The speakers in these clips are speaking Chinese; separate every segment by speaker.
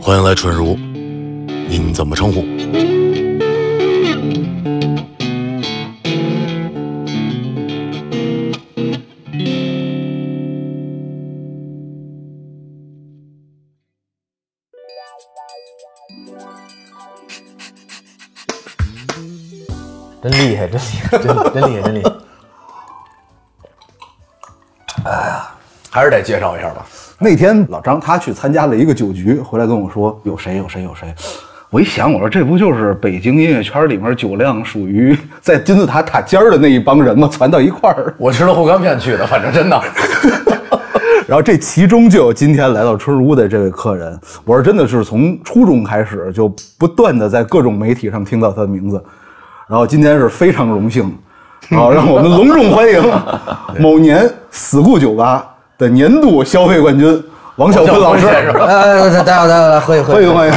Speaker 1: 欢迎来春如，您怎么称呼？
Speaker 2: 真厉害，真厉害，真真厉害，真厉害。
Speaker 1: 还是得介绍一下吧。
Speaker 3: 那天老张他去参加了一个酒局，回来跟我说有谁有谁有谁。我一想，我说这不就是北京音乐圈里面酒量属于在金字塔塔尖儿的那一帮人吗？攒到一块儿。
Speaker 1: 我吃了护肝片去的，反正真的。
Speaker 3: 然后这其中就有今天来到春如的这位客人，我是真的是从初中开始就不断的在各种媒体上听到他的名字，然后今天是非常荣幸，好让我们隆重欢 迎某年死固酒吧的年度消费冠军王小坤 老师，
Speaker 1: 王小坤先生
Speaker 2: 来来来，大家来来来，喝一喝
Speaker 3: 欢
Speaker 2: 一
Speaker 3: 迎欢迎。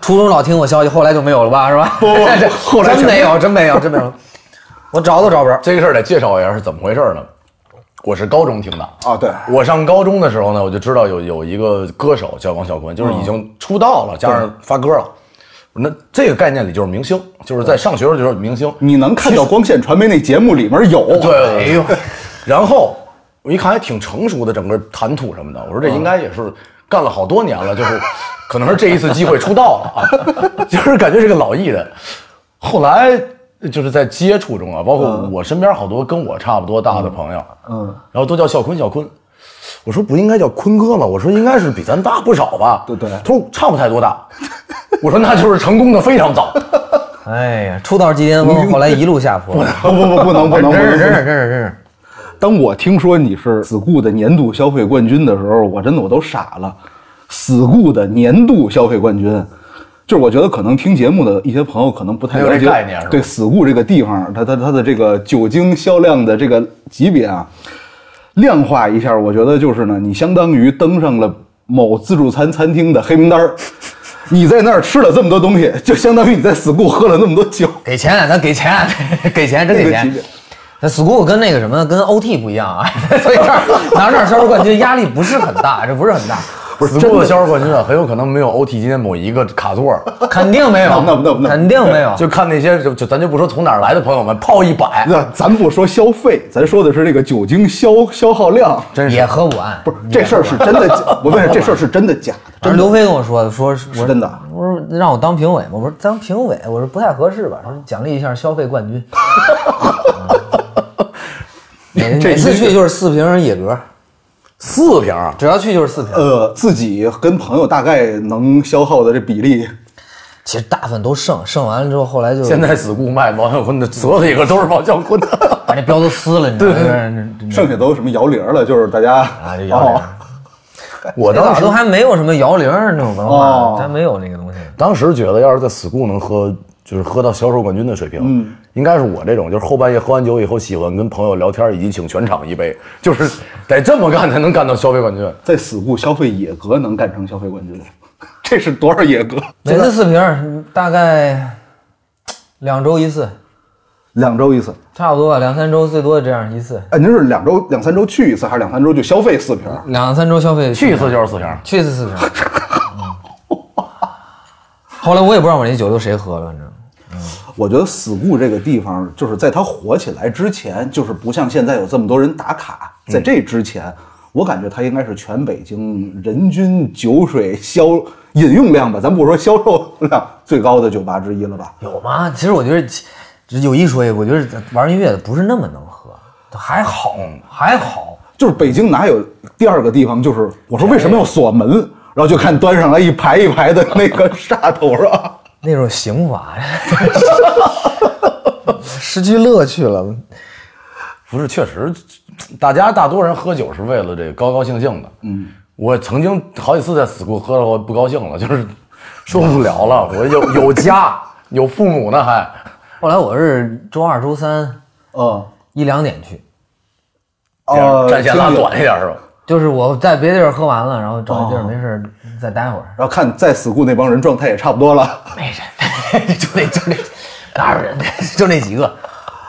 Speaker 2: 初中老听我消息，后来就没有了吧，是吧？不
Speaker 3: 不不后来
Speaker 2: 真没有，真没有，真没有，我找都找不着。
Speaker 1: 这个事儿得介绍一下是怎么回事呢？我是高中听的
Speaker 3: 啊对
Speaker 1: 我上高中的时候呢，我就知道有有一个歌手叫王小坤，就是已经出道了，加上发歌了。那这个概念里就是明星，就是在上学的时候就是明星。
Speaker 3: 你能看到光线传媒那节目里面有，
Speaker 1: 对，哎呦，然后我一看还挺成熟的，整个谈吐什么的，我说这应该也是干了好多年了，就是可能是这一次机会出道了啊， 就是感觉是个老艺人。后来就是在接触中啊，包括我身边好多跟我差不多大的朋友，嗯，然后都叫小坤，小坤。我说不应该叫坤哥吗？我说应该是比咱大不少吧。
Speaker 3: 对对
Speaker 1: 他说差不太多大。我说那就是成功的非常早。
Speaker 2: 哎呀，出道即巅峰，后来一路下坡，
Speaker 3: 不不不不 能不能不能，不
Speaker 2: 真是真
Speaker 3: 能
Speaker 2: 是真是真是。
Speaker 3: 当我听说你是死固的年度消费冠军的时候，我真的我都傻了。死固的年度消费冠军，就是我觉得可能听节目的一些朋友可能不太
Speaker 1: 没
Speaker 3: 了
Speaker 1: 有这
Speaker 3: 解
Speaker 1: 概念是吧
Speaker 3: 对死固这个地方，它它它的这个酒精销量的这个级别啊，量化一下，我觉得就是呢，你相当于登上了某自助餐餐厅的黑名单儿。你在那儿吃了这么多东西，就相当于你在死固喝了那么多酒。
Speaker 2: 给钱，咱给钱，给钱，真给
Speaker 3: 那
Speaker 2: 钱
Speaker 3: 个级别。
Speaker 2: 那 school 跟那个什么，跟 OT 不一样啊，所以这儿拿这儿销售冠军压力不是很大，这不是很大，
Speaker 1: 不是，的销售冠军啊，很有可能没有 OT 今天某一个卡座儿。
Speaker 2: 肯定没有，
Speaker 3: 那不那不那不
Speaker 2: 肯定没有，
Speaker 1: 就看那些就就咱就不说从哪儿来的朋友们，泡一百，
Speaker 3: 那咱不说消费，咱说的是这个酒精消消耗量。
Speaker 1: 真是
Speaker 2: 也合武案，
Speaker 3: 不是这事儿是真的假， 我问你这事儿是真的假
Speaker 2: 这
Speaker 3: 的？
Speaker 2: 刘飞跟我说的，说是我
Speaker 3: 是真的
Speaker 2: 我说让我当评委嘛，我说当评委，我说不太合适吧，说奖励一下消费冠军。每
Speaker 3: 这
Speaker 2: 每次去就是四瓶野格，
Speaker 1: 四瓶儿，
Speaker 2: 只要去就是四瓶。
Speaker 3: 呃，自己跟朋友大概能消耗的这比例，
Speaker 2: 其实大部分都剩，剩完了之后，后来就
Speaker 1: 现在死固卖王小坤的所有的野个都是王小坤的，
Speaker 2: 把那标都撕了，你知道吗？
Speaker 3: 剩下都什么摇铃儿了，就是大家
Speaker 2: 啊，就摇铃
Speaker 3: 哦。
Speaker 1: 我
Speaker 2: 那
Speaker 1: 当
Speaker 2: 会儿
Speaker 1: 时
Speaker 2: 都还没有什么摇铃儿那种文
Speaker 3: 哦
Speaker 2: 化，咱没有那个东西。
Speaker 1: 当时觉得要是在死固能喝。就是喝到销售冠军的水平，嗯，应该是我这种，就是后半夜喝完酒以后，喜欢跟朋友聊天，以及请全场一杯，就是得这么干才能干到消费冠军。
Speaker 3: 在死固消费野格能干成消费冠军， 这是多少野格？
Speaker 2: 每次四瓶，大概两周一次，
Speaker 3: 两周一次。
Speaker 2: 差不多吧，两三周最多这样一次，
Speaker 3: 哎，您是两周两三周去一次，还是两三周就消费四瓶儿？
Speaker 2: 两三周消费
Speaker 1: 去一次就是四瓶儿，
Speaker 2: 去一次四瓶。嗯、后来我也不知道我那酒都谁喝了，反正
Speaker 3: 我觉得死固这个地方，就是在它火起来之前，就是不像现在有这么多人打卡，
Speaker 1: 嗯
Speaker 3: 在这之前，我感觉它应该是全北京人均酒水销饮用量吧，咱不说销售量最高的酒吧之一了吧？
Speaker 2: 有吗？其实我觉得这有一说一，我觉得玩音乐的不是那么能喝，还好还好。
Speaker 3: 就是北京哪有第二个地方？就是我说为什么要锁门，然后就看端上来一排一排的那 个煞头啊是吧？
Speaker 2: 那种刑法， 失去乐趣了。
Speaker 1: 不是，确实，大家大多人喝酒是为了这高高兴兴的。嗯，我曾经好几次在死库喝了，我不高兴了，就是受不了了。我有 有家，有父母呢，还
Speaker 2: 后来我是周二、周三
Speaker 3: 嗯，
Speaker 2: 一两点去，
Speaker 3: 哦，
Speaker 1: 战线拉
Speaker 3: 听有
Speaker 1: 短一点是吧？
Speaker 2: 就是我在别地儿喝完了，然后找一地儿没事儿再待会儿。
Speaker 3: 然后看在死固那帮人状态也差不多了。
Speaker 2: 没人， 就那就那哪有人，就那几个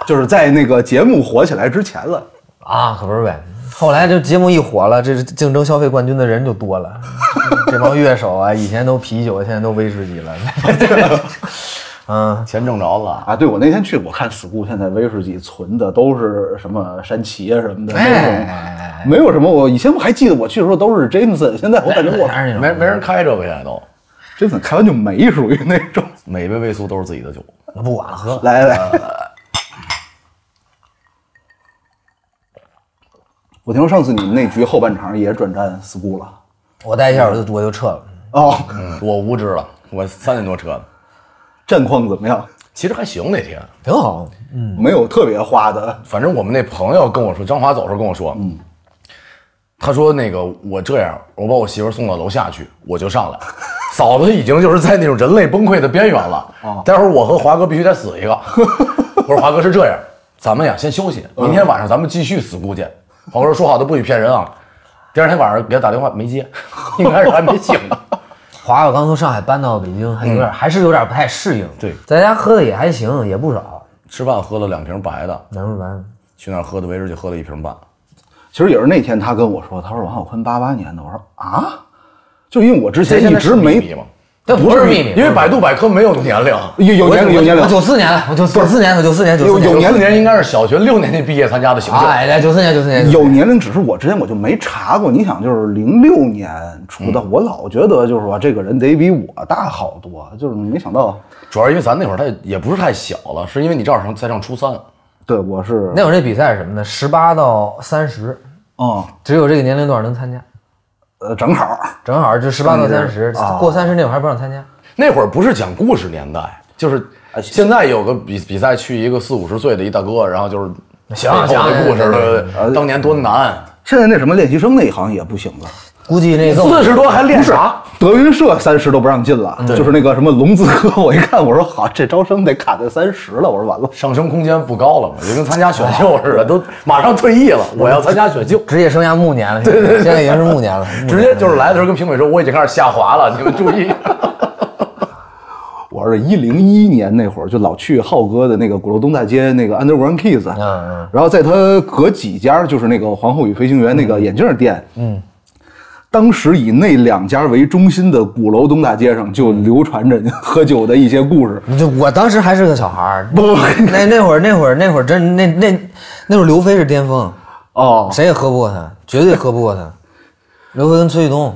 Speaker 3: 就是在那个节目火起来之前了。
Speaker 2: 啊，可不是呗。后来这节目一火了，这是竞争消费冠军的人就多了， 这帮乐手啊，以前都啤酒，现在都威士忌了。嗯，
Speaker 1: 钱挣着了。
Speaker 3: 啊，对，我那天去，我看 school 现在威士忌存的都是什么山崎啊什么的那种，
Speaker 2: 哎
Speaker 3: 没有什么。我以前我还记得我去的时候都是 Jameson，现在我感觉我
Speaker 2: 还是那
Speaker 1: 没
Speaker 2: 种
Speaker 1: 没人开这个现在都，
Speaker 3: Jameson 开完就没，属于那种。
Speaker 1: 每杯味素都是自己的酒。
Speaker 2: 我不敢喝。
Speaker 3: 来来，我听说上次你们那局后半场也转战 school 了
Speaker 2: 我待一下我就我就撤了。
Speaker 3: 哦，
Speaker 1: 我无知了，我三点多撤的，
Speaker 3: 战况怎么样？
Speaker 1: 其实还行那天。
Speaker 2: 挺好，
Speaker 3: 没有特别花的，
Speaker 1: 反正我们那朋友跟我说，张华走的时候跟我说，嗯，他说那个我这样，我把我媳妇儿送到楼下去，我就上来。嫂子已经就是在那种人类崩溃的边缘了。待会儿我和华哥必须得死一个。我说华哥是这样，咱们呀先休息，明天晚上咱们继续死估计。华哥说说好的不许骗人啊。第二天晚上给他打电话没接， 应该是还没醒呢。
Speaker 2: 华我刚从上海搬到北京，还有点、还是有点不太适应。
Speaker 1: 对
Speaker 2: 在家喝的也还行，也不少，
Speaker 1: 吃饭喝了两瓶白的，
Speaker 2: 南么白。
Speaker 1: 去那儿喝的威士忌，喝了一瓶半。
Speaker 3: 其实也是那天他跟我说，他说王小坤八八年的，我说啊，就因为我之前一直
Speaker 1: 秘
Speaker 3: 没
Speaker 1: 密吗？
Speaker 2: 但不是秘密，
Speaker 1: 因为百度百科没有年龄。
Speaker 3: 有有年龄有年龄
Speaker 2: 我，九四年的，我九九四年的，九四年九四
Speaker 3: 有
Speaker 2: 年。
Speaker 1: 年龄应该是小学六年级毕业参加的行政。
Speaker 2: 哎，对，九四年九四年。
Speaker 3: 有年龄，只是我之前我就没查过。你想，就是零六年出
Speaker 2: 嗯
Speaker 3: 的，我老觉得就是说这个人得比我大好多，就是没想到，
Speaker 1: 主要是因为咱那会儿他也不是太小了，是因为你正好上才上初三，
Speaker 3: 对我是
Speaker 2: 那会儿这比赛是什么呢？十八到三十，
Speaker 3: 嗯
Speaker 2: 只有这个年龄段能参加，
Speaker 3: 呃正好
Speaker 2: 正好就十八到三十
Speaker 3: 30啊，
Speaker 2: 过三十那会儿还不让参加。
Speaker 1: 那会儿不是讲故事年代，就是现在有个比比赛去一个四五十岁的一大哥，然后就是
Speaker 2: 行啊
Speaker 1: 背后的
Speaker 2: 行
Speaker 1: 故事，
Speaker 2: 对对
Speaker 1: 对对对当年多难，
Speaker 3: 现在那什么练习生那一行也不行了，
Speaker 2: 估计那个
Speaker 1: 四十多还练
Speaker 2: 啊
Speaker 1: 啥？
Speaker 3: 德云社三十都不让进了，就是那个什么龙字科，我一看我说好，这招生得卡在三十了，我说完了，
Speaker 1: 上升空间不高了嘛，就跟参加选秀似的，都马上退役了，我要参加选 秀。
Speaker 2: 职业生涯暮年了，对对，现在已经是暮年了，暮
Speaker 1: 直
Speaker 2: 年
Speaker 1: 接就是来的时候跟评委说我已经开始下滑了，你们注 意。
Speaker 3: 我是一零一年那会儿就老去浩哥的那个鼓楼东大街那个 Underground Kids，嗯
Speaker 2: 嗯
Speaker 3: 然后在他隔几家就是那个皇后与飞行员那个眼镜店，嗯，当时以那两家为中心的鼓楼东大街上就流传着喝酒的一些故事。
Speaker 2: 就我当时还是个小孩儿，不那那会儿那会儿那会儿真那那那会儿刘飞是巅峰，
Speaker 3: 哦，
Speaker 2: 谁也喝不过他，绝对喝不过他。 刘飞跟崔旭东，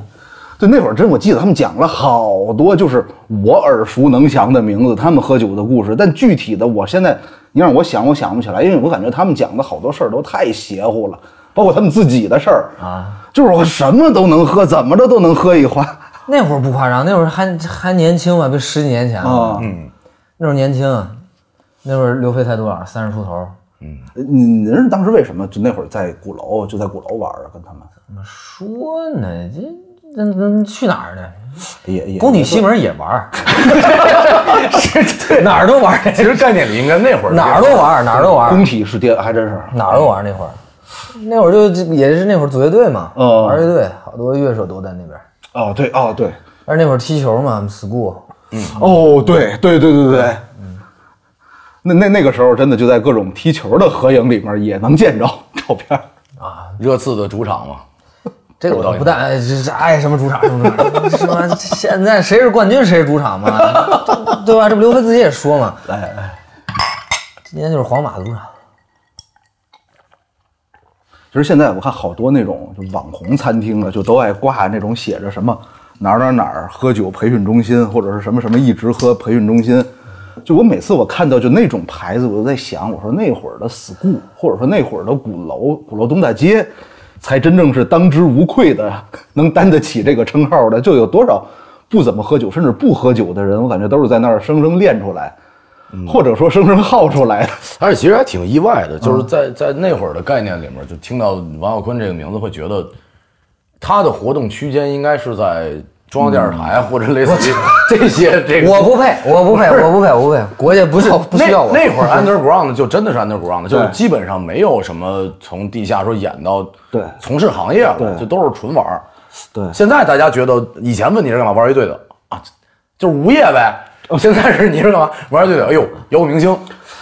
Speaker 3: 对，那会儿真我记得他们讲了好多，就是我耳熟能详的名字，他们喝酒的故事。但具体的，我现在你让我想，我想不起来，因为我感觉他们讲的好多事儿都太邪乎了，包括他们自己的事儿啊，就是我什么都能喝，怎么着都能喝一花
Speaker 2: 那会儿不夸张，那会儿还还年轻嘛，不十几年前了
Speaker 3: 啊。
Speaker 2: 那会儿年轻，啊那会儿刘飞才多少，三十出头，
Speaker 3: 呃您您是当时为什么就那会儿在鼓楼就在鼓楼玩儿啊？跟他们
Speaker 2: 怎么说呢？这那那去哪儿呢？
Speaker 3: 也也
Speaker 2: 宫女西门也玩儿， 是哪儿都玩儿，
Speaker 1: 其实概念里应该那会儿
Speaker 2: 哪儿都玩儿，哪儿都玩儿。
Speaker 3: 工体是爹，还真是
Speaker 2: 哪儿都玩儿那会儿，那会儿就也是那会儿组乐队嘛，
Speaker 3: 哦
Speaker 2: 玩乐队，好多乐手都在那边。
Speaker 3: 哦对哦对
Speaker 2: 但是那会儿踢球嘛，school，
Speaker 3: 哦对对对对对，那那那个时候真的就在各种踢球的合影里面也能见着照片儿。
Speaker 1: 热刺的主场嘛，
Speaker 2: 这个我不但哎这这爱什么主场什么主场， 是吧？现在谁是冠军谁是主场嘛，对对吧？这不刘飞自己也说嘛，
Speaker 3: 哎哎，
Speaker 2: 今年就是皇马的主场。
Speaker 3: 其实现在我看好多那种就网红餐厅啊了，就都爱挂那种写着什么哪儿哪儿哪儿喝酒培训中心，或者是什么什么一直喝培训中心。就我每次我看到就那种牌子，我就在想，我说那会儿的 school，或者说那会儿的鼓楼、鼓楼东大街，才真正是当之无愧的，能担得起这个称号的，就有多少不怎么喝酒，甚至不喝酒的人，我感觉都是在那儿生生练出来，或者说生生耗出来的。
Speaker 1: 而且其实还挺意外
Speaker 2: 嗯
Speaker 1: 的，就是在在那会儿的概念里面，就听到王小坤这个名字，会觉得他的活动区间应该是在中央电视台 或者 类似于这些这个。
Speaker 2: 嗯我不配，我不配，我不配，我不配，国家不要不需要我。
Speaker 1: 哦那那会儿 underground 就真的是 underground，就
Speaker 3: 对
Speaker 1: 基本上没有什么从地下说演到
Speaker 3: 对
Speaker 1: 从事行业了
Speaker 3: 对，
Speaker 1: 就都是纯玩儿。
Speaker 3: 对
Speaker 1: 现在大家觉得以前问你是干嘛玩乐队的
Speaker 2: 哦
Speaker 1: 啊，就是无业呗。现在是你是干嘛玩乐队的？哎呦，摇滚明星，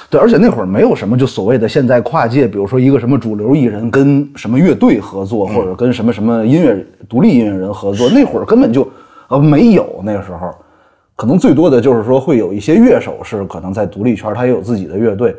Speaker 3: 对，而且那会儿没有什么就所谓的现在跨界，比如说一个什么主流艺人跟什么乐队合作，或
Speaker 1: 嗯
Speaker 3: 者跟什么什么音乐独立音乐人合作，那会儿根本就呃没有。那个时候，可能最多的就是说会有一些乐手是可能在独立圈他也有自己的乐队，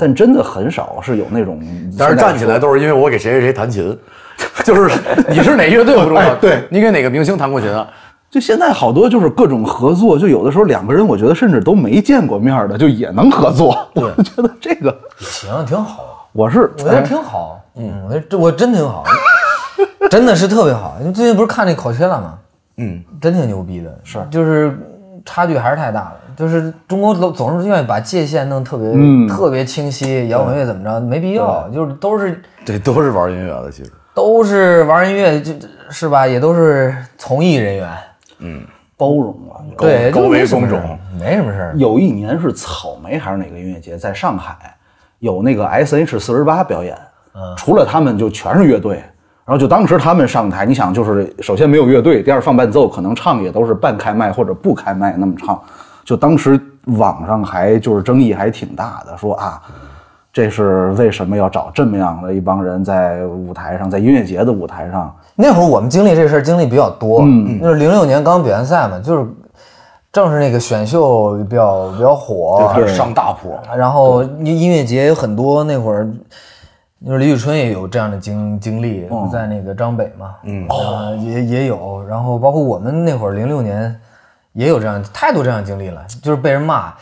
Speaker 3: 但真的很少是有那种。
Speaker 1: 嗯但是站起来都是因为我给谁谁谁弹琴， 就是你是哪乐队不重要，对你给哪个明星弹过琴啊？
Speaker 3: 就现在好多就是各种合作，就有的时候两个人我觉得甚至都没见过面的，就也能合作。我觉得这个
Speaker 2: 行，挺好，
Speaker 3: 我是
Speaker 2: 我觉
Speaker 1: 哎
Speaker 2: 得挺好，嗯，我觉得这我真挺好， 真的是特别好。因为最近不是看那考切了吗？
Speaker 1: 嗯，
Speaker 2: 真挺牛逼的，是，就是差距还是太大了。就是中国总总是愿意把界限弄特别、
Speaker 3: 嗯
Speaker 2: 特别清晰，摇滚乐怎么着没必要，就是都是
Speaker 1: 对，都是玩音乐的，其实
Speaker 2: 都是玩音乐，就是吧，也都是从艺人员，
Speaker 3: 包容了。
Speaker 1: 高
Speaker 2: 对，
Speaker 1: 高
Speaker 2: 就没
Speaker 1: 危
Speaker 2: 什么
Speaker 1: 工
Speaker 2: 事儿
Speaker 1: 种，
Speaker 2: 没什么事儿。
Speaker 3: 有一年是草莓还是哪个音乐节，在上海有那个 S H 四十八表演，除了他们就全是乐队，然后就当时他们上台，你想就是首先没有乐队，第二放伴奏，可能唱也都是半开麦或者不开麦那么唱，就当时网上还就是争议还挺大的，说啊。这是为什么要找这么样的一帮人在舞台上，在音乐节的舞台上？
Speaker 2: 那会儿我们经历这事儿经历比较多，就是零六年刚表演赛嘛，就是正是那个选秀比较比较火，
Speaker 1: 还是上大坡。
Speaker 2: 然后音音乐节有很多那会儿，就是李宇春也有这样的经经历，在那个张北嘛，嗯，也也有，然后包括我们那会儿零六年也有这样太多这样的经历了，就是被人骂。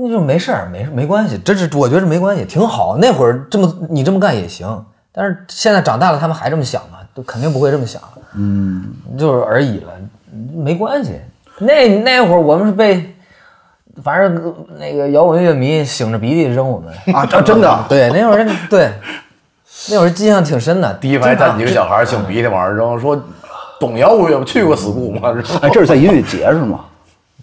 Speaker 2: 那就没事儿，没没关系，这是我觉得没关系，挺好。那会儿这么你这么干也行，但是现在长大了，他们还这么想吗？都肯定不会这么想了。就是而已了，没关系。那那会儿我们是被，反正呃那个摇滚乐迷擤着鼻涕扔我们
Speaker 3: 啊这真的
Speaker 2: 对，那会儿对，那会儿印象挺深的。
Speaker 1: 第一排站几个小孩儿，擤鼻涕往上扔，说懂摇滚乐吗？去过 school 吗？
Speaker 3: 哎，这是在音乐节是吗？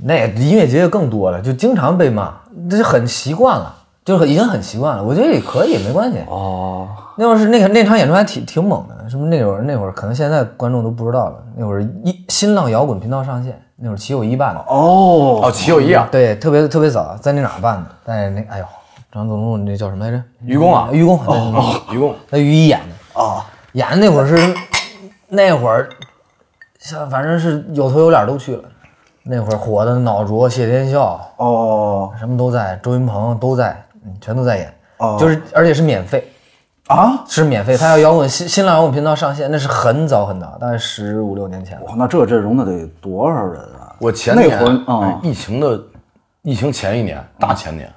Speaker 2: 那音乐节就更多了，就经常被骂，这就很习惯了，就是很已经很习惯了。我觉得也可以，没关系。
Speaker 3: 哦，
Speaker 2: 那会儿是那个那场演出还挺挺猛的，什么那会儿那会儿可能现在观众都不知道了，那会儿一新浪摇滚频道上线，那会儿齐友一办的。
Speaker 3: 哦，
Speaker 1: 哦，齐友一啊，
Speaker 2: 对，特别特别早，在那哪儿办的？在那哎呦，张总路那叫什么来着？
Speaker 1: 愚公啊
Speaker 2: 愚公，哦，
Speaker 1: 一共
Speaker 2: 那于一演的哦，演的那会儿是那会儿，像反正是有头有脸都去了。那会儿火的脑浊、谢天笑
Speaker 3: 哦
Speaker 2: 什么都在，周云鹏都在，嗯，全都在演，
Speaker 3: 哦
Speaker 2: 就是而且是免费，
Speaker 3: 啊，
Speaker 2: 是免费。他要摇滚新新浪摇滚频道上线，那是很早很早，大概十五六年前了。
Speaker 3: 哇，那这阵容那得多少人啊！
Speaker 1: 我前
Speaker 3: 那
Speaker 1: 年
Speaker 3: 会儿啊
Speaker 1: 哎，疫情的疫情前一年，大前年，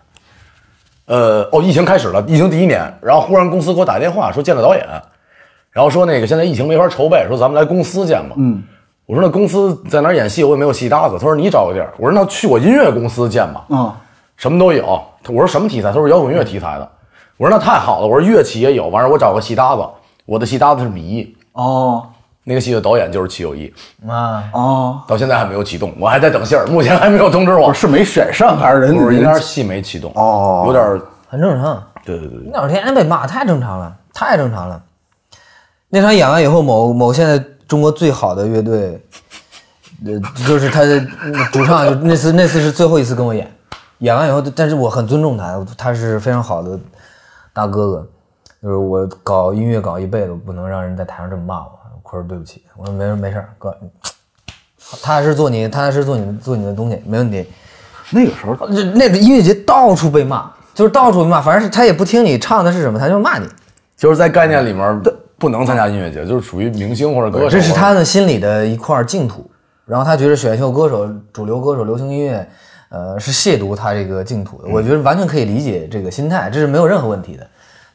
Speaker 1: 呃，哦，疫情开始了，疫情第一年，然后忽然公司给我打电话说见了导演，然后说那个现在疫情没法筹备，说咱们来公司见吧。嗯，我说那公司在哪儿演戏，我也没有戏搭子。他说你找个地儿，我说那去我音乐公司见吧。
Speaker 3: 嗯，
Speaker 1: 什么都有。他我说什么题材？他说摇滚乐题材的。我说那太好了，我说乐器也有。完事儿我找个戏搭子，我的戏搭子是米一，
Speaker 3: 哦
Speaker 1: 那个戏的导演就是齐友一，
Speaker 2: 啊，
Speaker 3: 哦，
Speaker 1: 到现在还没有启动，我还在等信儿，目前还没有通知
Speaker 3: 不
Speaker 1: 我。
Speaker 3: 是没选上还是人
Speaker 1: 不是，应该是
Speaker 3: 人
Speaker 1: 戏没启动
Speaker 3: 哦
Speaker 1: 有点儿
Speaker 2: 很正常。
Speaker 1: 对对对，
Speaker 2: 那会儿天天被骂，太正常了，太正常了。那场演完以后，某某现在中国最好的乐队，呃，就是他的主唱，就那次那次是最后一次跟我演，演完以后，但是我很尊重他，他是非常好的大哥哥，就是我搞音乐搞一辈子，不能让人在台上这么骂我，坤儿对不起，我说没事没事儿，哥，踏踏实实做你，踏踏实实做你做你的东西，没问题。
Speaker 3: 那个时候
Speaker 2: 那那个音乐节到处被骂，就是到处被骂，反正是他也不听你唱的是什么，他就骂你，
Speaker 1: 就是在概念里面不能参加音乐节，就是属于明星或者歌手。
Speaker 2: 这是他的心里的一块净土。然后他觉得选秀歌手、主流歌手、流行音乐，呃，是亵渎他这个净土的。我觉得完全可以理解这个心态，这是没有任何问题的。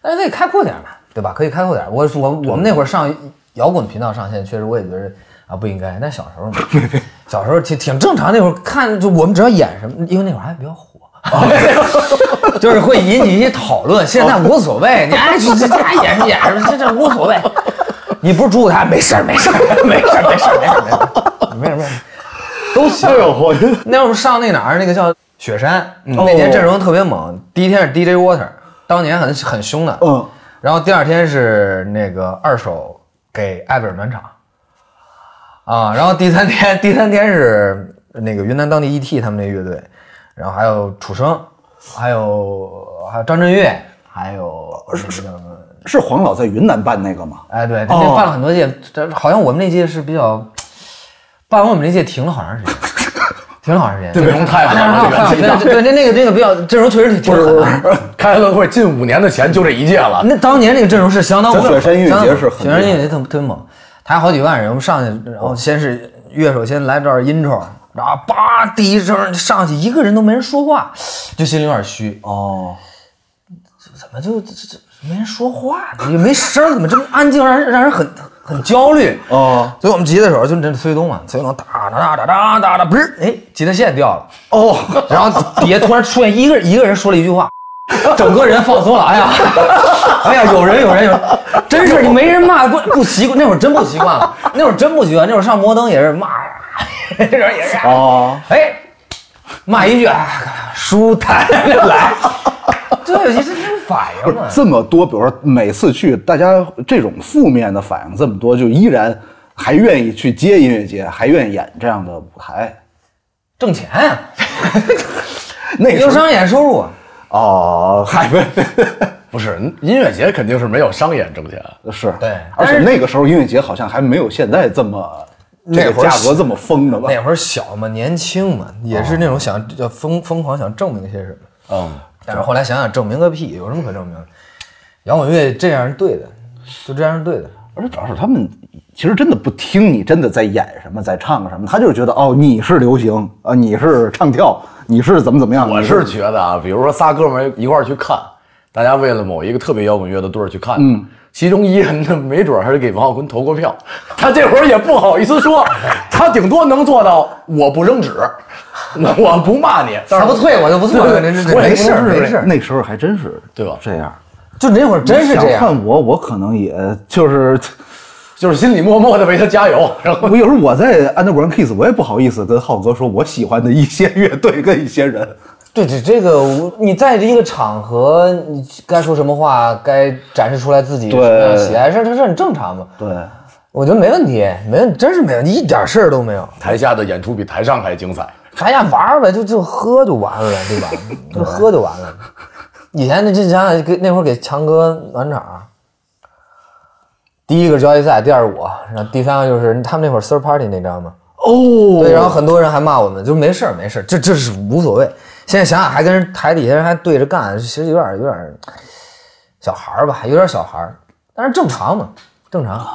Speaker 2: 但是可以开阔点嘛，对吧？可以开阔点。我我我们那会儿上摇滚频道上线，确实我也觉得啊不应该。但小时候嘛，小时候挺挺正常。那会儿看就我们只要演什么，因为那会儿还比较火。 就是会引起一些讨论。现在无所谓，你爱去这这爱演演什么，这这无所谓。你不是主舞台，没事儿，没事儿，没事儿，没事儿，没事儿，没事儿，没事儿没事儿，都行。
Speaker 3: 哎我觉得嗯哦
Speaker 2: 那我们上那哪儿那个叫雪山，那年阵容特别猛。第一天是 DJ Water，当年很很凶的。
Speaker 3: 嗯，
Speaker 2: 然后第二天是那个二手给艾薇儿暖场，啊，然后 第三 E 天第三天是那个云南当地 ET 他们那乐队，然后还有楚生，还有还有张震岳，还有那个叫什么？
Speaker 3: 哦是哦黄老在云南办那个吗？
Speaker 2: 哎，对，他这办了很多届，这好像我们那届是比较，办完我们那届停了好长时间， 停了好长时间。
Speaker 1: 阵容太狠了，这个
Speaker 2: 对对对，那那个那个比较阵容确实挺
Speaker 1: 不是
Speaker 2: 狠
Speaker 1: 不
Speaker 2: 的。
Speaker 1: 是不是，开乐会近五年的钱就这一届了，
Speaker 2: 啊那当年那个阵容是相当
Speaker 3: 咱
Speaker 2: 猛的，
Speaker 3: 雪山音乐节是很
Speaker 2: 相当猛雪山音乐节特特别猛，台下好几万人，我们上去，然后先是乐手先来这儿 intro，然后叭第一声上去，一个人都没人说话，就心里有点虚，
Speaker 3: 哦，
Speaker 2: 怎么就这这这没人说话呢？也没声儿，怎么这么安静，让人让人很很焦虑
Speaker 3: 哦。
Speaker 2: 所以我们吉他手就是那崔东嘛，崔东哒哒哒哒哒哒哒，不是，哎，吉他线掉了。
Speaker 3: 哦，
Speaker 2: 然后底下突然出现一个一个人说了一句 话，整个人放松了。哎呀，哎呀，有人有人有人，真是你没人骂不不习惯，那会儿真不习惯了，那会儿真不习惯，那会儿上摩登也是骂， 那会儿也是
Speaker 3: 哦，
Speaker 2: 哎，骂一句啊，舒坦 来，对，这这种反应啊嘛。
Speaker 3: 这么多，比如说每次去，大家这种负面的反应这么多，就依然还愿意去接音乐节，还愿意演这样的舞台。
Speaker 2: 挣钱呀、
Speaker 3: 那时
Speaker 2: 有
Speaker 3: 候
Speaker 2: 商业收入啊，
Speaker 3: 哦，嗨，不
Speaker 1: 不是音乐节肯定是没有商演挣钱，
Speaker 3: 是
Speaker 2: 对
Speaker 3: 而
Speaker 2: 但
Speaker 3: 且
Speaker 2: 是
Speaker 3: 那个时候音乐节好像还没有现在这么这
Speaker 2: 那
Speaker 3: 个
Speaker 2: 会儿
Speaker 3: 价格这么疯的吧？
Speaker 2: 那会儿小嘛，年轻嘛，也是那种想要疯疯狂想证明些什么。
Speaker 1: 嗯，
Speaker 2: 但是后来想想，证明个屁，有什么可证明的？摇滚乐这样是对的，就这样是对的。
Speaker 3: 而且主要是他们其实真的不听你真的在演什么，在唱什么，他就是觉得哦你是流行啊，你是唱跳，你是怎么怎么样。
Speaker 1: 我
Speaker 3: 你
Speaker 1: 是觉得啊，比如说仨哥们儿一块儿去看，大家为了某一个特别摇滚乐的队儿去看，嗯，其中一人呢，没准儿还是给王浩坤投过票，他这会儿也不好意思 说，他顶多能做到我不扔纸，我不骂你，但
Speaker 2: 他
Speaker 1: 是
Speaker 2: 不退我就不退，
Speaker 1: 对
Speaker 2: 这这这
Speaker 1: 我也
Speaker 2: 没事儿
Speaker 1: 不是
Speaker 2: 没事儿。
Speaker 3: 那时候还真是
Speaker 1: 对吧
Speaker 3: 这样。
Speaker 2: 就那会儿真是这
Speaker 3: 想
Speaker 2: 样，
Speaker 3: 换我，我可能也就是，
Speaker 1: 就是心里默默的为他加油，然后
Speaker 3: 我有时候我在 Underground Kiss，我也不好意思跟浩哥说我喜欢的一些乐队跟一些人。
Speaker 2: 对对，这个我你在这一个场合，你该说什么话，该展示出来自己什
Speaker 3: 对
Speaker 2: 么样的喜爱，这这这很正常嘛。
Speaker 3: 对，
Speaker 2: 我觉得没问题，没问，真是没问题，一点事儿都没有。
Speaker 1: 台下的演出比台上还精彩。
Speaker 2: 咱俩玩儿呗，就就喝就完了呗，对吧？就喝就完了。以前那这想想，给那会儿给强哥暖场，第一个交易赛，第二我，然后第三个就是他们那会儿 third party 那张嘛。
Speaker 3: 哦，
Speaker 2: 对，然后很多人还骂我们，就没事儿没事儿，这这是无所谓。现在想想还跟人台底下人还对着干，其实有点有点小孩儿吧，有点小孩儿，但是正常嘛，正常。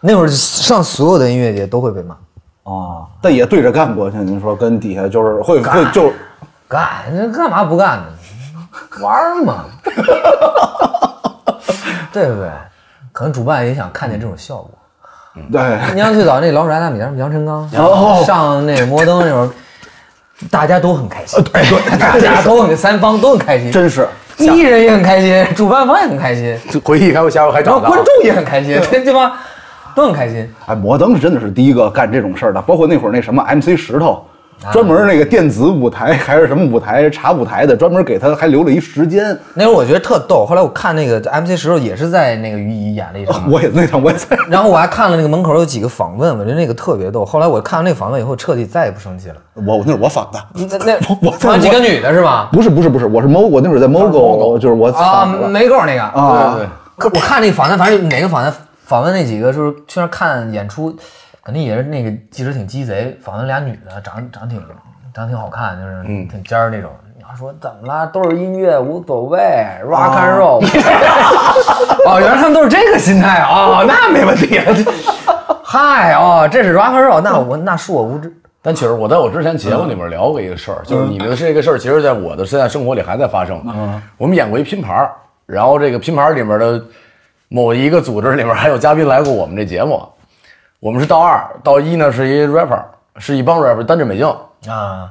Speaker 2: 那会儿上所有的音乐节都会被骂，
Speaker 3: 啊，但也对着干过，像您说跟底下就是会会就
Speaker 2: 干这干嘛不干呢？玩儿嘛， 对不对？可能主办也想看见这种效果。
Speaker 3: 对，
Speaker 2: 你像最早那老鼠爱大米，什么杨臣刚
Speaker 3: 哦
Speaker 2: 上那摩登那会儿，大家都很开心，哎 大家都很三方都很开心，
Speaker 3: 真是
Speaker 2: 艺人也很开心，主办方也很开心，
Speaker 1: 回忆开会，下回还
Speaker 2: 然后
Speaker 1: 长大
Speaker 2: 啊观。众也很开心，对对吧？都很开心。
Speaker 3: 哎，摩登真的是第一个干这种事儿的，包括那会儿那什么 MC 石头，专门那个电子舞台还是什么舞台茶舞台的，专门给他还留了一时间。
Speaker 2: 那会儿我觉得特逗，后来我看那个 MC 石头也是在那个于怡演了一场，
Speaker 3: 我也那场我也在，
Speaker 2: 然后我还看了那个门口有几个访问，我觉得那个特别逗。后来我看完那个访问以后，彻底再也不生气了。
Speaker 3: 我那是我仿的，
Speaker 2: 那那
Speaker 3: 我
Speaker 2: 访问几个女的是吧？
Speaker 3: 不是不是不是，我是猫，我那会儿在 Mogo，就是我
Speaker 2: 啊，
Speaker 3: 仿的
Speaker 2: 没够那个
Speaker 3: 啊
Speaker 1: 对对
Speaker 2: 可我看那访谈，反正哪个访谈访问那几个，就是去那儿看演出，肯定也是那个记者挺鸡贼，访问俩女的，长长挺长挺好看，就是挺尖儿那种。你要说怎么了，都是音乐无所谓，rock and roll。哦， 原来他们都是这个心态啊，哦那没问题。嗨，哦，这是 rock and roll，那我那恕我无知。
Speaker 1: 但其实我在我之前节
Speaker 2: 嗯
Speaker 1: 目里面聊过一个事儿，就是你们的这个事儿，其实在我的现在生活里还在发生。
Speaker 2: 嗯
Speaker 1: 我们演过一拼盘儿，然后这个拼盘儿里面的某一个组织里面还有嘉宾来过我们这节目。我们是到二，到一呢是一 rapper，是一帮 rapper 单镇北京，
Speaker 2: 啊，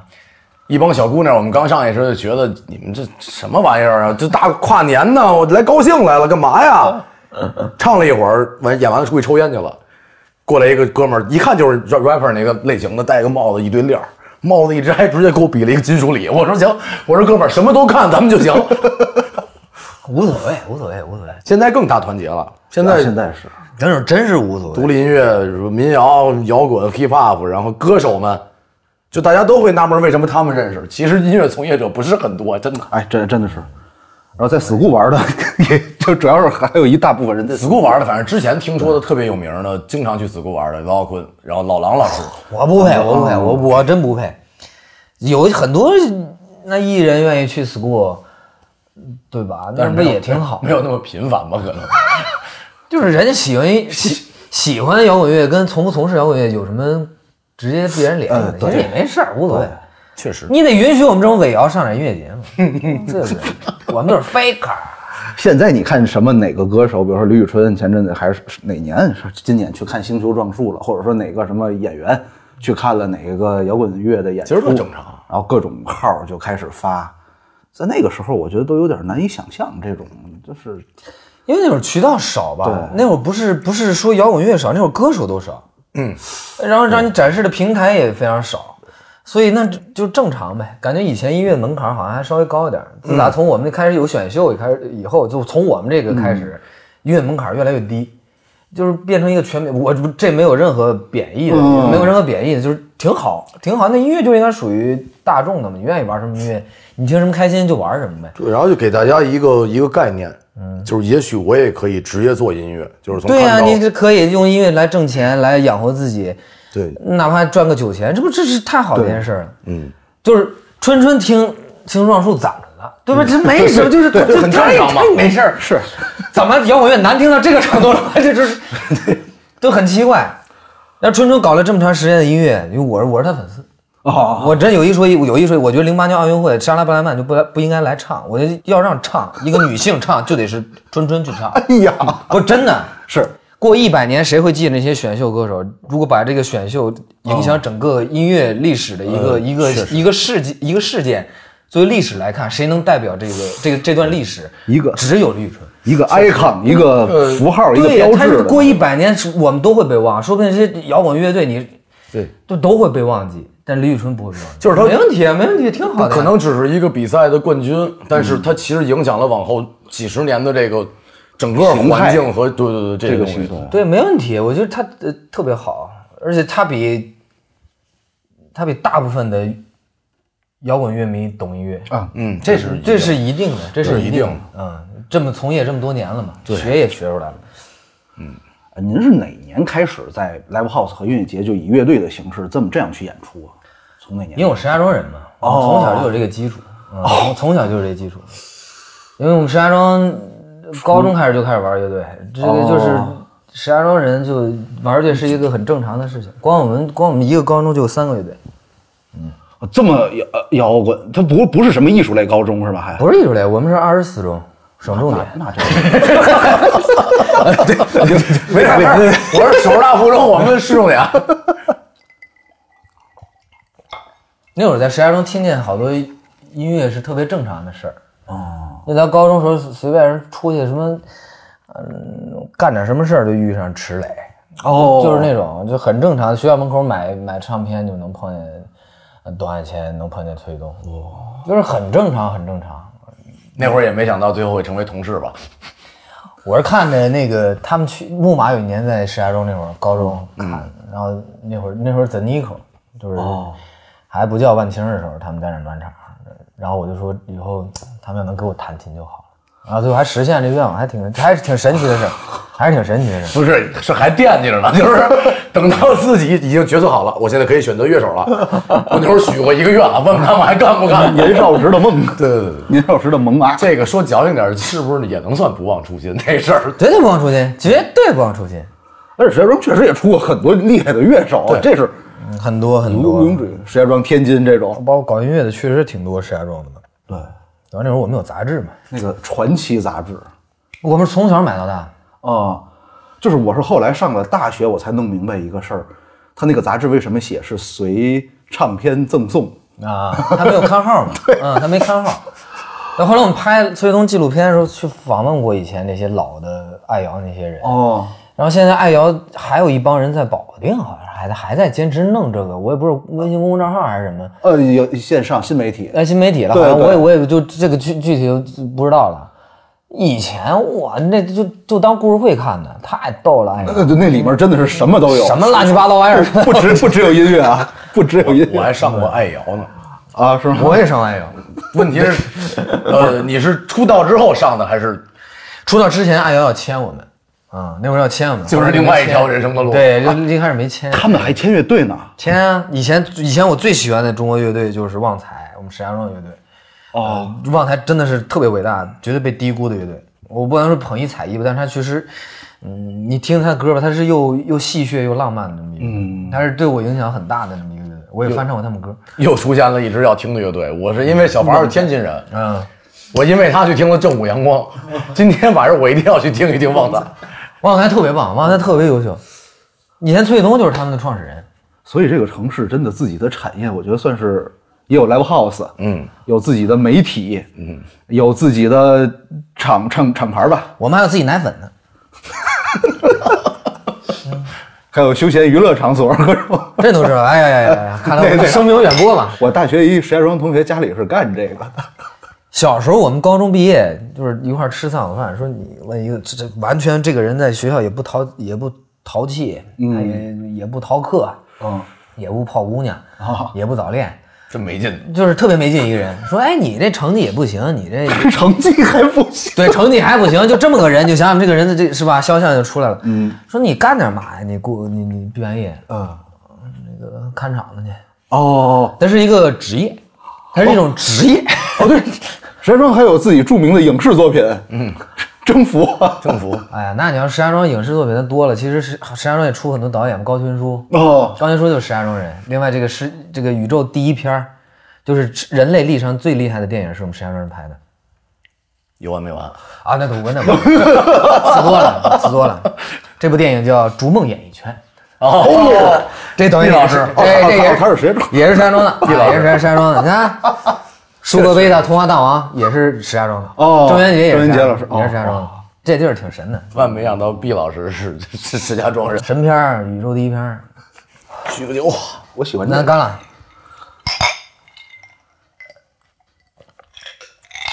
Speaker 1: 一帮小姑娘。我们刚上去的时候就觉得你们这什么玩意儿啊？这大跨年呢，我来高兴来了，干嘛呀？唱了一会儿，完演完了出去抽烟去了。过来一个哥们儿，一看就是 rapper 那个类型的，戴个帽子，一堆链儿，帽子一摘，直接给我比了一个金属礼。我说行，我说哥们儿，什么都看，咱们就行。
Speaker 2: 无所谓，无所谓，无所谓，
Speaker 1: 现在更大团结了，现在
Speaker 3: 现在是
Speaker 2: 真是真是无所谓
Speaker 1: 独。立音乐、民谣、摇滚、hip hop，然后歌手们就大家都会纳闷为什么他们认识。其实音乐从业者不是很多，真的。
Speaker 3: 哎，真真的是。然后在 school 玩的 也就主要是还有一大部分人在
Speaker 1: school 玩的，反正之前听说的特别有名的，经常去 school 玩的王浩坤，然后老狼老师，
Speaker 2: 我不
Speaker 1: 哦
Speaker 2: 配，我不配，我我真不配。有很多那艺人愿意去 school，对吧？那
Speaker 1: 但是
Speaker 2: 不
Speaker 1: 没有
Speaker 2: 也挺好
Speaker 1: 没？有那么频繁 吧？可能
Speaker 2: 就是人家 喜欢喜喜欢摇滚乐，跟从不从事摇滚乐有什么直接必然联系
Speaker 3: 嗯
Speaker 1: 呃
Speaker 2: 的？
Speaker 3: 对
Speaker 2: 其实也没事儿，无所谓。
Speaker 1: 确实，
Speaker 2: 你得允许我们这种伪摇上点音乐节 目，对不对？我们都是 faker。
Speaker 3: 现在你看什么哪个歌手，比如说李宇春，前阵子还是哪年是今年去看《星球撞树》了，或者说哪个什么演员去看了哪个摇滚乐的演出，
Speaker 1: 其实都正常。
Speaker 3: 然后各种号就开始发，在那个时候，我觉得都有点难以想象这种，就是
Speaker 2: 因为那会儿渠道少吧，
Speaker 3: 对
Speaker 2: 那会儿不是不是说摇滚乐少，那会儿歌手都少，嗯，然后让你展示的平台也非常少，所以那就就正常呗。感觉以前音乐门槛好像还稍微高一点，自打从我们那开始有选秀以开始以后，就从我们这个开始，
Speaker 3: 嗯
Speaker 2: 音乐门槛越来越低，就是变成一个全民。我这这没有任何贬义的，
Speaker 3: 嗯
Speaker 2: 没有任何贬义的，就是挺好，挺好。那音乐就应该属于大众的嘛，你愿意玩什么音乐，你听什么开心就玩什么呗。
Speaker 1: 对，然后就给大家一个一个概念，嗯，就是也许我也可以职业做音乐，就是从
Speaker 2: 对呀、
Speaker 1: 看招
Speaker 2: 你是可以用音乐来挣钱，来养活自己，
Speaker 1: 对
Speaker 2: 哪怕赚个酒钱，这不这是太好的一件事儿了。嗯，就是春春听《青壮树》怎么了？对吧？这没 什么，就是
Speaker 1: 嗯对
Speaker 2: 这
Speaker 1: 很正常嘛
Speaker 2: 太没事儿。
Speaker 3: 是，
Speaker 2: 怎么摇滚乐难听到这个程度了？这 就是都很奇怪。那春春搞了这么长时间的音乐，因为我是我是他粉丝，
Speaker 1: 啊
Speaker 3: 哦，
Speaker 2: 我真有一说一，有一说一，我觉得零八年奥运会莎拉布莱曼就不来不应该来唱，我觉得要让唱一个女性唱就得是春春去唱。
Speaker 3: 哎呀，
Speaker 2: 不是真的，
Speaker 3: 是
Speaker 2: 过一百年谁会记得那些选秀歌手？如果把这个选秀影
Speaker 3: 哦
Speaker 2: 响整个音乐历史的一
Speaker 3: 呃
Speaker 2: 个、一个一个事件一个事件，作为历史来看，谁能代表这个这个这段历史？
Speaker 3: 一个
Speaker 2: 只有李宇春。
Speaker 3: 一个 icon，一
Speaker 1: 呃
Speaker 3: 个符号，一个
Speaker 2: 对
Speaker 3: 标
Speaker 2: 他
Speaker 3: 志
Speaker 2: 是
Speaker 3: 的。
Speaker 2: 过一百年，我们都会被忘，说不定这些摇滚乐队你
Speaker 1: 对，
Speaker 2: 都都会被忘记，但李宇春不会被忘记。
Speaker 1: 就是他
Speaker 2: 没问题，啊，没问题，挺好的呀。嗯
Speaker 1: 可能只是一个比赛的冠军，但是它其实影响了往后几十年的这个整个
Speaker 3: 形态
Speaker 1: 环境和对对对
Speaker 3: 这
Speaker 1: 这
Speaker 3: 个
Speaker 1: 个
Speaker 3: 行
Speaker 1: 东西
Speaker 3: 动，
Speaker 2: 对，没问题，我觉得他呃特别好，而且他比他比大部分的摇滚乐迷懂音乐，
Speaker 1: 嗯，这是
Speaker 2: 啊这是一定的，这
Speaker 1: 这
Speaker 2: 是
Speaker 1: 是一
Speaker 2: 定
Speaker 1: 定
Speaker 2: 的。嗯，这么从业这么多年了嘛，学也学出来了。
Speaker 3: 您是哪年开始在 live house 和音乐节就以乐队的形式这么这样去演出啊？从哪年？
Speaker 2: 因为我石家庄人嘛，我们从小就有这个基础，嗯，我们从小就有这个基础，因为我们石家庄呃高中开始就开始玩乐队，这个就是
Speaker 3: 哦
Speaker 2: 石家庄人就玩乐队是一个很正常的事情。光我们光我们一个高中就有三个乐队，
Speaker 3: 啊这么摇呃摇滚，它不不是什么艺术类高中是吧？还
Speaker 2: 不是艺术类，我们是二十四中，省重点。
Speaker 3: 那这
Speaker 1: 没事没事，我是首师大附中，我们是重点。
Speaker 2: 啊 那会儿在石家庄听见好多音乐是特别正常的事儿。哦，那咱高中时候随便人出去什么，嗯，干点什么事儿就遇上池磊，
Speaker 3: 哦
Speaker 2: 就是那种就很正常，学校门口买买唱片就能碰见呃董海千，能碰见崔东，就是很正常，很正常。
Speaker 1: 那会儿也没想到最后会成为同事吧？
Speaker 2: 我是看着那个他们去木马有一年在石家庄那会儿高中看，然后那会儿那会儿 The Nico 就是还不叫万青的时候，他们在那儿暖场，然后我就说以后他们要能给我弹琴就好了，然后最后还实现这愿望，还挺还是挺神奇的 事儿，还是挺神奇的事儿。
Speaker 1: 不是，是还惦记着呢， 就是等到自己已经决策好了，我现在可以选择乐手了。我那会儿许过一个愿啊，问问他们还干不干。
Speaker 3: 年少时的梦，
Speaker 1: 对对对对，
Speaker 3: 年少时的萌啊芽。
Speaker 1: 这个说矫情点儿，是不是也能算不忘初心这事儿？
Speaker 2: 绝对不忘初心，绝对不忘初心，
Speaker 3: 而且石家庄确实也出过很多厉害的乐手，啊这是
Speaker 2: 嗯很多很
Speaker 3: 毋
Speaker 2: 多，
Speaker 3: 庸置疑。石家庄、天津这种，
Speaker 2: 包括搞音乐的确实挺多石家庄的嘛。
Speaker 3: 对，
Speaker 2: 然后那会儿我们有杂志嘛，
Speaker 3: 那个传奇杂志
Speaker 2: 我们是从小买到大，
Speaker 3: 啊，就是我是后来上了大学，我才弄明白一个事儿，他那个杂志为什么写是随唱片赠送。
Speaker 2: 啊，他没有看号 嘛，嗯，他没看号。那后来我们拍崔东纪录片的时候，去访问过以前那些老的爱瑶那些人，
Speaker 3: 哦，
Speaker 2: 然后现在爱瑶还有一帮人在保定，好像还在还在坚持弄这个，我也不知道微信公众账号还是什么，
Speaker 3: 呃，有线上新媒体，
Speaker 2: 哎，新媒体了，好
Speaker 3: 对
Speaker 2: 像我也
Speaker 3: 对
Speaker 2: 我也就这个具具体就不知道了。以前我那就就当故事会看的，太逗了，哎呀，
Speaker 3: 呃那那里面真的是什么都有，
Speaker 2: 什么乱七八糟玩意儿，
Speaker 3: 不只不只有音乐啊，不只有音
Speaker 1: 我
Speaker 3: 乐
Speaker 1: 还上过爱瑶呢。
Speaker 3: 啊，是吗？
Speaker 2: 我也上完有。
Speaker 1: 问题是，呃，你是出道之后上的还是？
Speaker 2: 出道之前，爱瑶要签我们，啊，那会儿要签我们，
Speaker 1: 就是另外一条人生的路
Speaker 2: 对，就一开始没签。
Speaker 3: 他们还签乐队呢。
Speaker 2: 签啊！以前以前我最喜欢的中国乐队就是旺财，我们石家庄乐队。呃
Speaker 3: 哦，
Speaker 2: 旺财真的是特别伟大，绝对被低估的乐队。我不能说捧一踩一吧，但是他其实，嗯，你听他的歌吧，他是又又戏谑又浪漫的这么一个，嗯，他是对我影响很大的这么一个乐队。我也翻唱过他们歌，
Speaker 1: 又出现了一直要听的乐队。我是因为小房是天津人，
Speaker 2: 嗯，
Speaker 1: 我因为他去听了正午阳光。今天晚上我一定要去听一听旺仔。
Speaker 2: 旺财特别棒，旺财特别优秀。以前崔卫东就是他们的创始人，
Speaker 3: 所以这个城市真的自己的产业，我觉得算是也有 live house，嗯，有自己的媒体，嗯，有自己的厂厂厂牌吧，
Speaker 2: 我们还有自己奶粉呢。
Speaker 3: 还有休闲娱乐场所各种。
Speaker 2: 这都知道，哎呀呀呀呀！看来我
Speaker 3: 对
Speaker 2: 们
Speaker 3: 对
Speaker 2: 声名远播嘛。
Speaker 3: 我大学一石家庄同学家里是干这个的，
Speaker 2: 小时候我们高中毕业就是一块儿吃丧饭，说你问一个这这完全这个人在学校也不淘也不淘气，也也不逃课，
Speaker 3: 嗯，
Speaker 2: 也不泡姑娘，也不早恋，
Speaker 1: 真没劲，
Speaker 2: 就是特别没劲一个人。说哎，你这成绩也不行，你这。
Speaker 3: 成绩还不行
Speaker 2: 对成绩还不行，就这么个人，就想想这个人的这是吧肖像就出来了。嗯，说你干点嘛呀？你过你你毕完业
Speaker 3: 嗯，
Speaker 2: 那个看场子去，
Speaker 3: 哦
Speaker 2: 它是一个职业，它是一种职业。
Speaker 3: 哦对，石家庄还有自己著名的影视作品，嗯，征服，
Speaker 1: 政府
Speaker 2: 哎呀，那你要石家庄影视作品它多了，其实石石家庄也出很多导演，高群书，
Speaker 3: 哦，
Speaker 2: 高群书就是石家庄人。另外，这个是这个宇宙第一片儿，就是人类历史上最厉害的电影是我们石家庄人拍的
Speaker 1: 有完没完？
Speaker 2: 啊，那可不，那不，词多了，词多了。这部电影叫《逐梦演艺圈》，
Speaker 1: 哦，
Speaker 2: 这导演
Speaker 1: 毕老
Speaker 2: 也
Speaker 1: 师
Speaker 2: 是，
Speaker 1: 哦
Speaker 2: 这
Speaker 3: 哎
Speaker 2: 这也
Speaker 3: 他是石家 庄，
Speaker 2: 也是石家庄的，也是石家庄的。你 看，舒格贝塔《童话大王》也是石家庄的，
Speaker 3: 哦
Speaker 2: 郑渊洁也是
Speaker 3: 郑渊
Speaker 2: 石
Speaker 3: 洁
Speaker 2: 家
Speaker 3: 老师哦
Speaker 2: 也是石家庄的，这地儿挺神的。
Speaker 1: 万没想到毕老师是是石家庄人。
Speaker 2: 神片儿，宇宙第一片儿。
Speaker 1: 许个酒，
Speaker 3: 我喜欢这
Speaker 2: 那
Speaker 3: 个。
Speaker 2: 干了。点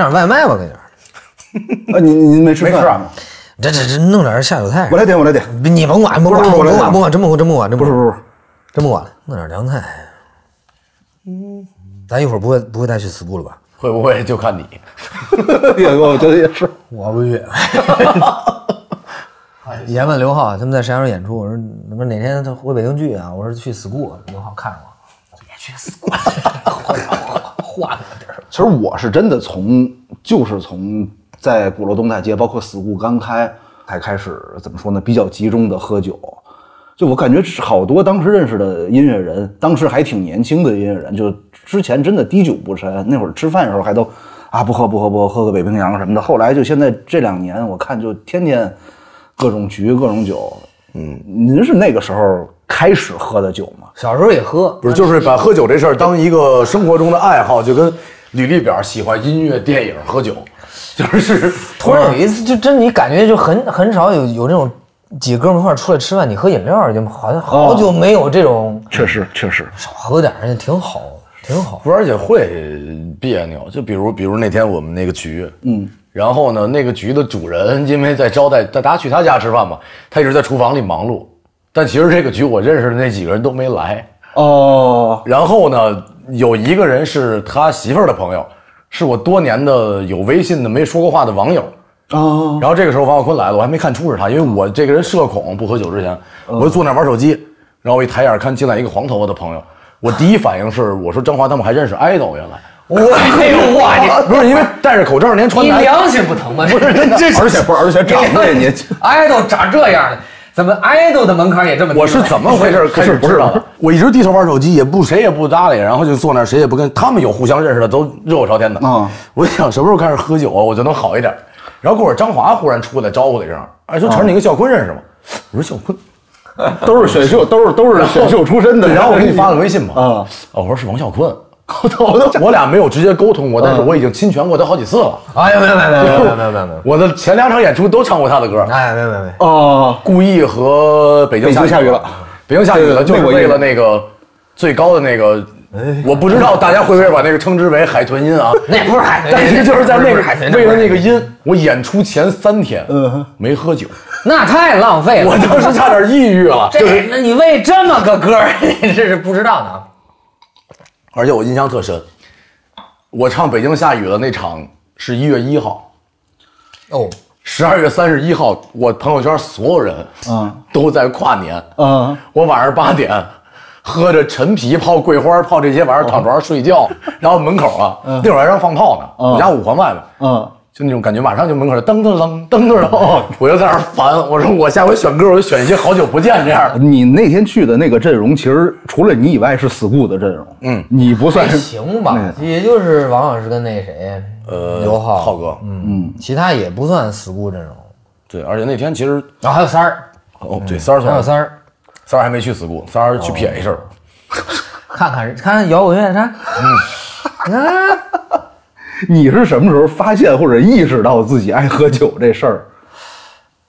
Speaker 2: 点外卖吧，给点儿，
Speaker 3: 啊，您您没吃
Speaker 1: 没吃
Speaker 3: 饭
Speaker 1: 啊？
Speaker 2: 这这这弄点儿下酒菜
Speaker 3: 我。来点，我来点。
Speaker 2: 你甭管，甭管，
Speaker 3: 不是
Speaker 2: 甭
Speaker 3: 我来
Speaker 2: 管，
Speaker 3: 点
Speaker 2: 甭管，真不管，真不管，真
Speaker 3: 不是不
Speaker 2: 管，
Speaker 3: 是不是，
Speaker 2: 真不管了。弄点儿凉菜。咱一会儿不会不会再去 school 了吧？
Speaker 1: 会不会就看你？
Speaker 3: 也我觉得也是。
Speaker 2: 我不去。 严问刘浩他们在石家庄演出，我说你们哪天他回北京剧啊？我说去 school，刘浩看着我，别去 school，换个地儿。
Speaker 3: 其实我是真的从，就是从在鼓楼东大街，包括死固刚开，才开始怎么说呢，比较集中的喝酒。就我感觉好多当时认识的音乐人，当时还挺年轻的音乐人，就之前真的滴酒不沾，那会儿吃饭的时候还都啊不喝不喝不喝，喝个北冰洋什么的。后来就现在这两年，我看就天天各种局各种酒。嗯，您是那个时候开始喝的酒吗？
Speaker 2: 小时候也喝，
Speaker 1: 不是，就是把喝酒这事儿当一个生活中的爱好，就跟履历表喜欢音乐、电影、喝酒， 就是
Speaker 2: 突然有一次，就真你感觉就很很少有有那种几哥们一块儿出来吃饭，你喝饮料，就好像好久没有这种
Speaker 3: 确实，确实，
Speaker 2: 少喝点儿，挺好，挺好。
Speaker 1: 不是，而且会别扭。就比如，比如那天我们那个局，嗯，然后呢，那个局的主人因为在招待大家去他家吃饭嘛，他一直在厨房里忙碌。但其实这个局我认识的那几个人都没来。
Speaker 3: 哦，
Speaker 1: 然后呢，有一个人是他媳妇儿的朋友，是我多年的有微信的没说过话的网友。
Speaker 3: 哦，
Speaker 1: 然后这个时候王小坤来了，我还没看出是他，因为我这个人社恐，不喝酒之前，我就坐那玩手机，然后我一抬眼看进来一个黄头发的朋友，我第一反应是我说张华他们还认识 idol 原来。
Speaker 2: 我哎呦哇，
Speaker 1: 不是因为戴着口罩那天穿
Speaker 2: 你
Speaker 1: 的
Speaker 2: 你
Speaker 1: 还，
Speaker 2: 良心不疼吗？不
Speaker 1: 不是真真
Speaker 3: 而且不是，而且长得也年轻。
Speaker 2: 爱豆长这样的，怎么爱豆的门槛也这么低？
Speaker 1: 我是怎么回事开始知道的？我一直低头玩手机，也不谁也不搭理，然后就坐那儿谁也不跟。他们有互相认识的，都热火朝天的。
Speaker 3: 嗯
Speaker 1: 我想什么时候开始喝酒啊，我就能好一点。然后过会儿张华忽然出来招呼了一声，哎，说晨，你跟小坤认识吗？我说小坤，
Speaker 3: 都是选秀，都是都是选秀出身的。
Speaker 1: 对然后我给你发了微信嘛，
Speaker 3: 啊
Speaker 1: 哦，我说是王 小坤。
Speaker 3: 我都
Speaker 1: 我俩没有直接沟通过，但是我已经侵权过他好几次了。
Speaker 2: 嗯哎呀，没有没有没有没有没有没有没有，
Speaker 1: 我的前两场演出都唱过他的歌，啊
Speaker 2: 哎没有没有没有，
Speaker 3: 哦，
Speaker 1: 故意和北京
Speaker 3: 北京下雨了，
Speaker 1: 北京下雨
Speaker 3: 对对
Speaker 1: 了，
Speaker 3: 对
Speaker 1: 就是
Speaker 3: 那我也
Speaker 1: 为了那个最高的那个，我不知道大家会不会把那个称之为海豚音啊？
Speaker 2: 哎那不是海豚音
Speaker 1: 但是就是在那
Speaker 2: 那不
Speaker 1: 个
Speaker 2: 是海豚音
Speaker 1: 为了那个音，我演出前三天
Speaker 3: 嗯
Speaker 1: 没喝酒，
Speaker 2: 那太浪费了。
Speaker 1: 我当时差点抑郁了，就
Speaker 2: 这，
Speaker 1: 是，
Speaker 2: 那你为这么个歌儿，你这是不知道的啊。
Speaker 1: 而且我印象特深，我唱《北京下雨了》那场是一月一号，
Speaker 2: 哦，
Speaker 1: 十二月三十一号，我朋友圈所有人
Speaker 3: 嗯
Speaker 1: 都在跨年，
Speaker 3: 嗯，
Speaker 1: 我晚上八点喝着陈皮泡桂花泡这些玩意儿躺床上睡觉，然后门口啊那会儿还让放炮呢，
Speaker 3: 嗯
Speaker 1: 我家五环外面。
Speaker 3: 嗯，
Speaker 1: 就那种感觉，马上就门口噔噔噔噔噔噔，我就在那儿烦，我说我下回选歌，我就选一些好久不见这样的。
Speaker 3: 你那天去的那个阵容，其实除了你以外是 school 的阵容，
Speaker 1: 嗯，
Speaker 3: 你不算
Speaker 2: 还
Speaker 3: 是
Speaker 2: 行吧，
Speaker 3: 嗯
Speaker 2: 也就是王老师跟那谁，
Speaker 1: 呃
Speaker 2: 刘浩，
Speaker 1: 浩哥
Speaker 2: 嗯，其他也不算 school 阵容。
Speaker 1: 对，而且那天其实，
Speaker 2: 然后还有三儿，
Speaker 1: 哦，
Speaker 3: 嗯
Speaker 1: 对，三儿
Speaker 2: 还有
Speaker 1: 算
Speaker 2: 三儿，
Speaker 1: 三儿还没去死过，三儿去撇一事儿。
Speaker 2: 看看人看看摇滚乐，看，嗯，啊，
Speaker 3: 你是什么时候发现或者意识到自己爱喝酒这事儿？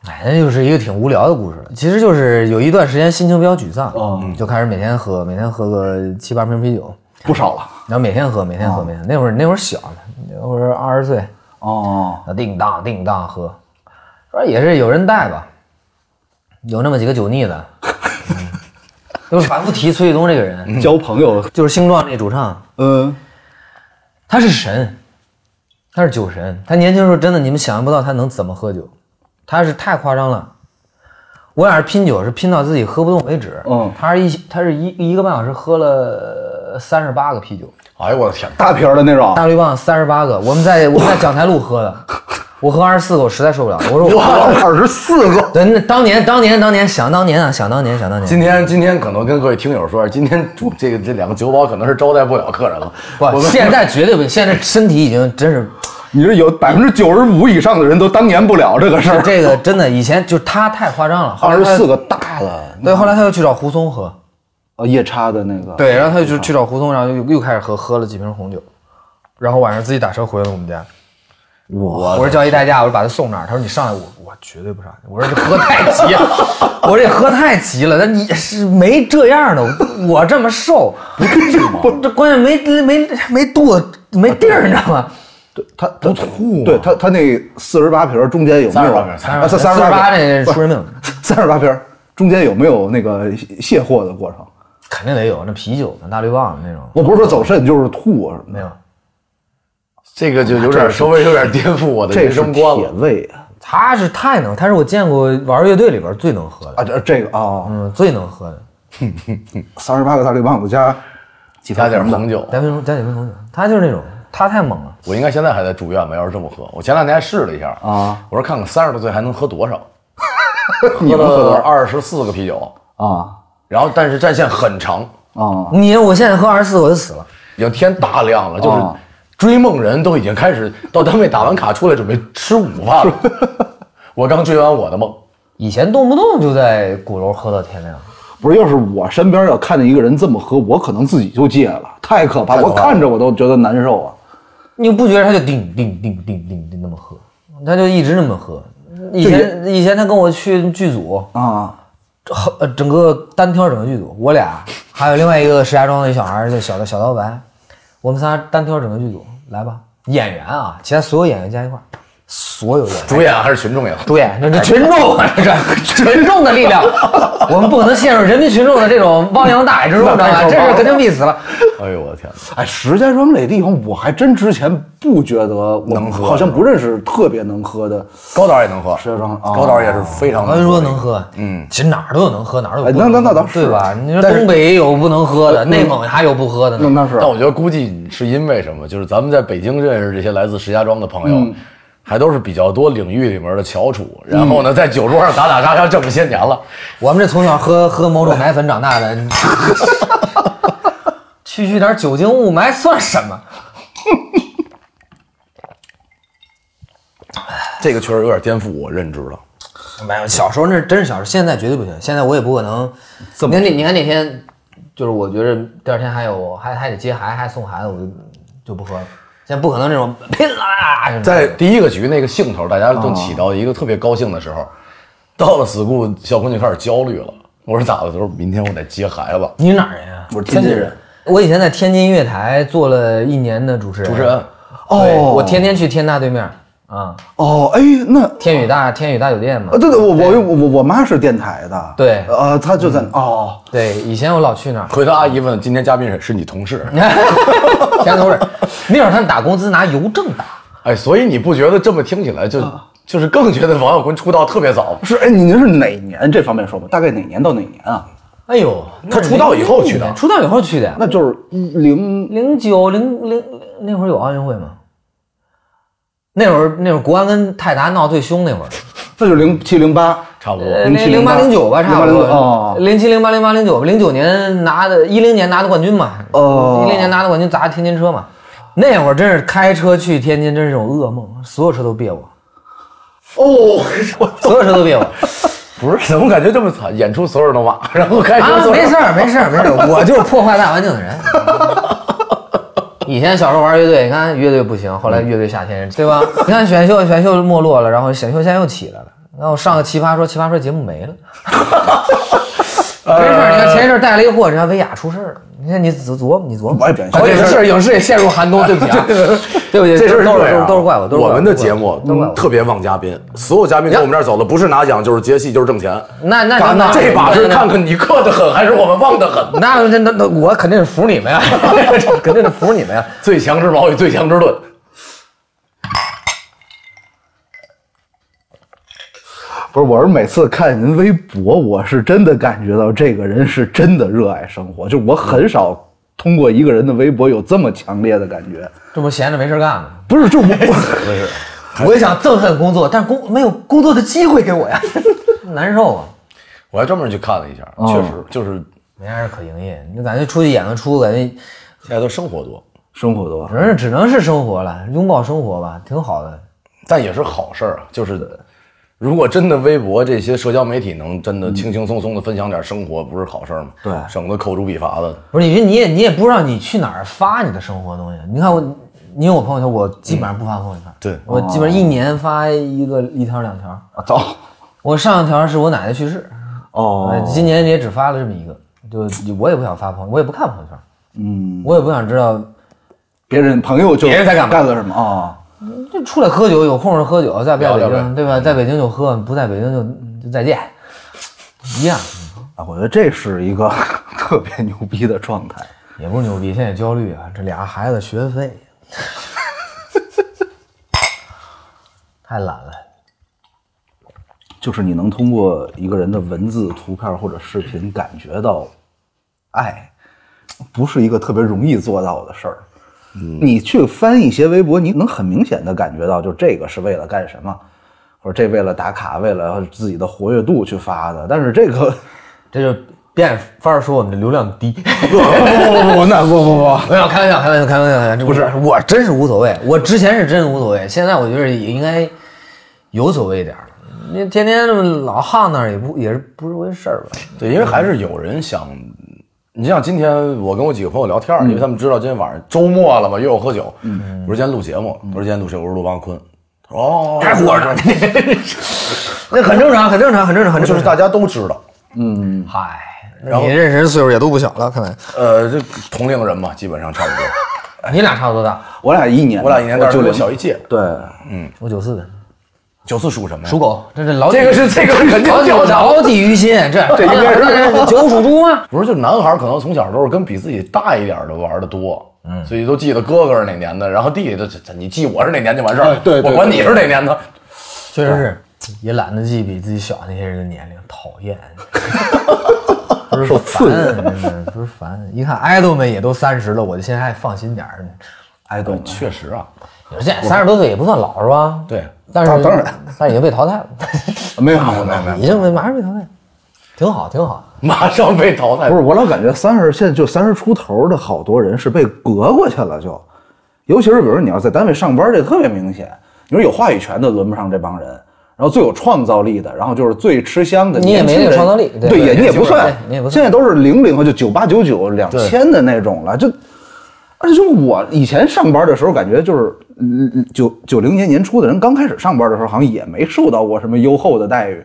Speaker 2: 哎，那就是一个挺无聊的故事。其实就是有一段时间心情比较沮丧，嗯，就开始每天喝，每天喝个七八瓶啤酒，
Speaker 3: 不少了
Speaker 2: 然后每天喝，每天喝，每天。那会儿那会儿小呢，那会儿二十岁，
Speaker 3: 哦，
Speaker 2: 啊，叮当叮当喝，说也是有人带吧，有那么几个酒腻的，嗯、 就是反复提崔旭东这个人，
Speaker 3: 嗯交朋友，
Speaker 2: 就是星壮那主唱，
Speaker 3: 嗯，
Speaker 2: 他是神，他是酒神，他年轻时候真的你们想象不到他能怎么喝酒，他是太夸张了。我俩是拼酒，是拼到自己喝不动为止。
Speaker 3: 嗯
Speaker 2: 他是一他是一一个半小时喝了三十八个啤酒，
Speaker 3: 哦
Speaker 1: 哎呦我的天，
Speaker 3: 大瓶儿的那 种，
Speaker 2: 大绿棒三十八个，我们在我们在讲台路喝的，我喝二十四个，我实在受不了，我说我
Speaker 3: 二十四个，
Speaker 2: 对，那当年，当年，当年，想当年啊，想当年，想
Speaker 3: 嗯
Speaker 2: 当年。
Speaker 1: 今天今天可能跟各位听友说，今天主这个这两个酒保可能是招待不了客人了。
Speaker 2: 不，现在绝对不行，现在身体已经真是
Speaker 3: 你这有百分之九十五以上的人都当年不了这个事儿，
Speaker 2: 这个真的，以前就是他太夸张了。后来
Speaker 3: 二十
Speaker 2: 他
Speaker 3: 四 个大的，
Speaker 2: 对，后来他又去找胡松喝，
Speaker 3: 哦，夜叉的那个，，
Speaker 2: 对，然后他又去去找胡松，然后又又开始喝，喝了几瓶红酒，然后晚上自己打车回了我们家。我说叫一代驾，我就把他送那儿。他说你上来，我我绝对不上去。我说这喝太急了， 我说这喝太急了。那你是没这样的，我我这么瘦，不这关键没没没肚子没地儿，你知道吗？
Speaker 3: 他他
Speaker 1: 不吐啊
Speaker 3: 对他他那四十八瓶儿中间有没有
Speaker 1: 38瓶儿
Speaker 3: 啊
Speaker 2: 四
Speaker 3: 三
Speaker 2: 十八
Speaker 3: 十八
Speaker 2: 那
Speaker 3: 瓶
Speaker 2: 是
Speaker 3: 儿不
Speaker 2: 出
Speaker 3: 是
Speaker 2: 人命，
Speaker 3: 三十八瓶儿中间有没有那个卸货的过程？
Speaker 2: 肯定得有那啤酒那大绿棒那种，
Speaker 3: 我不是说走肾，就是吐啊什么
Speaker 2: 没
Speaker 3: 的。
Speaker 2: 有。
Speaker 1: 这个就有点稍微有点颠覆我的
Speaker 3: 这
Speaker 1: 人
Speaker 3: 是
Speaker 1: 生观
Speaker 3: 铁
Speaker 1: 了。
Speaker 3: 胃啊！
Speaker 2: 他是太能，他是我见过玩乐队里边最能喝的，
Speaker 3: 啊，这这个啊，
Speaker 2: 嗯，最能喝的。
Speaker 3: 三十八个大绿棒子 加几条
Speaker 1: 加点
Speaker 3: 红的嗯
Speaker 1: 红酒，
Speaker 2: 加冰加几瓶红酒，他就是那种，他太猛了。
Speaker 1: 我应该现在还在住院吧？要是这么喝，我前两天还试了一下
Speaker 3: 啊，
Speaker 1: 我说看看三十多岁还能喝多少，
Speaker 3: 你
Speaker 1: 喝
Speaker 3: 能喝多
Speaker 1: 了
Speaker 3: 少
Speaker 1: 二十四个啤酒，
Speaker 3: 啊
Speaker 1: 然后但是战线很长，
Speaker 3: 啊？
Speaker 2: 你我现在喝二十四我就死了，
Speaker 1: 已经天大亮了，就是
Speaker 3: 哦
Speaker 1: 追梦人都已经开始到单位打完卡出来准备吃午 饭了。我刚追完我的梦，
Speaker 2: 以前动不动就在鼓楼喝到天亮，
Speaker 3: 不是，要是我身边要看见一个人这么喝，我可能自己就戒了，太可怕了，
Speaker 1: 太可
Speaker 3: 我
Speaker 1: 怕了
Speaker 3: 看着我都觉得难受啊。
Speaker 2: 你不觉得他就叮叮叮叮叮叮那么喝，他就一直那么喝。以
Speaker 3: 就也
Speaker 2: 前以前他跟我去剧组，
Speaker 1: 嗯
Speaker 3: 啊，
Speaker 2: 好呃，整个单挑整个剧组，我俩还有另外一个石家庄的一小孩儿叫小的小刀白，我们仨单挑整个剧组，来吧，演员啊，其他所有演员加一块儿，所有演员，
Speaker 1: 主演还是群众演？
Speaker 2: 主演，这这群众啊，这 是群众的力量，我们不能陷入人民群众的这种汪洋大海 之中，知道吧？这是肯定必死了。
Speaker 1: 哎呦我的天哪！
Speaker 3: 哎，石家庄这地方我还真之前不觉得我
Speaker 1: 能喝
Speaker 3: 好像不认识特别能喝的。
Speaker 1: 高导也能喝，
Speaker 3: 石家庄啊
Speaker 1: 高导也是非常
Speaker 2: 他
Speaker 1: 能
Speaker 2: 就
Speaker 1: 喝
Speaker 2: 说
Speaker 1: 的一
Speaker 2: 能
Speaker 1: 个。
Speaker 2: 喝，嗯，其实哪儿都有能喝，哪儿都有
Speaker 3: 哎
Speaker 2: 不能喝
Speaker 3: 那那那倒是嗯
Speaker 2: 对吧？你说
Speaker 1: 但是
Speaker 2: 东北也有不能喝的，内蒙还有不喝的
Speaker 3: 那
Speaker 2: 呢。
Speaker 3: 那是
Speaker 1: 但我觉得估计是因为什么，就是咱们在北京认识这些来自石家庄的朋友，还都是比较多领域里面的翘楚，然后呢，在酒桌上打打杀杀这么些年了，
Speaker 2: 我们这从小喝喝某
Speaker 3: 哎
Speaker 2: 种奶粉长大的， 区区点酒精雾霾算什么？
Speaker 1: 这个确实有点颠覆我认知了。
Speaker 2: 没有，小时候那真是小时候，现在绝对不行。现在我也不可能。
Speaker 3: 这么
Speaker 2: 你看那你看那天，就是我觉着第二天还有还还得接孩子，还送孩子，我就就不喝了。现在不可能这种拼了啊！这种
Speaker 1: 在第一个局那个兴头，大家都起到一个特别高兴的时候，到了 school，小坤就开始焦虑了。我说咋的？他说明天我得接孩子。
Speaker 2: 你是哪儿人啊？
Speaker 3: 我是天津人。
Speaker 2: 我以前在天津音乐台做了一年的主持人。
Speaker 1: 主持人，，
Speaker 2: 对
Speaker 3: 哦
Speaker 2: 我天天去天大对面啊、啊，
Speaker 3: 哦，哎，那
Speaker 2: 天宇大天宇大酒店嘛
Speaker 3: 啊，，对对，我我我我我妈是电台的，
Speaker 2: 对嗯
Speaker 3: 呃，她就在哦，
Speaker 2: 对，以前我老去那儿
Speaker 1: 回头阿姨问今天嘉宾是是你同事，
Speaker 2: 前头是那会儿他们打工资拿邮政打，
Speaker 1: 哎，所以你不觉得这么听起来就
Speaker 2: 嗯
Speaker 1: 就是更觉得王小坤出道特别早吗？
Speaker 3: 是哎，您是哪年？这方便说吧，大概哪年到哪年啊？
Speaker 2: 哎呦，
Speaker 1: 他出道以后去的
Speaker 2: 出道以后去的，
Speaker 3: 那就是一零
Speaker 2: 零九零零那会儿有奥运会吗？那会儿那会儿国安跟泰达闹最凶那会儿，
Speaker 3: 那就零七零八，
Speaker 1: 差不多。
Speaker 2: 呃，那
Speaker 3: 07
Speaker 2: 零八零九吧，差不
Speaker 3: 08哦
Speaker 2: 多，零七零八零八零九，零九年拿的，一零年拿的冠军嘛，
Speaker 3: 哦
Speaker 2: 一零年拿的冠军砸天津车嘛，那会儿真是开车去天津，真是一种噩梦，所有车都别我，
Speaker 1: 哦，
Speaker 2: 所有车都别我。
Speaker 1: 不是，怎 么感觉这么惨？演出所有人都骂，然后开车
Speaker 2: 啊，
Speaker 1: 所有
Speaker 2: 没
Speaker 1: 人
Speaker 2: 事儿，没事儿，没事儿，我就是破坏大环境的人。以前小时候玩乐队，你看乐队不行，后来
Speaker 1: 嗯
Speaker 2: 乐队夏天，对吧？你看选秀，选秀没落了，然后选秀现在又起来了。然后上个奇葩说，奇葩说节目没 了。没事儿，你看
Speaker 1: 呃
Speaker 2: 前一阵儿带了一货，人家薇娅出事儿了，你看你琢磨，你琢磨
Speaker 3: 我。也不愿意
Speaker 1: 哎
Speaker 2: 好
Speaker 1: 这
Speaker 2: 影
Speaker 1: 事
Speaker 2: 视影视也陷入寒冬，对不起啊，对不起，
Speaker 1: 这事儿
Speaker 2: 都是
Speaker 1: 这
Speaker 2: 都
Speaker 1: 样啊
Speaker 2: 是都是怪我，都是怪
Speaker 1: 我们的节
Speaker 2: 都
Speaker 1: 目
Speaker 2: 是怪我
Speaker 1: 嗯特别旺嘉宾，所有嘉宾从我们这儿走的不是拿奖就是接戏就是挣钱。
Speaker 2: 那那那
Speaker 1: 这把是看
Speaker 2: 看。
Speaker 1: 看你克的狠还是我们旺的狠？
Speaker 2: 那那那那我肯定是服你 们呀，肯定是服你们呀。
Speaker 1: 最强之矛与最强之盾。
Speaker 3: 不是，我是每次看您微博，我是真的感觉到这个人是真的热爱生活。就我很少通过一个人的微博有这么强烈的感觉。
Speaker 2: 这不闲着没事干吗？
Speaker 3: 不是，就 我不是
Speaker 2: 我也想憎恨工作，但是工没有工作的机会给我呀， 难受啊！
Speaker 1: 我还专门去看了一下，
Speaker 2: 嗯
Speaker 1: 确实就是
Speaker 2: 没啥事可营业，你感觉出去演个出，感觉
Speaker 1: 现在都生活多，
Speaker 3: 生活多
Speaker 2: 只能是只能是生活了，拥抱生活吧，挺好的。
Speaker 1: 但也是好事儿啊。就是如果真的微博这些社交媒体能真的轻轻松松的分享点生活，不是好事儿吗？
Speaker 3: 对
Speaker 1: 省得口诛笔伐的。
Speaker 2: 不是，你你也你也不知道你去哪儿发你的生活东西。你看我，你有我朋友圈，我基本上不发朋友圈，
Speaker 1: 对
Speaker 2: 我基本上一年发一个一条两条。
Speaker 3: 啊，早
Speaker 2: 我上一条是我奶奶去世，呃
Speaker 3: 哦，
Speaker 2: 今年也只发了这么一个，就我也不想发朋友，我也不看朋友圈，
Speaker 3: 嗯，
Speaker 2: 我也不想知道
Speaker 3: 别人朋友就
Speaker 2: 别人在干嘛
Speaker 3: 干了什么啊？
Speaker 2: 就出来喝酒，有空就喝酒，在北
Speaker 1: 聊聊
Speaker 2: 京
Speaker 1: 呗
Speaker 2: 对吧？在北京就喝，不在北京就就再见，一样，
Speaker 3: 啊，我觉得这是一个 特别牛逼的状态。
Speaker 2: 也不是牛逼，现在也焦虑啊，这俩孩子学费，太懒了。
Speaker 3: 就是你能通过一个人的文字、图片或者视频感觉到爱，不是一个特别容易做到的事儿。
Speaker 1: 嗯
Speaker 3: 你去翻一些微博，你能很明显的感觉到，就这个是为了干什么，或者这为了打卡，为了自己的活跃度去发的。但是这个
Speaker 2: 这就变法儿说我们的流量低，
Speaker 3: 不不不不，那不不不，
Speaker 2: 没有开玩笑，开玩笑，开玩笑，开玩笑，不是，我真是无所谓，我之前是真无所谓，现在我觉得也应该有所谓点儿了。你天天这么老耗那儿也不也是不是回事儿吧？
Speaker 1: 对，因为还是有人想，你像今天我跟我几个朋友聊天儿，因为他们知道今天晚上周末了嘛，约我喝酒。嗯，我说今天录节目，我说今天录谁？我说录王坤。他说哦，还活着，
Speaker 2: 那很正常，很正常，很正常，很正
Speaker 1: 就
Speaker 2: 常
Speaker 1: 是。大家都知道。
Speaker 2: 嗨，
Speaker 1: 然后
Speaker 2: 你认识人岁数也都不小了，看来
Speaker 1: 呃，这同龄人嘛，基本上差不多。
Speaker 2: 你俩差不多大，
Speaker 3: 我俩一年的，
Speaker 1: 我俩一年代
Speaker 3: 就
Speaker 1: 比我
Speaker 3: 零
Speaker 1: 小一届，
Speaker 3: 对，
Speaker 2: 我九四的，
Speaker 1: 九四属什么呀？
Speaker 2: 属狗，这这老
Speaker 1: 哎这个是这个是肯定
Speaker 2: 老
Speaker 1: 调
Speaker 2: 老
Speaker 1: 查
Speaker 2: 老体于心，这这
Speaker 1: 应该是
Speaker 2: 九属猪吗？
Speaker 1: 不是，就男孩儿可能从小都是跟比自己大一点儿的玩的多，嗯，所以都记得哥哥是哪年的，然后弟弟这这这你记我是哪年就完事儿了，
Speaker 3: 哎对对
Speaker 1: 我管你是哪年的，
Speaker 2: 确实是，也懒得记比自己小那些人的年龄，讨 厌，
Speaker 3: 不是受刺
Speaker 2: 烦，
Speaker 3: 激，
Speaker 2: 真的不是烦。一看爱豆们也都三十了，我就现在还放心点儿。
Speaker 3: 爱豆们
Speaker 1: 确实啊，
Speaker 2: 你说现在三十多岁也不算老是吧？
Speaker 1: 对，
Speaker 2: 但是
Speaker 3: 当当然，
Speaker 2: 但是已经被淘 汰了，
Speaker 3: 没有没有没有没有
Speaker 2: 已经被马上被淘汰，挺好，挺好。
Speaker 1: 马上被淘汰
Speaker 3: 不，是，我老感觉三十现在就三十出头的好多人是被隔过去了就，尤其是比如你要在单位上班，这特别明显。你说有话语权的轮不上这帮人，然后最有创造力的，然后就是最吃香的，
Speaker 2: 你也没
Speaker 3: 年轻
Speaker 2: 那个
Speaker 3: 人
Speaker 2: 创造力对
Speaker 3: 对，
Speaker 2: 对
Speaker 3: 也你也
Speaker 2: 年轻
Speaker 3: 不算
Speaker 2: 人对，你也不算
Speaker 3: 现在都是零零后，就九八九九两千的那种了，就。而且就我以前上班的时候，感觉就是嗯嗯九九零年年初的人刚开始上班的时候，好像也没受
Speaker 2: 啊
Speaker 3: 到过什么优厚的待遇。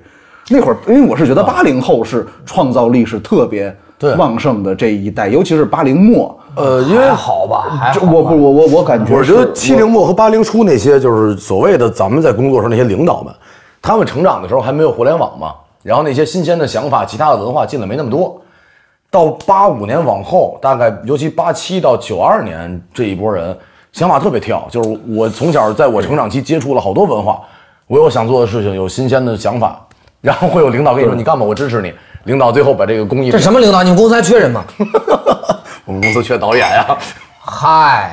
Speaker 3: 那会儿，因为我是觉得八零后是创造力是特别
Speaker 1: 对
Speaker 3: 旺盛的这一代，尤其是八零末，
Speaker 1: 呃，因为
Speaker 2: 还好吧，还
Speaker 3: 这
Speaker 2: 好吧
Speaker 3: 我不我我我感觉
Speaker 1: 我
Speaker 3: 是，
Speaker 1: 觉得七零末和八零初那些，就是所谓的咱们在工作时候那些领导们，他们成长的时候还没有互联网嘛，然后那些新鲜的想法、其他的文化进来没那么多。到八五年往后，大概尤其八七到九二年这一波人，想法特别跳。就是我从小在我成长期接触了好多文化，我有想做的事情，有新鲜的想法，然后会有领导跟你说你干吧，我支持你。领导最后把这个公益
Speaker 2: 这，什么领导？你们公司还缺人吗？
Speaker 1: 我们公司缺导演呀、
Speaker 2: 嗨，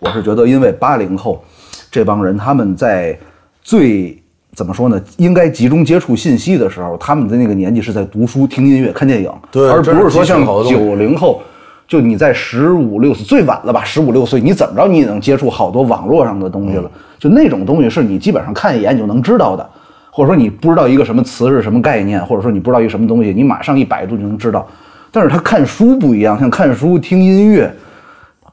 Speaker 3: 我是觉得，因为八零后这帮人他们在最怎么说呢，应该集中接触信息的时候，他们的那个年纪是在读书、听音乐、看电影，
Speaker 1: 对
Speaker 3: 而不是说像
Speaker 1: 这是基础好的东西
Speaker 3: 九零后。就你在十五六岁最晚了吧，十五六岁，你怎么着你也能接触好多网络上的东西了。
Speaker 1: 嗯
Speaker 3: 就那种东西是你基本上看一眼你就能知道的，或者说你不知道一个什么词是什么概念，或者说你不知道一个什么东西，你马上一百度就能知道。但是他看书不一样，像看书、听音乐，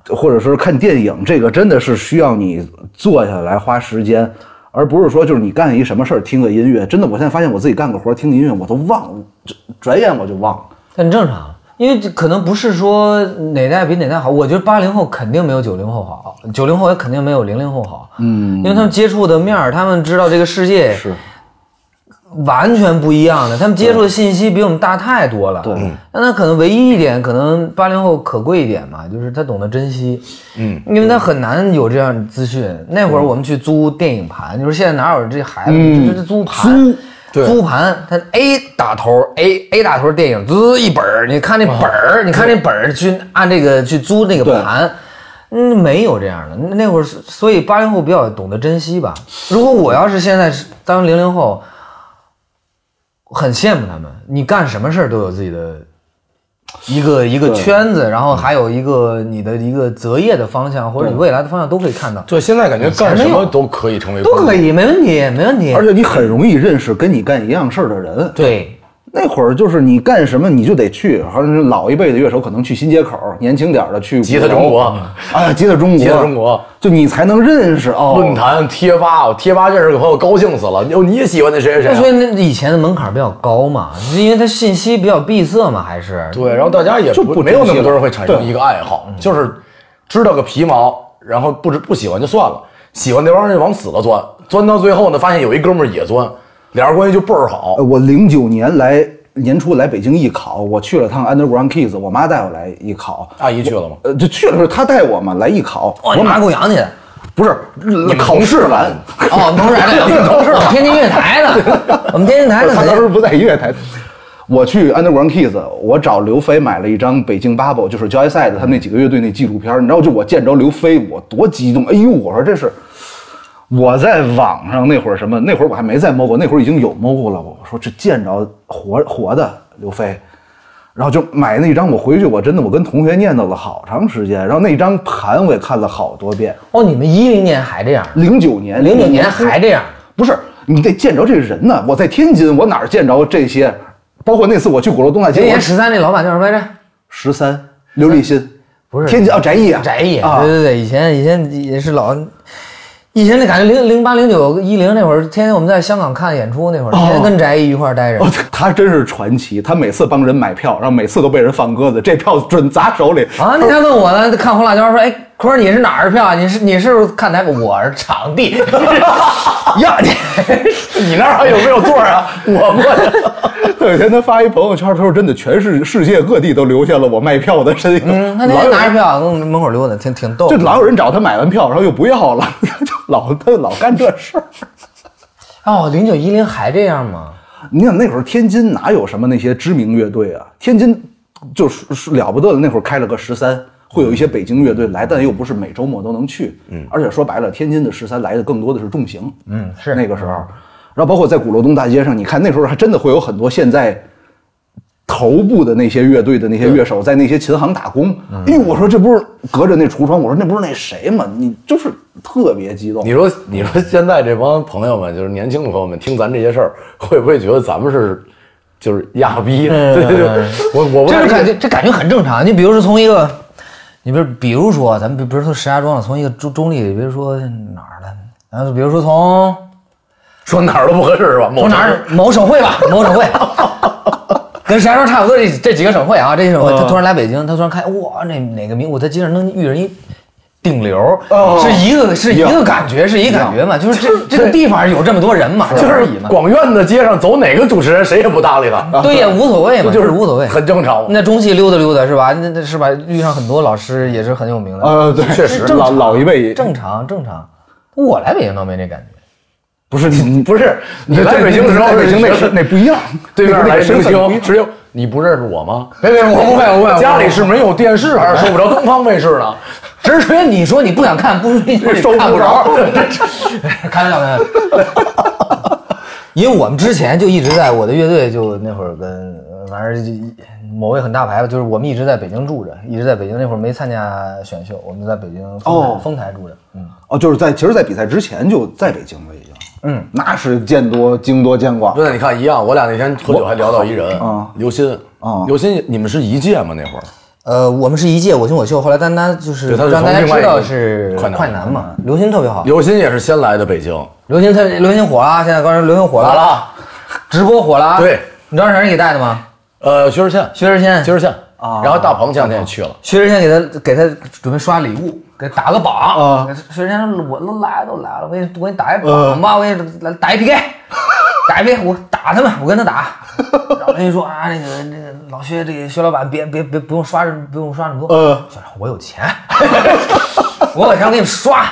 Speaker 3: 或者说看电影，这个真的是需要你坐下来花时间，而不是说就是你干一什么事儿听个音乐。真的，我现在发现我自己干个活儿听个音乐我都忘了，这转眼我就忘了。
Speaker 2: 很正常，因为这可能不是说哪代比哪代好，我觉得八零后肯定没有九零后好，九零后也肯定没有零零后好，嗯，因为他们接触的面儿，他们知道这个世界是完全不一样的，他们接触的信息比我们大太多了，嗯
Speaker 3: 对，
Speaker 2: 那他可能唯一一点，可能八零后可贵一点嘛，就是他懂得珍惜，嗯，因为他很难有这样的资讯。那会儿我们去租电影盘，就是现在哪有这孩子，
Speaker 3: 嗯
Speaker 2: 就是租盘。
Speaker 3: 租
Speaker 1: 对
Speaker 2: 租盘，他 A 打头，A A 打头电影，滋一本儿，你看
Speaker 3: 啊
Speaker 2: 那本儿，你看那本儿去按这个去租那个
Speaker 3: 对
Speaker 2: 盘，嗯，没有这样的。那那会儿，所以八零后比较懂得珍惜吧。如果我要是现在是当零零后，很羡慕他们，你干什么事儿都有自己的一个一个圈子，然后还有一个你的一个择业的方向，或者你未来的方向都可以看到，
Speaker 1: 对，现在感觉干什
Speaker 2: 没
Speaker 1: 么
Speaker 2: 有
Speaker 1: 都可以成为
Speaker 2: 都
Speaker 1: 工
Speaker 2: 可
Speaker 1: 具。
Speaker 2: 以，没问题，没问题
Speaker 3: 而。且你很容易认识跟你干一样事儿的人。
Speaker 2: 对，
Speaker 3: 那会儿就是你干什么你就得去，好像是老一辈的乐手可能去新街口，年轻点儿的去
Speaker 1: 吉他中国
Speaker 3: 啊，吉他中国，
Speaker 1: 吉他中国，
Speaker 3: 就你才能认识哦。
Speaker 1: 论坛、贴吧，我贴吧认识个朋友，高兴死了。哟，你也喜欢那谁谁谁
Speaker 2: 那
Speaker 1: 啊、
Speaker 2: 所以那以前的门槛比较高嘛，是因为它信息比较闭塞嘛，还是
Speaker 1: 对，然后大家也
Speaker 3: 就
Speaker 1: 不
Speaker 3: 不
Speaker 1: 没有
Speaker 3: 珍惜
Speaker 1: 那么多
Speaker 3: 了
Speaker 1: 人会产生
Speaker 3: 对
Speaker 1: 一个爱好，就是知道个皮毛，然后不知不喜欢就算了，喜欢那帮人就往死了钻，钻到最后呢，发现有一哥们儿也钻，俩人关系就倍儿好
Speaker 3: 呃，。我零九年来年初来北京艺考，我去了趟 Underground Kids，我妈带我来艺考，
Speaker 1: 阿姨去了吗？
Speaker 3: 呃，就去了是她带我嘛来艺考，
Speaker 2: 哦，你
Speaker 3: 我
Speaker 2: 拿
Speaker 3: 马
Speaker 2: 够洋去的。
Speaker 3: 不是考试完，
Speaker 2: 哦，我们同事来的，我们同事，我们天津音乐台的，我们天津台的
Speaker 3: 她
Speaker 2: 肯
Speaker 3: 当时
Speaker 2: 定
Speaker 3: 不在音乐台。我去 Underground Kids，我找刘飞买了一张北京 Bubble，就是 Joyside 他们那几个乐队那纪录片儿。你知道，就我见着刘飞，我多激动！哎呦，我说这是我在网上那会儿什么？那会儿我还没在 MOGO，那会儿已经有 MOGO 了。我说这见着活活的刘飞，然后就买那一张，我回去我真的我跟同学念叨了好长时间，然后那一张盘我也看了好多遍。
Speaker 2: 哦，你们一零年还这样，
Speaker 3: 零九年，
Speaker 2: 零九年还这样，
Speaker 3: 不是你得见着这人呢。我在天津，我哪儿见着这些？包括那次我去鼓楼东大街，
Speaker 2: 零
Speaker 3: 我
Speaker 2: 年十三那老板叫什么来着？
Speaker 3: 十三刘立新，
Speaker 2: 不是
Speaker 3: 天津哦翟毅啊，
Speaker 2: 翟毅，嗯
Speaker 3: 啊
Speaker 2: 对，对对，以前以前也是老，以前那感觉零零八零九一零那会儿，天天我们在香港看演出那会儿，天天跟翟毅一块儿待着
Speaker 3: 哦，，他真是传奇，他每次帮人买票，然后每次都被人放鸽子，这票准砸手里。
Speaker 2: 啊，那天问我呢，看红辣椒说，哎，坤儿你是哪儿的票啊？你是你是不是看台？我是场地。 呀，
Speaker 1: 你那儿还有没有座儿啊？我不，
Speaker 3: 有一天他发一朋友圈，他说真的，全是世界各地都留下了我卖票的身影。
Speaker 2: 嗯，他那
Speaker 3: 老
Speaker 2: 天
Speaker 3: 有
Speaker 2: 拿着票跟门口溜达，挺挺逗
Speaker 3: 就
Speaker 2: 的。
Speaker 3: 老有人找他买完票，然后又不要了， 就老他老干这事儿。
Speaker 2: 哦，零九一零还这样吗？
Speaker 3: 你想那会儿天津哪有什么那些知名乐队啊？天津就是是了不得的，那会儿开了个十三，会有一些北京乐队来，但又不是每周末都能去。嗯，而且说白了，天津的十三来的更多的是重型。
Speaker 2: 嗯，是
Speaker 3: 那个时候，然后包括在鼓楼东大街上，你看那时候还真的会有很多现在头部的那些乐队的那些乐手在那些琴行打工。
Speaker 1: 嗯
Speaker 3: 哎呦，我说这不是隔着那橱窗，我说那不是那谁吗？你就是特别激动
Speaker 1: 你。说你说现在这帮朋友们，就是年轻的朋友们，听咱这些事儿，会不会觉得咱们是就是亚逼？对对对， 我我不
Speaker 2: 这个
Speaker 1: 太理解
Speaker 2: 感觉，这感觉很正常。你比如说从一个，你比如比如说，咱们比比如说石家庄的，从一个中中立，比如说哪儿的，然后比如说从
Speaker 1: 说哪儿都不合适是吧？某
Speaker 2: 从哪
Speaker 1: 城
Speaker 2: 儿
Speaker 1: 市？
Speaker 2: 某省会吧，某省会，跟石家庄差不多这这几个省会啊，这些省会他突然来北京，他突然看哇，那哪个名我在街上能遇人一顶流，是一个是哦一个感觉，是一个感觉嘛，就是这这个地方有这么多人嘛，
Speaker 1: 就
Speaker 2: 而
Speaker 1: 是
Speaker 2: 已嘛，
Speaker 1: 广院子街上走哪个主持人谁也不搭理他，
Speaker 2: 对呀，无所谓嘛，就是无所谓。
Speaker 1: 很正常嘛。
Speaker 2: 那中戏溜达溜达是吧？那那是吧？遇上很多老师也是很有名的，
Speaker 3: 呃，对，
Speaker 1: 确实
Speaker 2: 正
Speaker 3: 老
Speaker 2: 常
Speaker 3: 老一辈也
Speaker 2: 正常正常。我来北京倒没这感觉。
Speaker 3: 不是你
Speaker 1: 不是你来北京的时候，
Speaker 3: 在北京那
Speaker 1: 是
Speaker 3: 是那不一样，
Speaker 1: 对面
Speaker 3: 那
Speaker 1: 来
Speaker 3: 个身
Speaker 1: 明
Speaker 3: 份不一
Speaker 1: 星，
Speaker 3: 样
Speaker 1: 只有你不认识我吗？
Speaker 2: 别别，我不会，我不会
Speaker 1: 家里是没有电视，还是收不着东方卫视呢？
Speaker 2: 只是因为你说你不想看，不是因为你
Speaker 1: 收不
Speaker 2: 看不
Speaker 1: 着
Speaker 2: 着。 开玩笑，开玩笑。 因为我们之前就一直在我的乐队，就那会儿跟呃反正就某位很大牌吧，就是我们一直在北京住着，一直在北京。那会儿没参加选秀，我们就在北京丰台、
Speaker 3: 哦
Speaker 2: 丰台住着。嗯，
Speaker 3: 哦，就是在其实，在比赛之前就在北京了，已经。嗯，那是见多经多见广。
Speaker 1: 真的，你看一样，我俩那天喝酒还聊到一人
Speaker 3: 啊，
Speaker 1: 刘鑫
Speaker 3: 啊
Speaker 1: 刘鑫，你们是一届吗？那会儿
Speaker 2: 呃，我们是一届我行我秀，后来丹丹就是
Speaker 1: 对他是
Speaker 2: 让大家
Speaker 1: 从另外
Speaker 2: 知
Speaker 1: 一个
Speaker 2: 道是
Speaker 1: 快男
Speaker 2: 快男嘛，刘鑫特别好，
Speaker 1: 刘鑫也是先来的北京，
Speaker 2: 刘鑫特刘鑫火了啊，现在刚才刘鑫火了，
Speaker 1: 火了，
Speaker 2: 直播火了啊。
Speaker 1: 对
Speaker 2: 你知道是谁给带的吗？
Speaker 1: 呃，薛之谦，
Speaker 2: 薛之谦，
Speaker 1: 薛之谦啊，然后大鹏前两天也去了，
Speaker 2: 薛之谦给他给他准备刷礼物，给他打个榜
Speaker 3: 啊
Speaker 2: 薛之谦说：“我都来了都来了，我给你我给你打一榜吧，我给你来打一 PK，打一 PK，我打他们，我跟他打。”然后人家说啊，那个那个老薛，这个薛老板别别别不用刷不用刷这么多，
Speaker 3: 呃
Speaker 2: 薛老板我有钱， 我有钱我给你刷，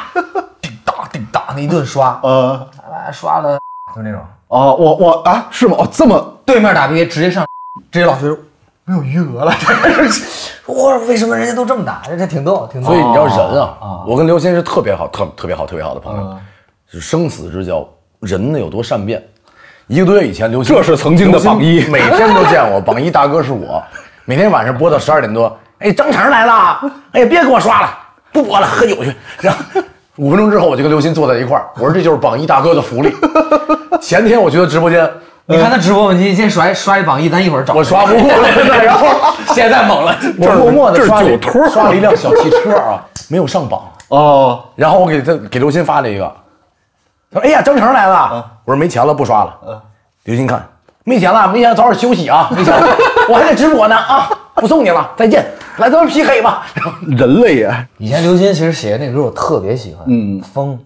Speaker 2: 叮当叮当的一顿刷，
Speaker 3: 呃，
Speaker 2: 来刷了就那种
Speaker 3: 哦，我我啊，是吗？哦，这么
Speaker 2: 对面打 PK 直接上，直接老薛说没有余额了， 我说为什么人家都这么打？这这挺逗，挺逗。
Speaker 1: 所以你知道
Speaker 3: 哦
Speaker 1: 人啊，我跟刘鑫是特别好、特特别好、特别好的朋
Speaker 3: 嗯
Speaker 1: 友，是生死之交，人呢有多善变。一个多月以前，刘鑫
Speaker 3: 这是曾经的榜一
Speaker 1: 刘 鑫每天都见我，榜一大哥是我，每天晚上播到十二点多，哎，张成来了，哎，别给我刷了，不播了，喝酒去。然后五分钟之后，我就跟刘鑫坐在一块儿，我说这就是榜一大哥的 福利。前天我去他直播间，
Speaker 2: 你看他直播吧，你先甩刷一榜一，咱一会儿找。
Speaker 1: 我刷不过 来了，然后
Speaker 2: 现在猛了，
Speaker 1: 我默默
Speaker 3: 这
Speaker 1: 的
Speaker 3: 是
Speaker 1: 刷了
Speaker 3: 酒托啊
Speaker 1: 刷了一辆小汽车啊，没有上榜。
Speaker 3: 哦，
Speaker 1: 然后我给他给刘鑫发了一个，他说：“哎呀，张成来了。我说：“没钱了，不刷了。刘鑫看没钱了，没钱了早点休息 啊，没钱了，我还得直播呢啊，不送你了，再见，来咱们 PK 吧。 然后
Speaker 3: 人类 呀，
Speaker 2: 以前刘鑫其实写的那个歌我特别喜欢，嗯，风，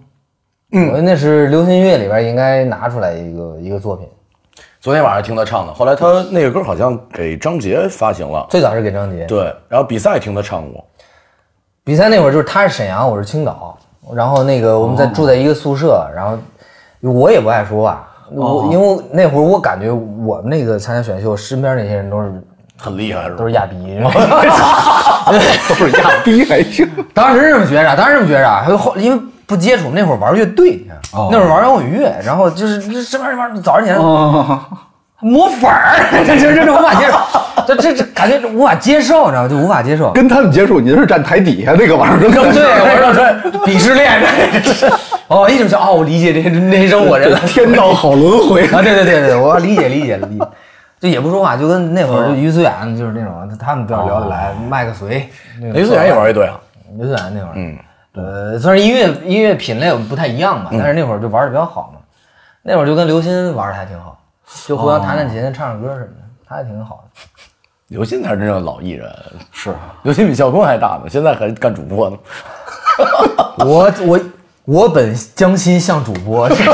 Speaker 2: 嗯，我觉得那是流行音乐里边应该拿出来一个一个作品，
Speaker 1: 昨天晚上听他唱的，后来他那个歌好像给张杰发行了，
Speaker 2: 最早是给张杰。
Speaker 1: 对，然后比赛听他唱过，
Speaker 2: 比赛那会儿就是他是沈阳，我是青岛，然后那个我们在住在一个宿舍，然后我也不爱说话，我因为那会儿我感觉我们那个参加选秀，身边那些人都是
Speaker 1: 很厉害是吧
Speaker 2: 都？是亚逼。
Speaker 3: 都是亚逼还 行。
Speaker 2: 当时是这么觉着，当时是这么觉着，还有后因为不接触，那会儿玩乐队，你看那会儿玩摇滚乐，然后就是这这玩意儿这玩意儿早上起来
Speaker 3: 哦，
Speaker 2: 抹粉儿， 这这这这无法接受，这这这感觉无法接受，你知道吗？就无法接受。
Speaker 3: 跟他们接触，您是站台底下那个玩意儿，跟
Speaker 2: 对，我说对，鄙视链， 哦，一直想哦，我理解这些那些生活 人了。
Speaker 3: 天道好轮回。
Speaker 2: 啊啊，对对对对，我要理解理解理解，哦就也不说话，就跟那会儿就于思远就是那种，他们比较聊得来，麦克随，那个
Speaker 1: 雷思远也玩乐队啊，
Speaker 2: 于思远那会儿，嗯，呃，虽然音乐音乐品类不太一样
Speaker 3: 嗯
Speaker 2: 吧，但是那会儿就玩的比较好嘛，那会儿就跟刘鑫玩的还挺好，就
Speaker 3: 哦
Speaker 2: 互相弹弹琴、唱唱歌什么的，他还挺好的。
Speaker 1: 刘鑫才是真正的老艺人，
Speaker 3: 是，啊
Speaker 1: 刘鑫比校工还大呢，现在还干主播呢。
Speaker 2: 我我我本将心向主播， 这是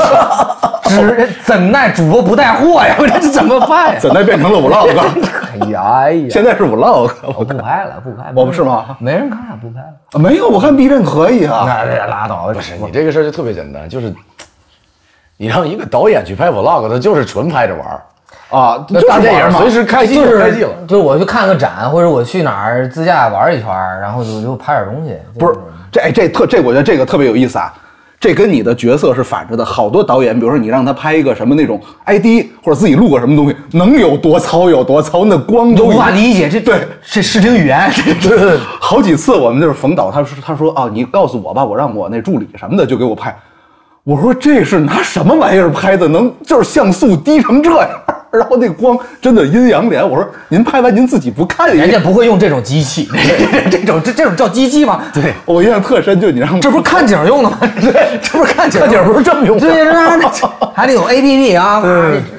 Speaker 2: 只怎奈主播不带货呀？我这怎么办呀？
Speaker 3: 怎奈变成了 vlog？
Speaker 2: 哎呀哎呀，
Speaker 3: 现在是 vlog，
Speaker 2: 我不拍了，不拍了，
Speaker 3: 我不是吗？
Speaker 2: 没人看，不拍了。
Speaker 3: 没有，我看 B 站可以啊。
Speaker 2: 那那拉倒吧，不是
Speaker 1: 你这个事儿就特别简单，就是你让一个导演去拍 vlog，他就是纯拍着玩儿。
Speaker 3: 啊，
Speaker 1: 那
Speaker 3: 就是
Speaker 1: 大电
Speaker 3: 玩
Speaker 1: 影
Speaker 3: 嘛
Speaker 1: 随时开机
Speaker 2: 就
Speaker 1: 就是开机了。
Speaker 2: 就是我去看个展，或者我去哪儿自驾玩一圈儿，然后就就拍点东西。
Speaker 3: 不是这哎这特这我觉得这个特别有意思啊，这跟你的角色是反着的。好多导演，比如说你让他拍一个什么那种 ID 或者自己录个什么东西，能有多糙有多糙，那光
Speaker 2: 就
Speaker 3: 都
Speaker 2: 无法理解这
Speaker 3: 对
Speaker 2: 这视听语言，
Speaker 3: 对对， 好几次我们就是冯导，他说他说啊，你告诉我吧，我让我那助理什么的就给我拍。我说这是拿什么玩意儿拍的，能就是像素低成这样？然后那光真的阴阳脸，我说您拍完您自己不看一眼
Speaker 2: 人家不会用这种机器，这种这这种叫机器吗？对，
Speaker 3: 我印象特深，就你让我
Speaker 2: 这不是看景儿用的吗？对， 这不是看景儿
Speaker 1: 看
Speaker 2: 用的吗
Speaker 1: 景儿不是这么用的
Speaker 2: 对，这这 还得有 A P P 啊。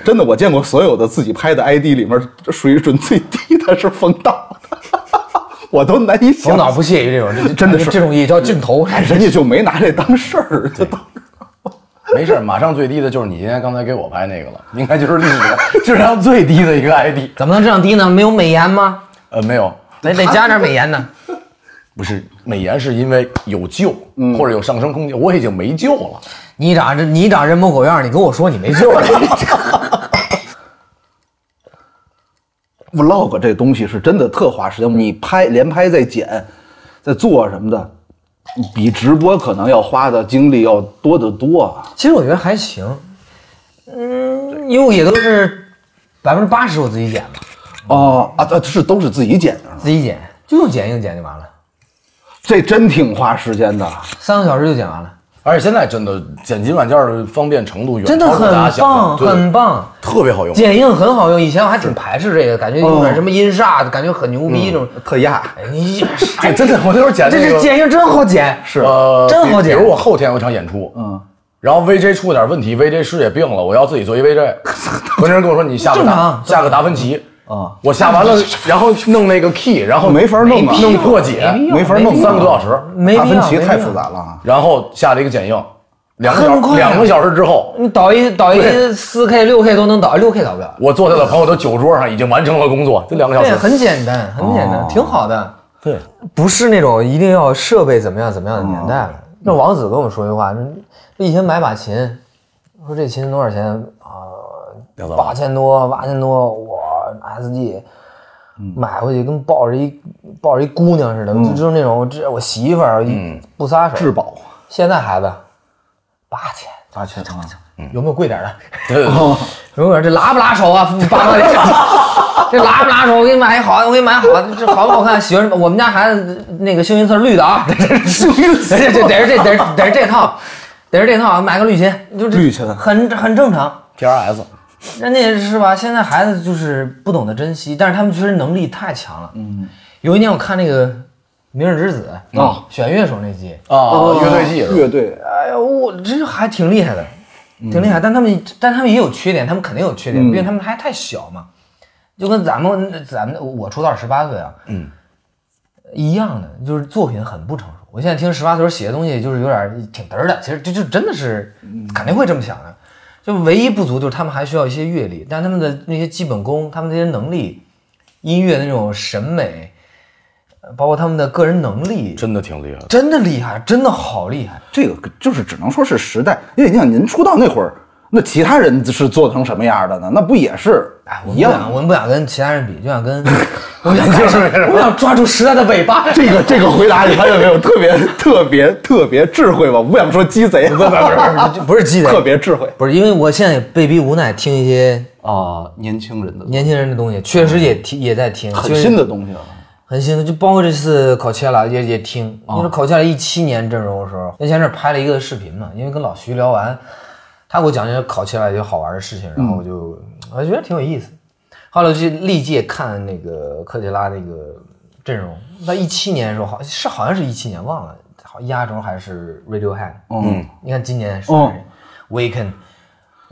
Speaker 3: 真的，我见过所有的自己拍的 ID 里面水准最低的是冯导， 我都难以
Speaker 2: 冯
Speaker 3: 想
Speaker 2: 导
Speaker 3: 象，
Speaker 2: 不屑于这种，这
Speaker 3: 真的是
Speaker 2: 这种也叫镜头。
Speaker 3: 人家就没拿这当事儿，就当
Speaker 1: 没事儿，马上最低的就是你今天刚才给我拍那个了，应该就是历史上智商最低的一个 ID。
Speaker 2: 怎么能这样低呢？没有美颜吗？
Speaker 1: 呃，没有，
Speaker 2: 得得加点美颜呢。
Speaker 1: 不是美颜是因为有救、
Speaker 2: 嗯
Speaker 1: 或者有上升空间，我已经没救了。
Speaker 2: 你长这你长人模狗样儿，你跟我说你没救 了。
Speaker 3: vlog 这东西是真的特花时间，你拍连拍再剪，再做什么的，比直播可能要花的精力要多得多啊。
Speaker 2: 其实我觉得还行，嗯，因为我也都是百分之八十我自己剪嘛，
Speaker 3: 哦啊，这是都是自己剪的，
Speaker 2: 自己剪就用剪映剪就完了，
Speaker 3: 这真挺花时间的。
Speaker 2: 三个小时就剪完了，
Speaker 1: 而且现在真的剪辑软件的方便程度远
Speaker 2: 真的
Speaker 1: 超过大家
Speaker 2: 很
Speaker 1: 想
Speaker 2: 棒，
Speaker 1: 象，对
Speaker 2: 很棒。
Speaker 1: 特别好用。
Speaker 2: 剪映很好用，以前我还挺排斥这个，感觉
Speaker 1: 哦
Speaker 2: 有点什么音煞，感觉很牛逼那种。
Speaker 3: 特压，
Speaker 2: 哎呀，
Speaker 1: 哎，真的，我嗯 那时候剪
Speaker 2: 这
Speaker 1: 那
Speaker 2: 这
Speaker 1: 个
Speaker 2: 剪映真好剪，
Speaker 1: 是呃，
Speaker 2: 真好
Speaker 1: 比
Speaker 2: 剪
Speaker 1: 比如我后天有一场演出，嗯，然后 VJ 出了点问题，VJ 师姐病了，我要自己做一 VJ。文成跟我说你下个
Speaker 2: 正常
Speaker 1: 达
Speaker 2: 正
Speaker 1: 下个达芬奇啊，我下完了，然后弄那个 key，然后
Speaker 3: 没法弄啊
Speaker 1: 弄破解，
Speaker 3: 没法弄啊
Speaker 1: 三个多小时，
Speaker 2: 没
Speaker 3: 达
Speaker 2: 必
Speaker 3: 芬
Speaker 2: 要，
Speaker 3: 奇
Speaker 2: 没必
Speaker 3: 太
Speaker 2: 要
Speaker 3: 复杂了啊。
Speaker 1: 然后下了一个剪映，两个
Speaker 2: 很
Speaker 1: 小
Speaker 2: 快
Speaker 1: 两个小时之后，
Speaker 2: 你导一导一四 K 六 K 都能导，六 K 导不了。
Speaker 1: 我坐在了朋友的酒桌上，已经完成了工作，就两个小
Speaker 2: 对，
Speaker 1: 时。哦
Speaker 2: 很简单，很简单，挺好的。
Speaker 1: 对，
Speaker 2: 不是那种一定要设备怎么样怎么样的年代了。
Speaker 3: 嗯
Speaker 2: 那王子跟我说句话，那以前买把琴，说这琴多少钱啊？
Speaker 1: 两三万
Speaker 2: 八千多，八千多，我 SG
Speaker 3: 嗯
Speaker 2: 买回去跟抱着一抱着一姑娘似的，就就是那种这我媳妇儿一不撒手。
Speaker 3: 嗯质保
Speaker 2: 现在孩子八千，
Speaker 3: 八千啊，
Speaker 2: 有没有贵点儿的？
Speaker 1: 对对
Speaker 3: 哦
Speaker 1: 对
Speaker 2: 有点这拉不拉手 啊，爸妈这这拉不拉手？我给你买一好的，我给你买好的，这好不好看？喜欢什么？我们家孩子那个幸运色绿的啊， 幸运色，这这得是这得是得是这套，得是这套啊，买个绿琴，就这
Speaker 3: 绿琴
Speaker 2: 很很正常。
Speaker 1: ，PRS
Speaker 2: 人家是吧？现在孩子就是不懂得珍惜，但是他们确实能力太强了。嗯，有一年我看那个《明日之子》
Speaker 1: 哦，
Speaker 2: 选乐手那集，
Speaker 3: 哦
Speaker 1: 啊，乐队季是吧
Speaker 3: 乐队
Speaker 2: 哎呦，我这还挺厉害的，
Speaker 1: 嗯
Speaker 2: 挺厉害。但他们，但他们也有缺点，他们肯定有缺点，毕竟他们还太小嘛，就跟咱们咱们我出道十八岁啊，嗯，一样的，就是作品很不成熟。我现在听十八岁时候写的东西，就是有点挺嘚儿的。其实这就真的是
Speaker 1: 嗯
Speaker 2: 肯定会这么想的。就唯一不足就是他们还需要一些阅历，但他们的那些基本功，他们这些能力，音乐的那种审美，呃包括他们的个人能力，
Speaker 1: 真的挺厉害的。
Speaker 2: 真的厉害，真的好厉害。
Speaker 3: 这个就是只能说是时代，因为你想您出道那会儿，那其他人是做成什么样的呢？那不也是
Speaker 2: 哎，我们
Speaker 3: 一
Speaker 2: 不
Speaker 3: 样
Speaker 2: 想，我们不想跟其他人比，就想跟， 我们想就是，我们想抓住时代的尾巴。
Speaker 3: 这个这个回答你发现没有？特别特别特别智慧吧？我不想说鸡贼，啊
Speaker 2: 不是不是鸡
Speaker 3: 特
Speaker 2: 贼，
Speaker 3: 别智慧
Speaker 2: 不是，因为我现在也被逼无奈听一些
Speaker 3: 啊！年轻人的
Speaker 2: 年轻人的东西，确实也听也在听，
Speaker 3: 很
Speaker 2: 确实
Speaker 3: 新的东西了，
Speaker 2: 很新的，就包括这次考切拉也也听，因为考切拉一七年阵容的时候，那前阵拍了一个视频嘛，因为跟老徐聊完，他给我讲一些考切拉一些好玩的事情，然后我就、我觉得挺有意思。后来我去历届看那个科切拉那个阵容，在一七年的时候，好是好像是一七年忘了，好压轴还是 Radiohead。
Speaker 3: 嗯。
Speaker 2: 你看今年是、
Speaker 3: 哦
Speaker 2: Weekend、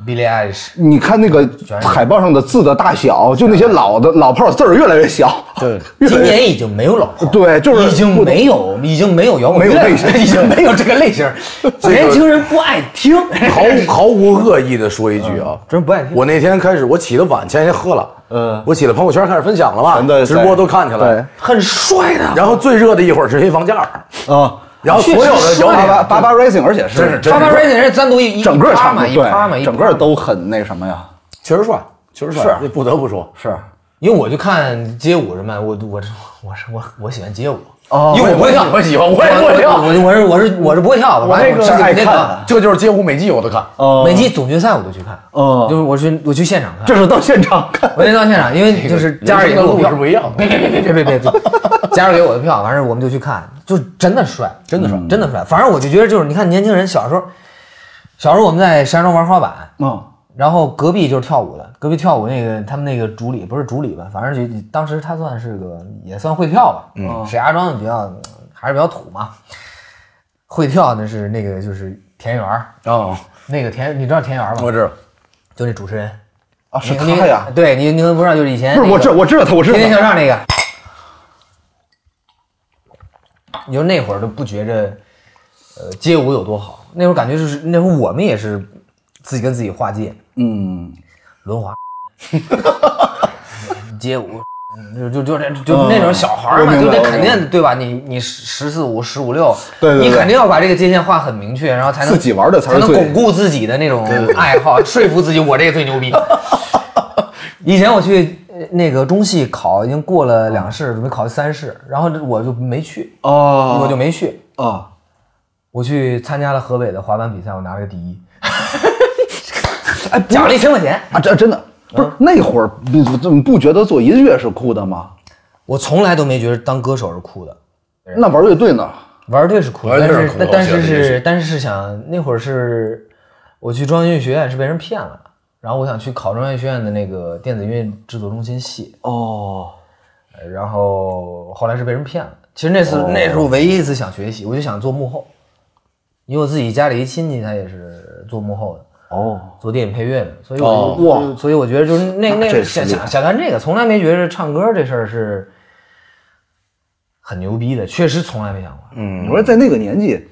Speaker 2: Billie Eilish，
Speaker 3: 你看那个
Speaker 2: 是
Speaker 3: 海报上的字的大小，就那些老的老炮儿字儿越来越小，
Speaker 1: 对，
Speaker 3: 越来
Speaker 2: 今
Speaker 3: 越
Speaker 2: 年已经没有老炮儿了，
Speaker 3: 对就是
Speaker 2: 已经没有，已经没有摇滚乐了，
Speaker 3: 没有类型
Speaker 2: 已经没有这个类型 儿，年轻人不爱听，
Speaker 1: 毫无毫无恶意的说一句啊，
Speaker 2: 真不爱听。
Speaker 1: 我那天开始我起的晚，前天喝了，
Speaker 3: 嗯
Speaker 1: 我起了朋友圈开始分享了
Speaker 3: 全都
Speaker 1: 吧，
Speaker 3: 在
Speaker 1: 直播都看去了
Speaker 3: 对。
Speaker 2: 很帅的，
Speaker 1: 然后最热的一会儿是一房价，
Speaker 3: 啊。
Speaker 1: 然后所有
Speaker 2: 确
Speaker 1: 的
Speaker 2: 实帅
Speaker 1: 摇
Speaker 3: 八
Speaker 2: 呀
Speaker 1: 滚
Speaker 3: 八八八 racing，而且
Speaker 1: 真
Speaker 3: 是
Speaker 1: 是真
Speaker 2: 八
Speaker 1: 是
Speaker 2: 八 r a c i n 是单独一
Speaker 3: 整
Speaker 2: 一
Speaker 3: 个
Speaker 2: 趴
Speaker 3: 场
Speaker 2: 嘛，一趴嘛，
Speaker 3: 对，
Speaker 2: 一
Speaker 3: 整
Speaker 2: 趴
Speaker 3: 个
Speaker 2: 嘛。
Speaker 3: 都很那什么呀？
Speaker 1: 确实帅，确实帅
Speaker 3: 是，
Speaker 1: 这不得不说。
Speaker 3: 是
Speaker 2: 因为我就看街舞什么，我我我是我我喜欢街舞，
Speaker 3: 哦
Speaker 2: 因为我不会跳，
Speaker 1: 我喜欢，我也不
Speaker 2: 我
Speaker 1: 会跳。
Speaker 2: 我我是我是我是不会跳的，
Speaker 1: 我那个
Speaker 2: 是
Speaker 3: 爱
Speaker 2: 那
Speaker 3: 看
Speaker 2: 个
Speaker 3: 的
Speaker 1: 这就是街舞每季我都看，
Speaker 3: 哦
Speaker 2: 每季总决赛我都去看，
Speaker 3: 哦
Speaker 2: 就是我去我去现场看，
Speaker 3: 这是到现场看，
Speaker 2: 我那到现场，啊因为就是家人也给
Speaker 1: 人生的
Speaker 2: 我
Speaker 1: 路
Speaker 2: 票
Speaker 1: 是，不一样的。
Speaker 2: 别别别别别别别，家人给我的票，完事儿我们就去看，就真的帅，嗯真的帅，真的帅。反正我就觉得就是，你看年轻人小时候，小时候我们在山庄玩滑板，
Speaker 3: 嗯，
Speaker 2: 然后隔壁就是跳舞的，隔壁跳舞那个他们那个主理不是主理吧，反正就当时他算是个也算会跳吧，嗯，石家庄比较还是比较土嘛，会跳那是那个就是田园儿，
Speaker 1: 哦，
Speaker 2: 那个田你知道田园儿吗
Speaker 1: 我？知道，
Speaker 2: 就那主持人，
Speaker 3: 啊，是
Speaker 2: 你
Speaker 3: 他
Speaker 2: 你
Speaker 3: 呀？
Speaker 2: 对你你们不知道就是以前
Speaker 3: 不是，
Speaker 2: 那
Speaker 3: 我
Speaker 2: 个
Speaker 3: 知我知道他，我知道
Speaker 2: 天天
Speaker 3: 他。
Speaker 2: 向上那个，你就那会儿都不觉着，呃，街舞有多好。那会儿感觉就是那会儿我们也是自己跟自己划界，
Speaker 3: 嗯，
Speaker 2: 轮滑，街舞，就就就这就那种小孩儿嘛，
Speaker 3: 嗯我明
Speaker 2: 就
Speaker 3: 白
Speaker 2: 得
Speaker 3: 我
Speaker 2: 肯
Speaker 3: 明白
Speaker 2: 定对吧？你你十四五、十五六，
Speaker 3: 对对
Speaker 2: 你
Speaker 3: 对
Speaker 2: 肯定要把这个界限画很明确，然后才能
Speaker 3: 自己玩的才
Speaker 2: 才
Speaker 3: 是
Speaker 2: 能
Speaker 3: 最
Speaker 2: 巩固自己的那种爱好，说服自己我这个最牛 逼。以前我去呃那个中戏考，已经过了两试，准备考三试，然后我就没去，
Speaker 3: 哦，
Speaker 2: 我就没去，
Speaker 3: 啊，
Speaker 2: 我去参加了河北的滑板比赛，我拿了个第一，
Speaker 3: 哎
Speaker 2: 奖励一千块钱。
Speaker 3: 啊，这真的不是那会儿不不不觉得做音乐是酷的吗？
Speaker 2: 我从来都没觉得当歌手是酷的，
Speaker 3: 那玩乐队呢？
Speaker 2: 玩队是酷的，
Speaker 1: 玩
Speaker 2: 但
Speaker 1: 队是
Speaker 2: 是
Speaker 1: 酷的
Speaker 2: 但但
Speaker 1: 我
Speaker 2: 是
Speaker 1: 觉得这
Speaker 2: 是但是想那会儿是，我去中央音乐学院是被人骗了，然后我想去考中央音乐学院的那个电子音乐制作中心系，
Speaker 3: 哦，
Speaker 2: 呃然后后来是被人骗了。其实那
Speaker 1: 哦
Speaker 2: 次、那是我唯一一次想学习，我就想做幕后，因为我自己家里一亲戚他也是做幕后的，
Speaker 3: 哦，
Speaker 2: 做电影配乐的，所以我、
Speaker 1: 哦
Speaker 2: 哇，所以我觉得就是那
Speaker 3: 那
Speaker 2: 那
Speaker 3: 这
Speaker 2: 个
Speaker 3: 是
Speaker 2: 想
Speaker 3: 厉害
Speaker 2: 想想干这个，从来没觉得唱歌这事儿是很牛逼的，确实从来没想过。
Speaker 3: 嗯，我说在那个年纪，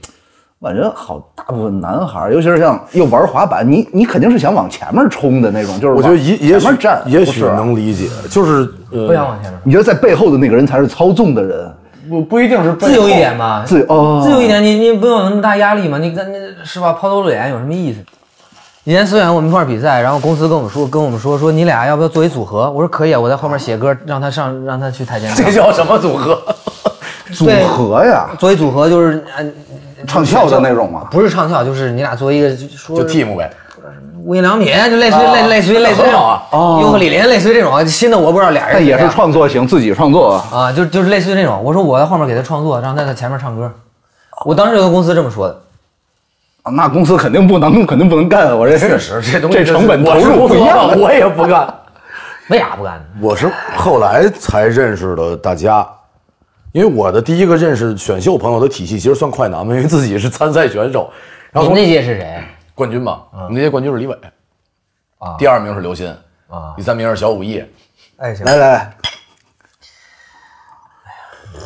Speaker 3: 我感觉好大部分男孩儿，尤其是像又玩滑板，你你肯定是想往前面冲的那种，就是
Speaker 1: 我觉得
Speaker 3: 往
Speaker 1: 也也
Speaker 3: 前
Speaker 1: 许
Speaker 3: 面站，
Speaker 1: 也
Speaker 3: 不
Speaker 1: 许
Speaker 3: 是啊
Speaker 1: 能理解，就是
Speaker 2: 不想
Speaker 1: 呃，
Speaker 2: 往前面，
Speaker 3: 你觉得在背后的那个人才是操纵的人，
Speaker 1: 不不一定是
Speaker 2: 自由一点吧，
Speaker 3: 自由哦
Speaker 2: 自由一点，你你不用有那么大压力嘛，你跟那是吧，抛头露脸有什么意思？以前思远我们一块儿比赛，然后公司跟我们说跟我们说说你俩要不要做一组合？我说可以啊，我在后面写歌，让他上让他去台前唱。
Speaker 1: 这叫什么组合？
Speaker 3: 组
Speaker 2: 对
Speaker 3: 合呀，
Speaker 2: 做一组合就是嗯，
Speaker 3: 唱跳的那种嘛。
Speaker 2: 不是唱跳，就是你俩做一个说
Speaker 1: 就 team 呗，
Speaker 2: 无印良品，就类似于类类似于类似于这种啊，优克里林类似于这种，啊新的我不知道俩人
Speaker 3: 但
Speaker 2: 怎么
Speaker 3: 也
Speaker 2: 样
Speaker 3: 是创作型，自己创作啊。
Speaker 2: 啊，就就是类似于那种。我说我在后面给他创作，让他在前面唱歌。我当时就跟公司这么说的，
Speaker 3: 啊那公司肯定不能，肯定不能干。我这确
Speaker 1: 实啊这东西
Speaker 3: 这
Speaker 1: 就是
Speaker 3: 成本投
Speaker 1: 我是
Speaker 3: 入不一样
Speaker 1: 做。我也不干。
Speaker 2: 为啥不干呢？
Speaker 4: 我是后来才认识的大家，因为我的第一个认识选秀朋友的体系其实算快男嘛，因为自己是参赛选手，然
Speaker 2: 你
Speaker 4: 后从
Speaker 2: 们那届是谁？
Speaker 1: 冠军嘛，我们那届冠军是李伟，
Speaker 2: 啊
Speaker 1: 第二名是刘鑫，
Speaker 2: 啊
Speaker 1: 第三名是小武艺，
Speaker 2: 哎行，
Speaker 3: 来来，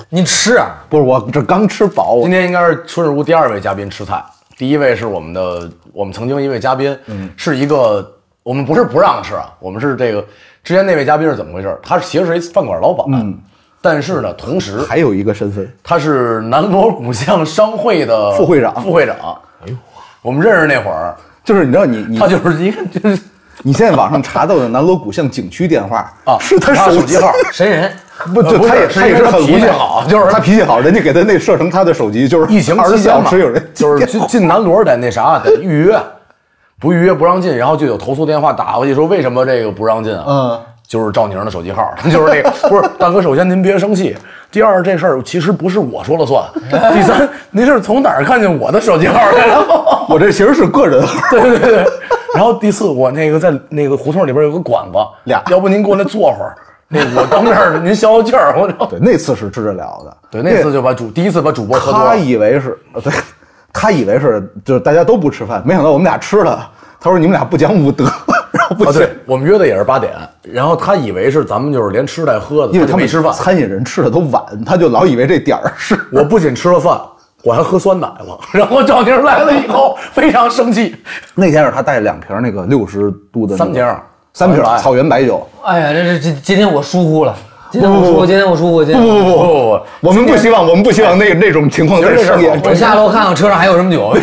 Speaker 2: 你吃啊？
Speaker 3: 不是我这刚吃饱，我
Speaker 1: 今天应该是春日屋第二位嘉宾吃菜，第一位是我们的我们曾经一位嘉宾，嗯，是一个我们不是不让吃啊，我们是这个之前那位嘉宾是怎么回事？他其实是一饭馆老板，嗯，但是呢，同时
Speaker 3: 还有一个身份，
Speaker 1: 他是南锣鼓巷商会的
Speaker 3: 副会长
Speaker 1: 副会长。哎呦，我们认识那会儿，
Speaker 3: 就是你知道你你
Speaker 1: 他就是一个就是
Speaker 3: 你现在网上查到的南锣鼓巷景区电话
Speaker 1: 啊，
Speaker 3: 是他
Speaker 1: 手
Speaker 3: 机
Speaker 1: 机号，
Speaker 2: 神人
Speaker 3: 不，
Speaker 1: 呃
Speaker 3: 对，
Speaker 1: 不是
Speaker 3: 他也
Speaker 1: 是
Speaker 3: 他也
Speaker 1: 因为他
Speaker 3: 很
Speaker 1: 脾气
Speaker 3: 无奈
Speaker 1: 好就是
Speaker 3: 他脾气好，人家给他那设成他的手机，就是
Speaker 1: 疫情
Speaker 3: 二十
Speaker 1: 期
Speaker 3: 四
Speaker 1: 间
Speaker 3: 小
Speaker 1: 嘛
Speaker 3: 时有人接
Speaker 1: 就是进进南锣得那啥得预约，不预约不让进，然后就有投诉电话打过去说为什么这个不让进啊？
Speaker 3: 嗯，
Speaker 1: 就是赵宁的手机号， 就是那个不是大哥，首先您别生气，第二这事儿其实不是我说 了算，第三您是从哪儿看见我的手机号来了？
Speaker 3: 我这其实是个人号，
Speaker 1: 对对对对。 然后第四，我那个在那个胡同里边有个馆子，
Speaker 3: 俩
Speaker 1: 要不您过来坐会儿，那我当面儿您消消气儿，我就
Speaker 3: 对，那次是治得了的，
Speaker 1: 对那次就把主第一次把主播喝多
Speaker 3: 他
Speaker 1: 了，
Speaker 3: 以为是，对，他以为是就是大家都不吃饭，没想到我们俩吃了，他说你们俩不讲武德， 然后不
Speaker 1: 啊，
Speaker 3: 行
Speaker 1: 对，，我们约的也是八点，然后他以为是咱们就是连吃带喝的，
Speaker 3: 因为
Speaker 1: 就
Speaker 3: 他
Speaker 1: 没
Speaker 3: 们
Speaker 1: 吃饭。
Speaker 3: 餐饮人吃的都晚，他就老以为这点儿 是。
Speaker 1: 我不仅吃了饭，我还喝酸奶了。 然后赵宁来了以后非常生气，
Speaker 3: 那天是他带两瓶那个六十度的那个
Speaker 1: 三瓶儿
Speaker 3: 三瓶儿
Speaker 1: 草原白
Speaker 3: 草原白酒。
Speaker 2: 哎呀，这是今今天我疏忽了，今天我
Speaker 3: 不
Speaker 2: 疏
Speaker 3: 不
Speaker 2: 忽，
Speaker 3: 不
Speaker 2: 今天我疏忽，今
Speaker 3: 不
Speaker 2: 天
Speaker 3: 不不不
Speaker 1: 不
Speaker 3: 不，我们不希望，我们不希望那那种情况
Speaker 1: 哎其实
Speaker 3: 再
Speaker 1: 这事儿
Speaker 3: 上演
Speaker 1: 我。
Speaker 2: 我下楼看看车上还有什么酒。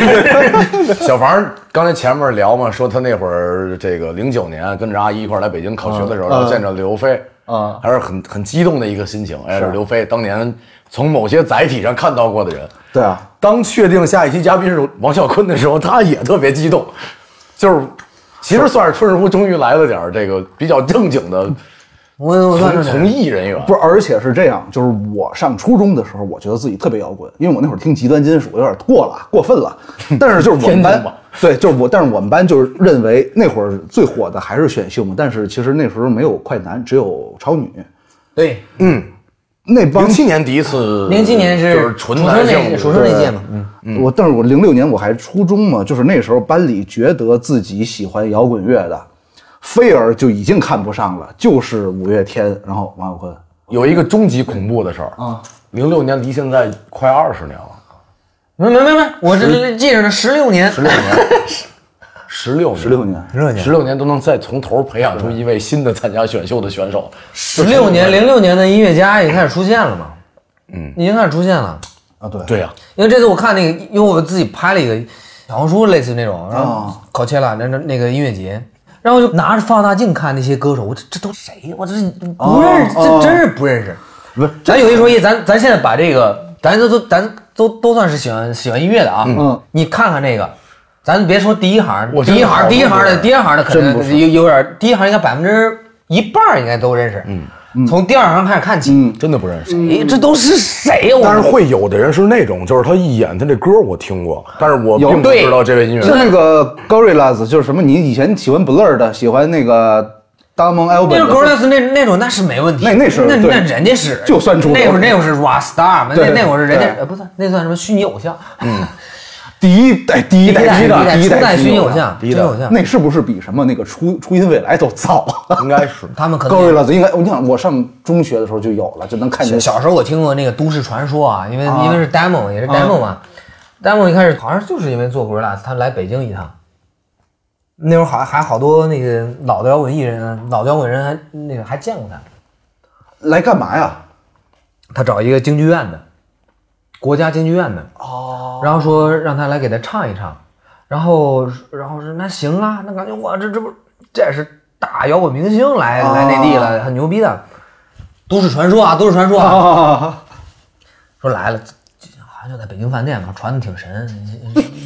Speaker 1: 小房刚才前面聊嘛，说他那会儿这个零九年啊跟着阿姨一块儿来北京考学的时候，然后见着刘飞，
Speaker 3: 嗯
Speaker 1: 还是很很激动的一个心情。哎，这是刘飞当年从某些载体上看到过的人。
Speaker 3: 对啊，
Speaker 1: 当确定下一期嘉宾是王啸坤的时候，他也特别激动，就是其实算是春日屋终于来了点儿这个比较正经的
Speaker 2: 我我算
Speaker 1: 从
Speaker 2: 是
Speaker 1: 从艺人员，
Speaker 3: 不是，而且是这样，就是我上初中的时 候，我觉得自己特别摇滚，因为我那会儿听极端金属有点过了，过分了。但是就是我们
Speaker 1: 天津
Speaker 3: 班
Speaker 1: 吧，
Speaker 3: 对，就是我，但是我们班就是认为那会儿最火的还是选秀嘛，但是其实那时候没有快男，只有超女，
Speaker 2: 对，
Speaker 3: 那帮
Speaker 4: 零七年第一次，
Speaker 2: 零七年是
Speaker 4: 就是纯
Speaker 2: 楚
Speaker 4: 男
Speaker 2: 生那
Speaker 4: 性，
Speaker 2: 楚生那届嘛，嗯，
Speaker 3: 我但是我零六年我还初中嘛，就是那时候班里觉得自己喜欢摇滚乐的，菲儿就已经看不上了，就是五月天，然后王小坤，
Speaker 4: 有一个终极恐怖的事儿
Speaker 2: 嗯
Speaker 4: 啊，零六年离现在快二十年了，
Speaker 2: 没没没没，我是记着呢，十六年，
Speaker 4: 十六年，十六
Speaker 3: 十六年，
Speaker 2: 六年
Speaker 4: 十六年都能再从头培养出一位新的参加选秀的选手，
Speaker 2: 十六年零六年的音乐家已经开始出现了嘛，嗯，已经开始出现了。
Speaker 3: 啊，对，
Speaker 4: 对呀、
Speaker 2: 因为这次我看那个，因为我自己拍了一个小红书类似于那种，然后
Speaker 3: 哦
Speaker 2: 考切拉那那那个音乐节，然后我就拿着放大镜看那些歌手，我这这都谁呀？我这是不认识，
Speaker 3: 哦
Speaker 2: 这真是不认识。
Speaker 3: 不是
Speaker 2: 咱有一说一，咱咱现在把这个，咱都都咱都都算是喜欢喜欢音乐的啊。
Speaker 3: 嗯，
Speaker 2: 你看看这个，咱别说第一行，
Speaker 4: 我
Speaker 2: 第
Speaker 4: 真
Speaker 2: 一
Speaker 4: 的好
Speaker 2: 行第一行的
Speaker 4: 多
Speaker 2: 第一行的可
Speaker 3: 真不
Speaker 2: 能有有点，第一行应该百分之一半儿应该都认识。嗯，从第二行开始看起，
Speaker 3: 嗯
Speaker 4: 真的不认识。
Speaker 2: 哎，这都是谁呀？我
Speaker 4: 但是会有的人是那种，就是他一眼他这歌我听过，但是我
Speaker 3: 有
Speaker 4: 并不
Speaker 2: 对
Speaker 4: 知道这位音乐
Speaker 3: 像
Speaker 4: 人。
Speaker 3: 那个 Gorillaz 就是什么，你以前喜欢 Blur 的，喜欢那个 d a m o n a l b
Speaker 2: 那
Speaker 3: u
Speaker 2: 是
Speaker 3: m
Speaker 2: 格拉斯那那种那是没问题，
Speaker 3: 那那是
Speaker 2: 那
Speaker 3: 对
Speaker 2: 那人家是
Speaker 3: 就算出头
Speaker 2: 那会儿那会儿是 rock star 嘛，那
Speaker 3: 对
Speaker 2: 那会儿是人家
Speaker 3: 对嗯
Speaker 2: 呃不是那算什么虚拟偶像，
Speaker 3: 第一代第一代
Speaker 2: 第一代
Speaker 3: 第一
Speaker 2: 初代
Speaker 3: 代
Speaker 2: 虚拟偶
Speaker 3: 偶
Speaker 2: 像，
Speaker 4: 第
Speaker 2: 虚
Speaker 4: 一
Speaker 2: 拟
Speaker 4: 代
Speaker 2: 偶像，
Speaker 3: 那是不是比什么那个初初音未来都早？
Speaker 4: 应该是
Speaker 2: 他们可能
Speaker 3: Gorillaz 应该，你想我上中学的时候就有了，就能看见
Speaker 2: 小时候我听过那个都市传说啊，因为因为是 demo 也是
Speaker 3: 啊
Speaker 2: demo 嘛，demo 一开始好像就是因为做 g o r i l a 他来北京一趟，那时候还还好多那个老的摇滚艺人，啊老的摇滚人还那个还见过他，
Speaker 3: 来干嘛呀？
Speaker 2: 他找一个京剧院的，国家京剧院的哦，然后说让他来给他唱一唱，然后然后说那行啊，那感觉我这这不这也是大摇滚明星来、来内地了，很牛逼的，都市传说啊，都市传说啊，
Speaker 3: 啊，
Speaker 2: 说来了。好像就在北京饭店嘛，传的挺神，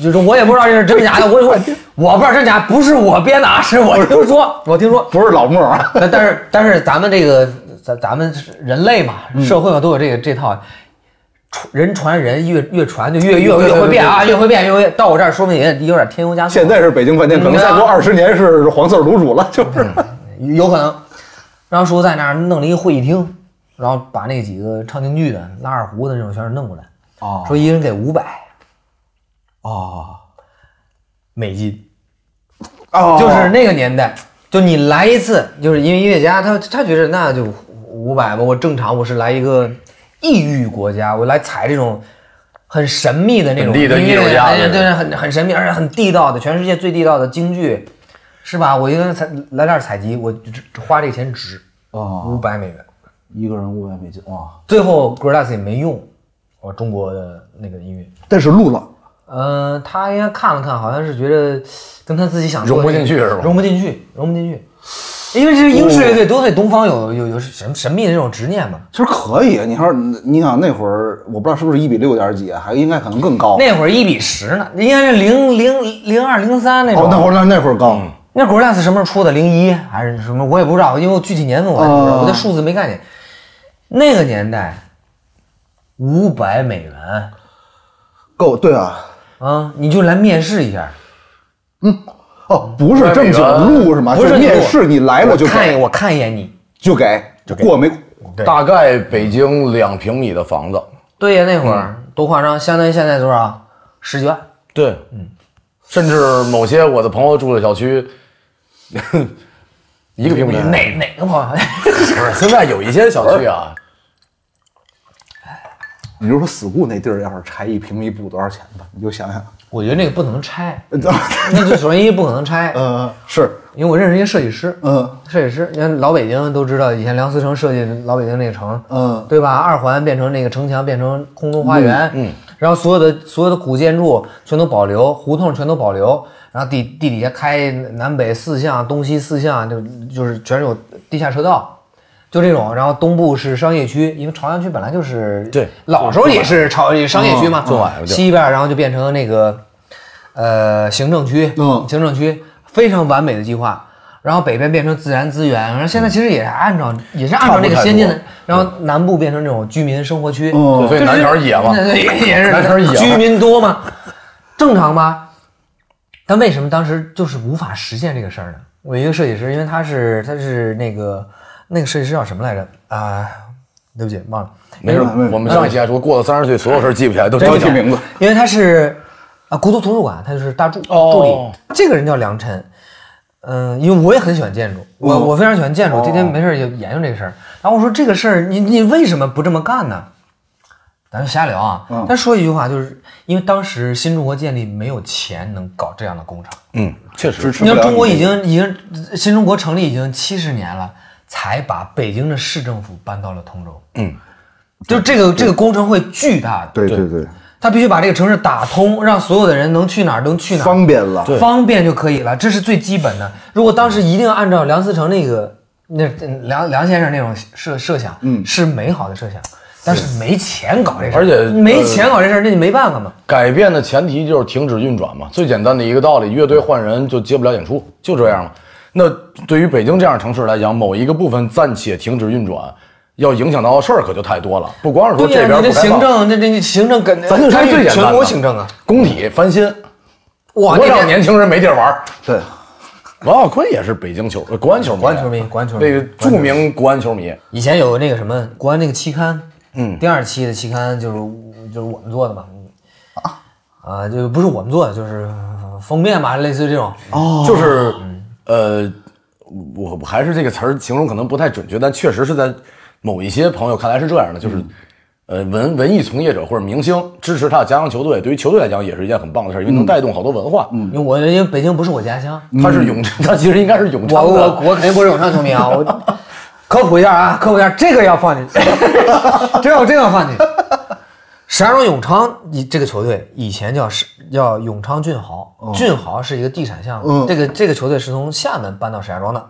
Speaker 2: 就是我也不知道这是真的假的，我我我不知道真假，不是我编的啊，是我听说，我听说，
Speaker 3: 不是老莫啊，
Speaker 2: 但但是但是咱们这个咱咱们是人类嘛，
Speaker 3: 嗯
Speaker 2: 社会嘛都有这个这套，传人传人越越传就越越
Speaker 3: 对对
Speaker 2: 越
Speaker 3: 对
Speaker 2: 会变啊，
Speaker 3: 对
Speaker 2: 越会变越会变。到我这儿说明也有点添油加醋。啊
Speaker 3: 现在是北京饭店，可能再
Speaker 2: 嗯
Speaker 3: 过
Speaker 2: 啊嗯
Speaker 3: 二十年是黄四儿卤煮了，就是。
Speaker 2: 有可能，然后说在那儿弄了一个会议厅，然后把那几个唱京剧的、拉二胡的那种全是弄过来，
Speaker 3: 哦
Speaker 2: 说一人给五百
Speaker 3: 哦
Speaker 2: 美金。
Speaker 3: 哦
Speaker 2: 就是那个年代，就你来一次，就是因为音乐家他他觉得那就五百吧，我正常我是来一个异域国家，我来采这种很神秘的那种
Speaker 4: 本地的
Speaker 2: 音乐
Speaker 4: 艺术家
Speaker 2: 对
Speaker 4: 那种
Speaker 2: 对，很很神秘，而且很地道的，全世界最地道的京剧，是吧？我应该采来这儿采集，我这这花这个钱值
Speaker 3: 哦，
Speaker 2: 五百美元。
Speaker 3: 一个人五百美金哇！
Speaker 2: 最后 g r a s 也没用，我中国的那个音乐。
Speaker 3: 但是录了，
Speaker 2: 嗯、他应该看了看，好像是觉得跟他自己想
Speaker 4: 融
Speaker 2: 说
Speaker 4: 不
Speaker 2: 的
Speaker 4: 进去是吧
Speaker 2: 融不进去，融不进去，因为这是英式乐队都对东方有有有神神秘的那种执念嘛。
Speaker 3: 其实可以。你说你想那会儿，我不知道是不是一比六点几，啊还应该可能更高。
Speaker 2: 那会儿一比十呢，应该是零零零二零三那种。
Speaker 3: 哦，那会儿那那会儿高，
Speaker 2: 那 g r a s 什么时候出的？零一还是什么？我也不知道，因为我具体年份我也不知道，
Speaker 3: 哦
Speaker 2: 我对数字没概念。那个年代，五百美元
Speaker 3: 够对啊。
Speaker 2: 啊，你就来面试一下。
Speaker 3: 哦，不是正经录是吗？
Speaker 2: 不是
Speaker 3: 就
Speaker 2: 你
Speaker 3: 面试，你来了就
Speaker 2: 我看一
Speaker 3: 给
Speaker 2: 我看一眼你。
Speaker 3: 就给过没？
Speaker 4: 大概北京两平米的房子，
Speaker 2: 对呀，那会儿、多夸张，相当于现在多少？十几万。
Speaker 4: 对，嗯，甚至某些我的朋友住的小区， 一个平米
Speaker 2: 哪哪个朋友？
Speaker 4: 不是现在有一些小区啊，
Speaker 3: 你就说死固那地儿要是拆一平米补多少钱吧，你就想想。
Speaker 2: 我觉得那个不能拆，嗯
Speaker 3: 嗯
Speaker 2: 那就首先一不可能拆，
Speaker 3: 呃，是，
Speaker 2: 因为我认识一个设计师，
Speaker 3: 嗯
Speaker 2: 设计师，你看老北京都知道，以前梁思成设计老北京那个城，
Speaker 3: 嗯，
Speaker 2: 对吧？二环变成那个城墙，变成空中花园，嗯，然后所有的所有的古建筑全都保留，胡同全都保留，然后地地底下开南北四巷、东西四巷，就就是全是有地下车道，就这种。然后东部是商业区，因为朝阳区本来就是
Speaker 4: 对
Speaker 2: 老时候也是朝商业区嘛，嗯
Speaker 4: 做买卖就
Speaker 2: 西边儿然后就变成那个呃行政区，
Speaker 3: 嗯
Speaker 2: 行政区非常完美的计划。然后北边变成自然资源，然后现在其实也是按照也是按照那个先进的
Speaker 4: 嗯差不太多，嗯
Speaker 2: 然后南部变成这种居民生活区，
Speaker 3: 嗯
Speaker 4: 所以南边野嘛，
Speaker 2: 也也是
Speaker 4: 南边野嘛
Speaker 2: 居民多嘛，正常吧？但为什么当时就是无法实现这个事儿呢？我一个设计师，因为他是他是那个那个设计师叫什么来着啊、对不起，忘了。
Speaker 1: 没事，我们上一期还说过了三十岁，所有事儿记不起来，都
Speaker 3: 真
Speaker 1: 着急
Speaker 3: 的名字，
Speaker 2: 因为他是啊，古都图书馆，他就是大助、
Speaker 5: 哦
Speaker 2: 助理。这个人叫梁晨，嗯、因为我也很喜欢建筑，我、
Speaker 3: 嗯
Speaker 2: 我非常喜欢
Speaker 3: 哦
Speaker 2: 建筑，天天没事儿也研究这个事儿。然后我说这个事儿，你你为什么不这么干呢？咱就瞎聊啊。
Speaker 3: 嗯
Speaker 2: 但说一句话，就是因为当时新中国建立没有钱能搞这样的工厂，
Speaker 1: 嗯，确实
Speaker 3: 支持
Speaker 2: 你
Speaker 3: 不
Speaker 2: 看
Speaker 3: 了
Speaker 2: 中国已
Speaker 3: 你
Speaker 2: 经已经新中国成立已经七十年了，才把北京的市政府搬到了通州。嗯，就这个这个工程会巨大的。
Speaker 3: 对对对，
Speaker 2: 他必须把这个城市打通，让所有的人能去哪儿能去哪儿，
Speaker 3: 方便了。
Speaker 2: 方便就可以了，这是最基本的。如果当时一定按照梁思成那个那梁梁先生那种设设想，嗯，是美好的设想，但是没钱搞这事儿，
Speaker 1: 而且呃
Speaker 2: 没钱搞这事儿，那你没办法嘛。
Speaker 1: 改变的前提就是停止运转嘛，最简单的一个道理，乐队换人就接不了演出，就这样了。那对于北京这样的城市来讲，某一个部分暂且停止运转，要影响到的事儿可就太多了，不光是说
Speaker 2: 对
Speaker 1: 这
Speaker 2: 呀、
Speaker 1: 边
Speaker 2: 你
Speaker 1: 不
Speaker 2: 这
Speaker 1: 开
Speaker 2: 行
Speaker 1: 放，
Speaker 2: 政，这这这行政跟
Speaker 1: 咱就说
Speaker 2: 干
Speaker 1: 最简单的
Speaker 2: 全国行政啊，
Speaker 1: 工体翻新，
Speaker 2: 哇，
Speaker 1: 多
Speaker 2: 那
Speaker 1: 少
Speaker 2: 天
Speaker 1: 年轻人没地儿玩儿。
Speaker 3: 对，
Speaker 1: 王小坤也是北京球，呃国安球迷，
Speaker 2: 国安球迷国安球迷
Speaker 1: 那个著名国安球迷，
Speaker 2: 以前有那个什么国安那个期刊，嗯，第二期的期刊就是就是我们做的嘛，啊，啊，就不是我们做的，就是呃封面嘛，类似于这种。
Speaker 1: 就是呃，我我还是这个词儿形容可能不太准确，但确实是在某一些朋友看来是这样的，就是。呃，文文艺从业者或者明星支持他的家乡球队，对于球队来讲也是一件很棒的事儿，因为能带动好多文化。嗯，
Speaker 2: 因为我因为北京不是我家乡，
Speaker 1: 他是永， 他其实应该是永
Speaker 2: 我
Speaker 1: 昌
Speaker 2: 我
Speaker 1: 的。
Speaker 2: 我肯定不是永昌球迷 啊，我科普一下啊，科普一下，这个要放进去，这要这个要放进去。石家庄永昌以这个球队以前叫是叫永昌俊豪，俊豪是一个地产项目，这个这个球队是从厦门搬到石家庄的。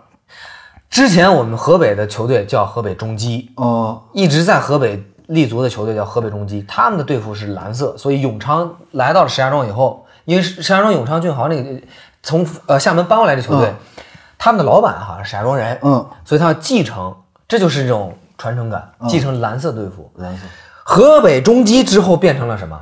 Speaker 2: 之前我们河北的球队叫河北中基，
Speaker 3: 哦，
Speaker 2: 一直在河北立足的球队叫河北中基，他们的队服是蓝色，所以永昌来到了石家庄以后，因为石家庄永昌俊豪那个从呃厦门搬过来的球队，他们的老板好像是石家庄人，
Speaker 3: 嗯，
Speaker 2: 所以他要继承，这就是这种传承感，继承蓝色队服。嗯蓝色，河北中基之后变成了什么？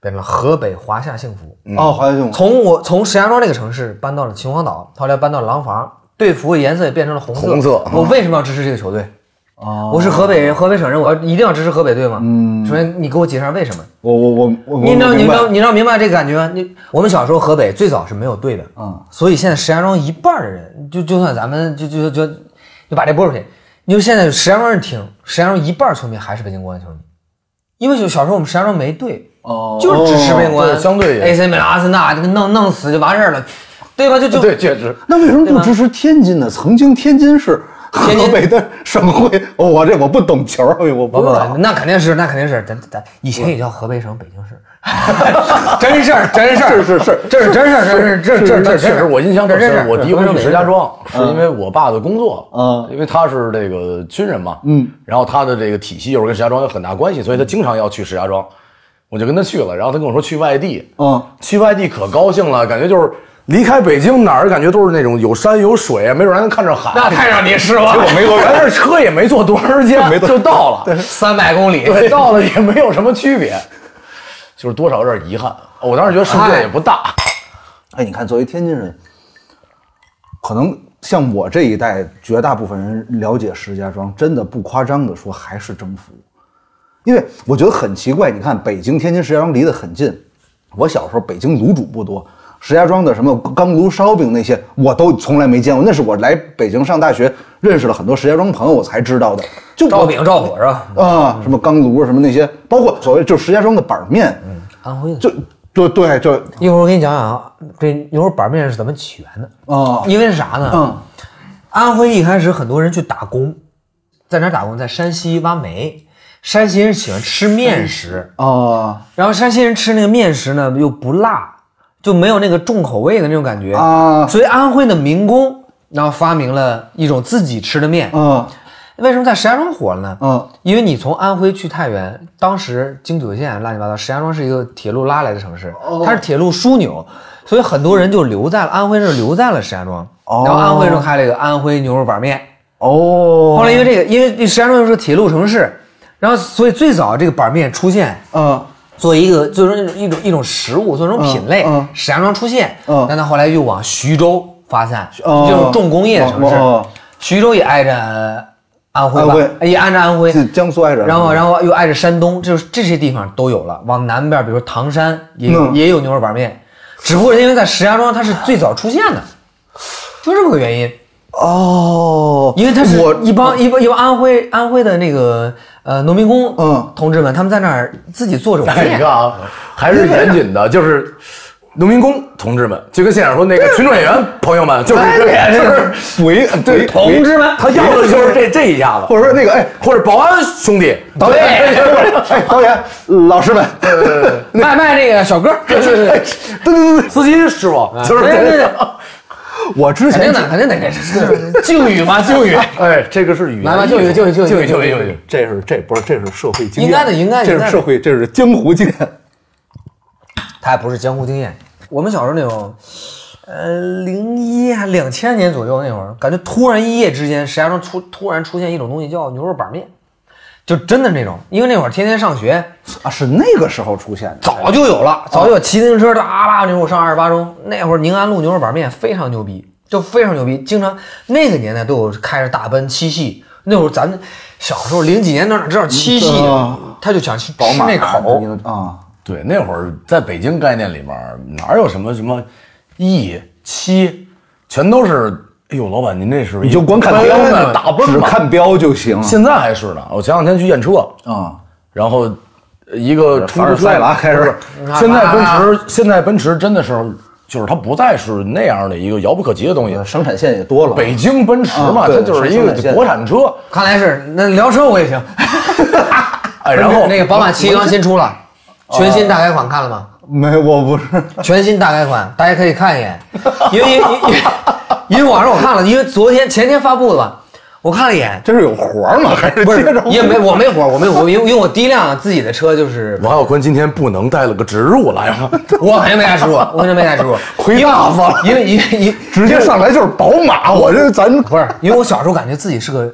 Speaker 2: 变成了河北华夏幸福。
Speaker 3: 哦，华夏幸福，
Speaker 2: 嗯从我从石家庄这个城市搬到了秦皇岛，后来搬到了廊坊，队服颜色也变成了红色。
Speaker 1: 红色
Speaker 2: 我为什么要支持这个球队？哦，我是河北人，河北省人，我要一定要支持河北队吗？嗯，首先你给我解释一下为什么？
Speaker 3: 我我我我，
Speaker 2: 你
Speaker 3: 我
Speaker 2: 知道，你
Speaker 3: 明
Speaker 2: 知
Speaker 3: 白
Speaker 2: 道，你知道明白这个感觉吗？你我们小时候河北最早是没有队的，
Speaker 3: 嗯，
Speaker 2: 所以现在石家庄一半儿的人，就就算咱们就就就就把这拨出去，你就现在石家庄人听，石家庄一半儿球迷还是北京国安球迷，因为就小时候我们石家庄没队，
Speaker 3: 哦，
Speaker 2: 就是支持北京国
Speaker 1: 哦
Speaker 2: 安，
Speaker 1: 对相对也
Speaker 2: AC 米兰、阿森纳这个弄弄死就完事儿了，对吧？就就
Speaker 1: 对，确实，
Speaker 3: 那为什么不支持天津呢？曾经天津是河
Speaker 2: 天津
Speaker 3: 北的省会，哦我这我不懂球，我
Speaker 2: 不
Speaker 3: 不
Speaker 2: 不
Speaker 3: 知
Speaker 2: 不
Speaker 3: 道。
Speaker 2: 那肯定是，那肯定是，咱咱以前也叫河北省北京市，真事儿，真事儿，是是是，这是真事儿，这是这是这是
Speaker 1: 但
Speaker 2: 这
Speaker 1: 确实我印象
Speaker 2: 这
Speaker 1: 很
Speaker 2: 是真事
Speaker 1: 深。
Speaker 2: 儿
Speaker 1: 我第一回去石家，
Speaker 2: 河北省北京市
Speaker 1: 庄是因为我爸的工作，
Speaker 3: 嗯
Speaker 1: 因为他是这个军人嘛，嗯，然后他的这个体系又是跟石家庄有很大关系，所以他经常要去石家庄，我就跟他去了。然后他跟我说去外地，
Speaker 3: 嗯，
Speaker 1: 去外地可高兴了，感觉就是离开北京哪儿感觉都是那种有山有水，啊没准还能看着海。
Speaker 2: 那太让你失
Speaker 1: 结
Speaker 2: 望
Speaker 1: 果
Speaker 2: 了，
Speaker 1: 没多远，但是车也没坐多长时间，就到了，
Speaker 2: 三百公里，
Speaker 1: 对，到了也没有什么区别，就是多少有点遗憾。我当时觉得世界也不大，
Speaker 3: 哎，你看，作为天津人，可能像我这一代绝大部分人了解石家庄，真的不夸张的说，还是征服。因为我觉得很奇怪，你看北京、天津、石家庄离得很近。我小时候北京卤煮不多，石家庄的什么钢炉烧饼那些我都从来没见过，那是我来北京上大学认识了很多石家庄朋友我才知道的。就
Speaker 2: 照
Speaker 3: 我
Speaker 2: 饼照火是吧？
Speaker 3: 啊，什么钢炉什么那些，包括所谓就是石家庄的板面，
Speaker 2: 安徽的，
Speaker 3: 就就对就
Speaker 2: 一会儿我给你讲讲啊，这一会儿板面是怎么起源的，
Speaker 3: 啊
Speaker 2: 因为是啥呢？
Speaker 3: 嗯，
Speaker 2: 安徽一开始很多人去打工，在哪儿打工？在山西挖煤。山西人喜欢吃面食，
Speaker 3: 啊
Speaker 2: 然后山西人吃那个面食呢又不辣，就没有那个重口味的那种感觉
Speaker 3: 啊
Speaker 2: 所以安徽的民工然后发明了一种自己吃的面。
Speaker 3: 嗯
Speaker 2: 为什么在石家庄火了呢？
Speaker 3: 嗯，
Speaker 2: 因为你从安徽去太原，当时京九线乱七八糟，石家庄是一个铁路拉来的城市，
Speaker 3: 哦
Speaker 2: 它是铁路枢纽，所以很多人就留在了安徽，是留在了石家庄。
Speaker 3: 哦
Speaker 2: 然后安徽就开了一个安徽牛肉板面。
Speaker 3: 哦，
Speaker 2: 后来因为这个，因为石家庄又是个铁路城市，然后所以最早这个板面出现，
Speaker 3: 嗯
Speaker 2: 作为一个最终一种一种食物，做成品类，
Speaker 3: 嗯嗯
Speaker 2: 石家庄出现，
Speaker 3: 嗯
Speaker 2: 但它后来又往徐州发散，
Speaker 3: 哦
Speaker 2: 这种重工业的城市，
Speaker 3: 往往
Speaker 2: 徐州也挨着安徽吧，
Speaker 3: 安徽
Speaker 2: 也挨着安徽，
Speaker 3: 这江苏挨着
Speaker 2: 然后然后又挨着山东，就是这些地方都有了。往南边，比如唐山也有、
Speaker 3: 嗯
Speaker 2: 也有牛肉板面，只不过是因为在石家庄它是最早出现的，就这么个原因。
Speaker 3: 哦，
Speaker 2: 因为他是
Speaker 3: 我
Speaker 2: 一帮一帮一帮安徽安徽的那个呃农民工
Speaker 3: 嗯
Speaker 2: 同志们，他们在那儿自己做着
Speaker 1: 哎，你
Speaker 2: 面
Speaker 1: 看，啊，还是严谨的，就是农民工同志们，就跟现场说那个群众演员朋友们，
Speaker 3: 哎
Speaker 1: 就是这个，就是
Speaker 3: 回对
Speaker 2: 同志们
Speaker 1: 他要的就是这这一下子，
Speaker 3: 或者说那个哎
Speaker 1: 或者保安兄弟，
Speaker 3: 导演，哎导演老师们，
Speaker 2: 卖卖那个小哥， 对对 对，
Speaker 3: 对对对，
Speaker 1: 司机师傅，
Speaker 3: 哎
Speaker 1: 就是
Speaker 2: 对对
Speaker 1: 这
Speaker 2: 对
Speaker 1: 个，
Speaker 3: 我之
Speaker 2: 肯定
Speaker 3: 前
Speaker 2: 的肯定得这 这敬语嘛敬语，
Speaker 1: 哎，这个是语言艺术，
Speaker 2: 来吧就有就有就有
Speaker 1: 就有
Speaker 2: 就
Speaker 1: 就
Speaker 2: 有
Speaker 1: 有就有
Speaker 3: 这是这不是这是社会经验，
Speaker 2: 应该的应该的
Speaker 3: 这
Speaker 2: 应该
Speaker 3: 是
Speaker 2: 的
Speaker 3: 社会这是江湖经验。
Speaker 2: 他也不是江湖经验。我们小时候那种，呃，零一还两千年左右那会儿，感觉突然一夜之间，石家庄出突然出现一种东西叫牛肉板面，就真的那种，因为那会儿天天上学，
Speaker 3: 啊，是那个时候出现的。
Speaker 2: 早就有了，哦早就有骑自行车的啊吧牛肉上二十八中，那会儿宁安路牛肉板面非常牛逼，就非常牛逼，经常那个年代都有开着大奔七系，那会儿咱小时候零几年哪知道七系
Speaker 3: 嗯，
Speaker 2: 他就想去吃
Speaker 3: 宝马
Speaker 2: 那口，
Speaker 3: 啊，
Speaker 1: 对，那会儿在北京概念里面哪有什么什么一七，全都是，哎呦，老板您这是
Speaker 3: 你就光看
Speaker 1: 标
Speaker 3: 标
Speaker 1: 呢，
Speaker 3: 呢，
Speaker 1: 大奔
Speaker 3: 只
Speaker 1: 嘛，
Speaker 3: 看标就行了。
Speaker 1: 现在还是呢。我前两天去验车，
Speaker 3: 啊，
Speaker 1: 然后呃一个出
Speaker 3: 凡尔
Speaker 1: 租车
Speaker 3: 赛了啊开始
Speaker 1: 不是现在奔驰，现在奔驰真的是，就是它不再是那样的一个遥不可及的东西。
Speaker 3: 生产线也多了。
Speaker 1: 北京奔驰
Speaker 3: 啊
Speaker 1: 嘛，
Speaker 3: 对
Speaker 1: 它就是一
Speaker 3: 生产
Speaker 1: 个
Speaker 3: 线
Speaker 1: 国产车，
Speaker 2: 看来是那聊车 我也行。
Speaker 1: 哎，然后
Speaker 2: 那个宝马七刚新出了，全新大改款看了吗？
Speaker 3: 没，我不是。
Speaker 2: 全新大改款，大家可以看一眼，因为因为因为因为网上我看了，因为昨天前天发布的吧，我看了一眼，
Speaker 3: 这是有活儿吗？还是
Speaker 2: 不是
Speaker 3: 接着？
Speaker 2: 也没我没活，我没活，因为因为我第一辆自己的车就是
Speaker 1: 王小坤今天不能带了个植入来啊吗？
Speaker 2: 我肯定没带植入，我肯定没带植入，
Speaker 3: 亏大发了，
Speaker 2: 因为因为因
Speaker 3: 直接上来就是宝马，我这咱
Speaker 2: 不是因为我小时候感觉自己是个。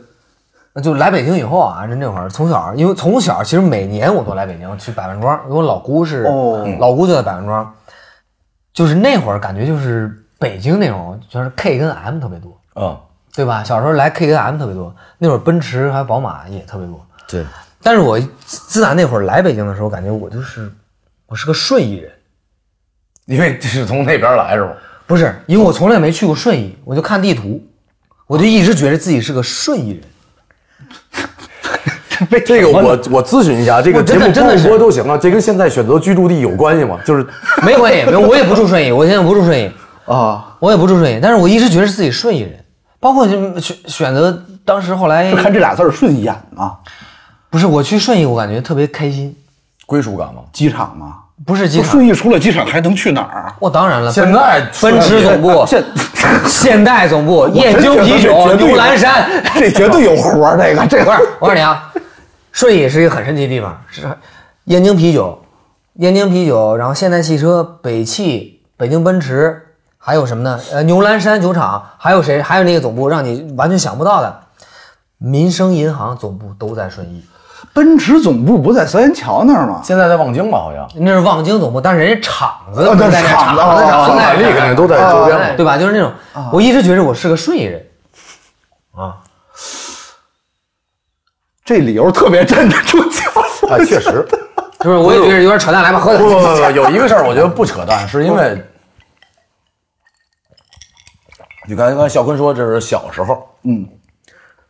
Speaker 2: 就来北京以后啊，那会儿从小，因为从小其实每年我都来北京去百万庄，因为我老姑是、
Speaker 3: 哦
Speaker 2: 老姑就在百万庄，就是那会儿感觉就是北京那种就是 K 跟 M 特别多，
Speaker 1: 嗯，
Speaker 2: 对吧？小时候来 K 跟 M 特别多，那会儿奔驰还有宝马也特别多。
Speaker 1: 对，
Speaker 2: 但是我自自打那会儿来北京的时候，感觉我就是我是个顺义人，
Speaker 1: 因为是从那边来是吗？
Speaker 2: 不是因为我从来没去过顺义，我就看地图，我就一直觉得自己是个顺 义人。
Speaker 1: 这
Speaker 3: 哎
Speaker 1: 个我我咨询一下，这个
Speaker 2: 我
Speaker 1: 节
Speaker 2: 真的
Speaker 1: 目
Speaker 2: 真的
Speaker 1: 播不播
Speaker 2: 是
Speaker 1: 都行啊，这跟现在选择居住地有关系吗？就是
Speaker 2: 没关系，没有我也不住顺义，我现在不住顺义，
Speaker 3: 啊，
Speaker 2: 我也不住顺义，但是我一直觉得自己顺义人，包括就选选择当时后来
Speaker 3: 就看这俩字儿顺眼吗？
Speaker 2: 不是我去顺义，我感觉特别开心，
Speaker 1: 归属感吗？
Speaker 3: 机场吗？
Speaker 2: 不是机
Speaker 3: 不
Speaker 2: 场，
Speaker 3: 顺义除了机场还能去哪儿啊？
Speaker 2: 我、当然了，
Speaker 1: 现在
Speaker 2: 奔驰总部、
Speaker 3: 现
Speaker 2: 现代总 部、燕京啤酒、
Speaker 3: 这绝对有
Speaker 2: 牛栏山，
Speaker 3: 这绝对有活儿，这个这
Speaker 2: 不
Speaker 3: 个
Speaker 2: 是， 我告诉你啊，顺义是一个很神奇的地方，是燕京啤酒，燕京啤酒，然后现代汽车、北汽、北京奔驰，还有什么呢？呃，牛栏山酒厂，还有谁？还有那个总部，让你完全想不到的，民生银行总部都在顺义，
Speaker 3: 奔驰总部不在三元桥那儿吗？
Speaker 1: 现在在望京吧，好像
Speaker 2: 那是望京总部，但是人家厂子
Speaker 3: 哦
Speaker 2: 不是
Speaker 3: 对
Speaker 2: 在那
Speaker 3: 厂
Speaker 2: 厂
Speaker 3: 子
Speaker 2: 子
Speaker 3: 哦
Speaker 2: 厂
Speaker 3: 哦
Speaker 2: 子
Speaker 3: 哦
Speaker 2: 在
Speaker 1: 立
Speaker 2: 那
Speaker 1: 啊肯定都在周边嘛
Speaker 2: 哎。对吧？就是那种，我一直觉得我是个顺义人，
Speaker 3: 这理由特别站得住脚。
Speaker 1: 哎，确实，
Speaker 2: 是不是？我也觉得有点扯淡，来吧，喝
Speaker 1: 不
Speaker 2: 点。
Speaker 1: 不不，有一个事儿我觉得不扯淡，是 因为，就刚才刚才小坤说这是小时候，
Speaker 3: 嗯，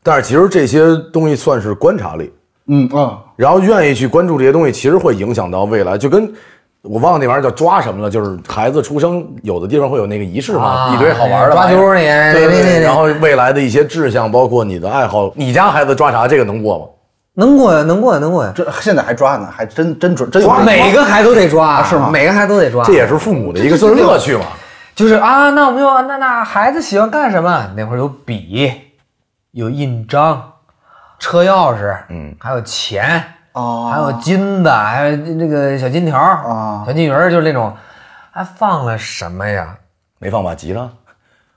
Speaker 1: 但是其实这些东西算是观察力，
Speaker 3: 嗯啊，
Speaker 1: 然后愿意去关注这些东西，其实会影响到未来，就跟。我忘了那玩意儿叫抓什么了，就是孩子出生，有的地方会有那个仪式嘛，
Speaker 2: 啊
Speaker 1: 一堆好玩的
Speaker 2: 抓
Speaker 1: 玩意儿
Speaker 2: 阄儿那
Speaker 1: 对对
Speaker 2: 那那
Speaker 1: 对，
Speaker 2: 那
Speaker 1: 然后未来的一些志向，包括你的爱好，你家孩子抓啥，这个能过吗？
Speaker 2: 能过呀，能过呀，能过呀。
Speaker 3: 这现在还抓呢，还真真准真有
Speaker 2: 抓
Speaker 3: 这
Speaker 2: 每个孩子都得抓，啊
Speaker 3: 是吗
Speaker 2: 每个孩子都得抓，啊
Speaker 1: 这也是父母的一个就是乐趣嘛。
Speaker 2: 就是啊，那我们就那那孩子喜欢干什么？那会儿有笔，有印章，车钥匙，嗯，还有钱，
Speaker 3: 哦
Speaker 2: 还有金子，还有那个小金条
Speaker 3: 啊
Speaker 2: 小金鱼儿，就是那种，还放了什么呀？
Speaker 1: 没放把吉他，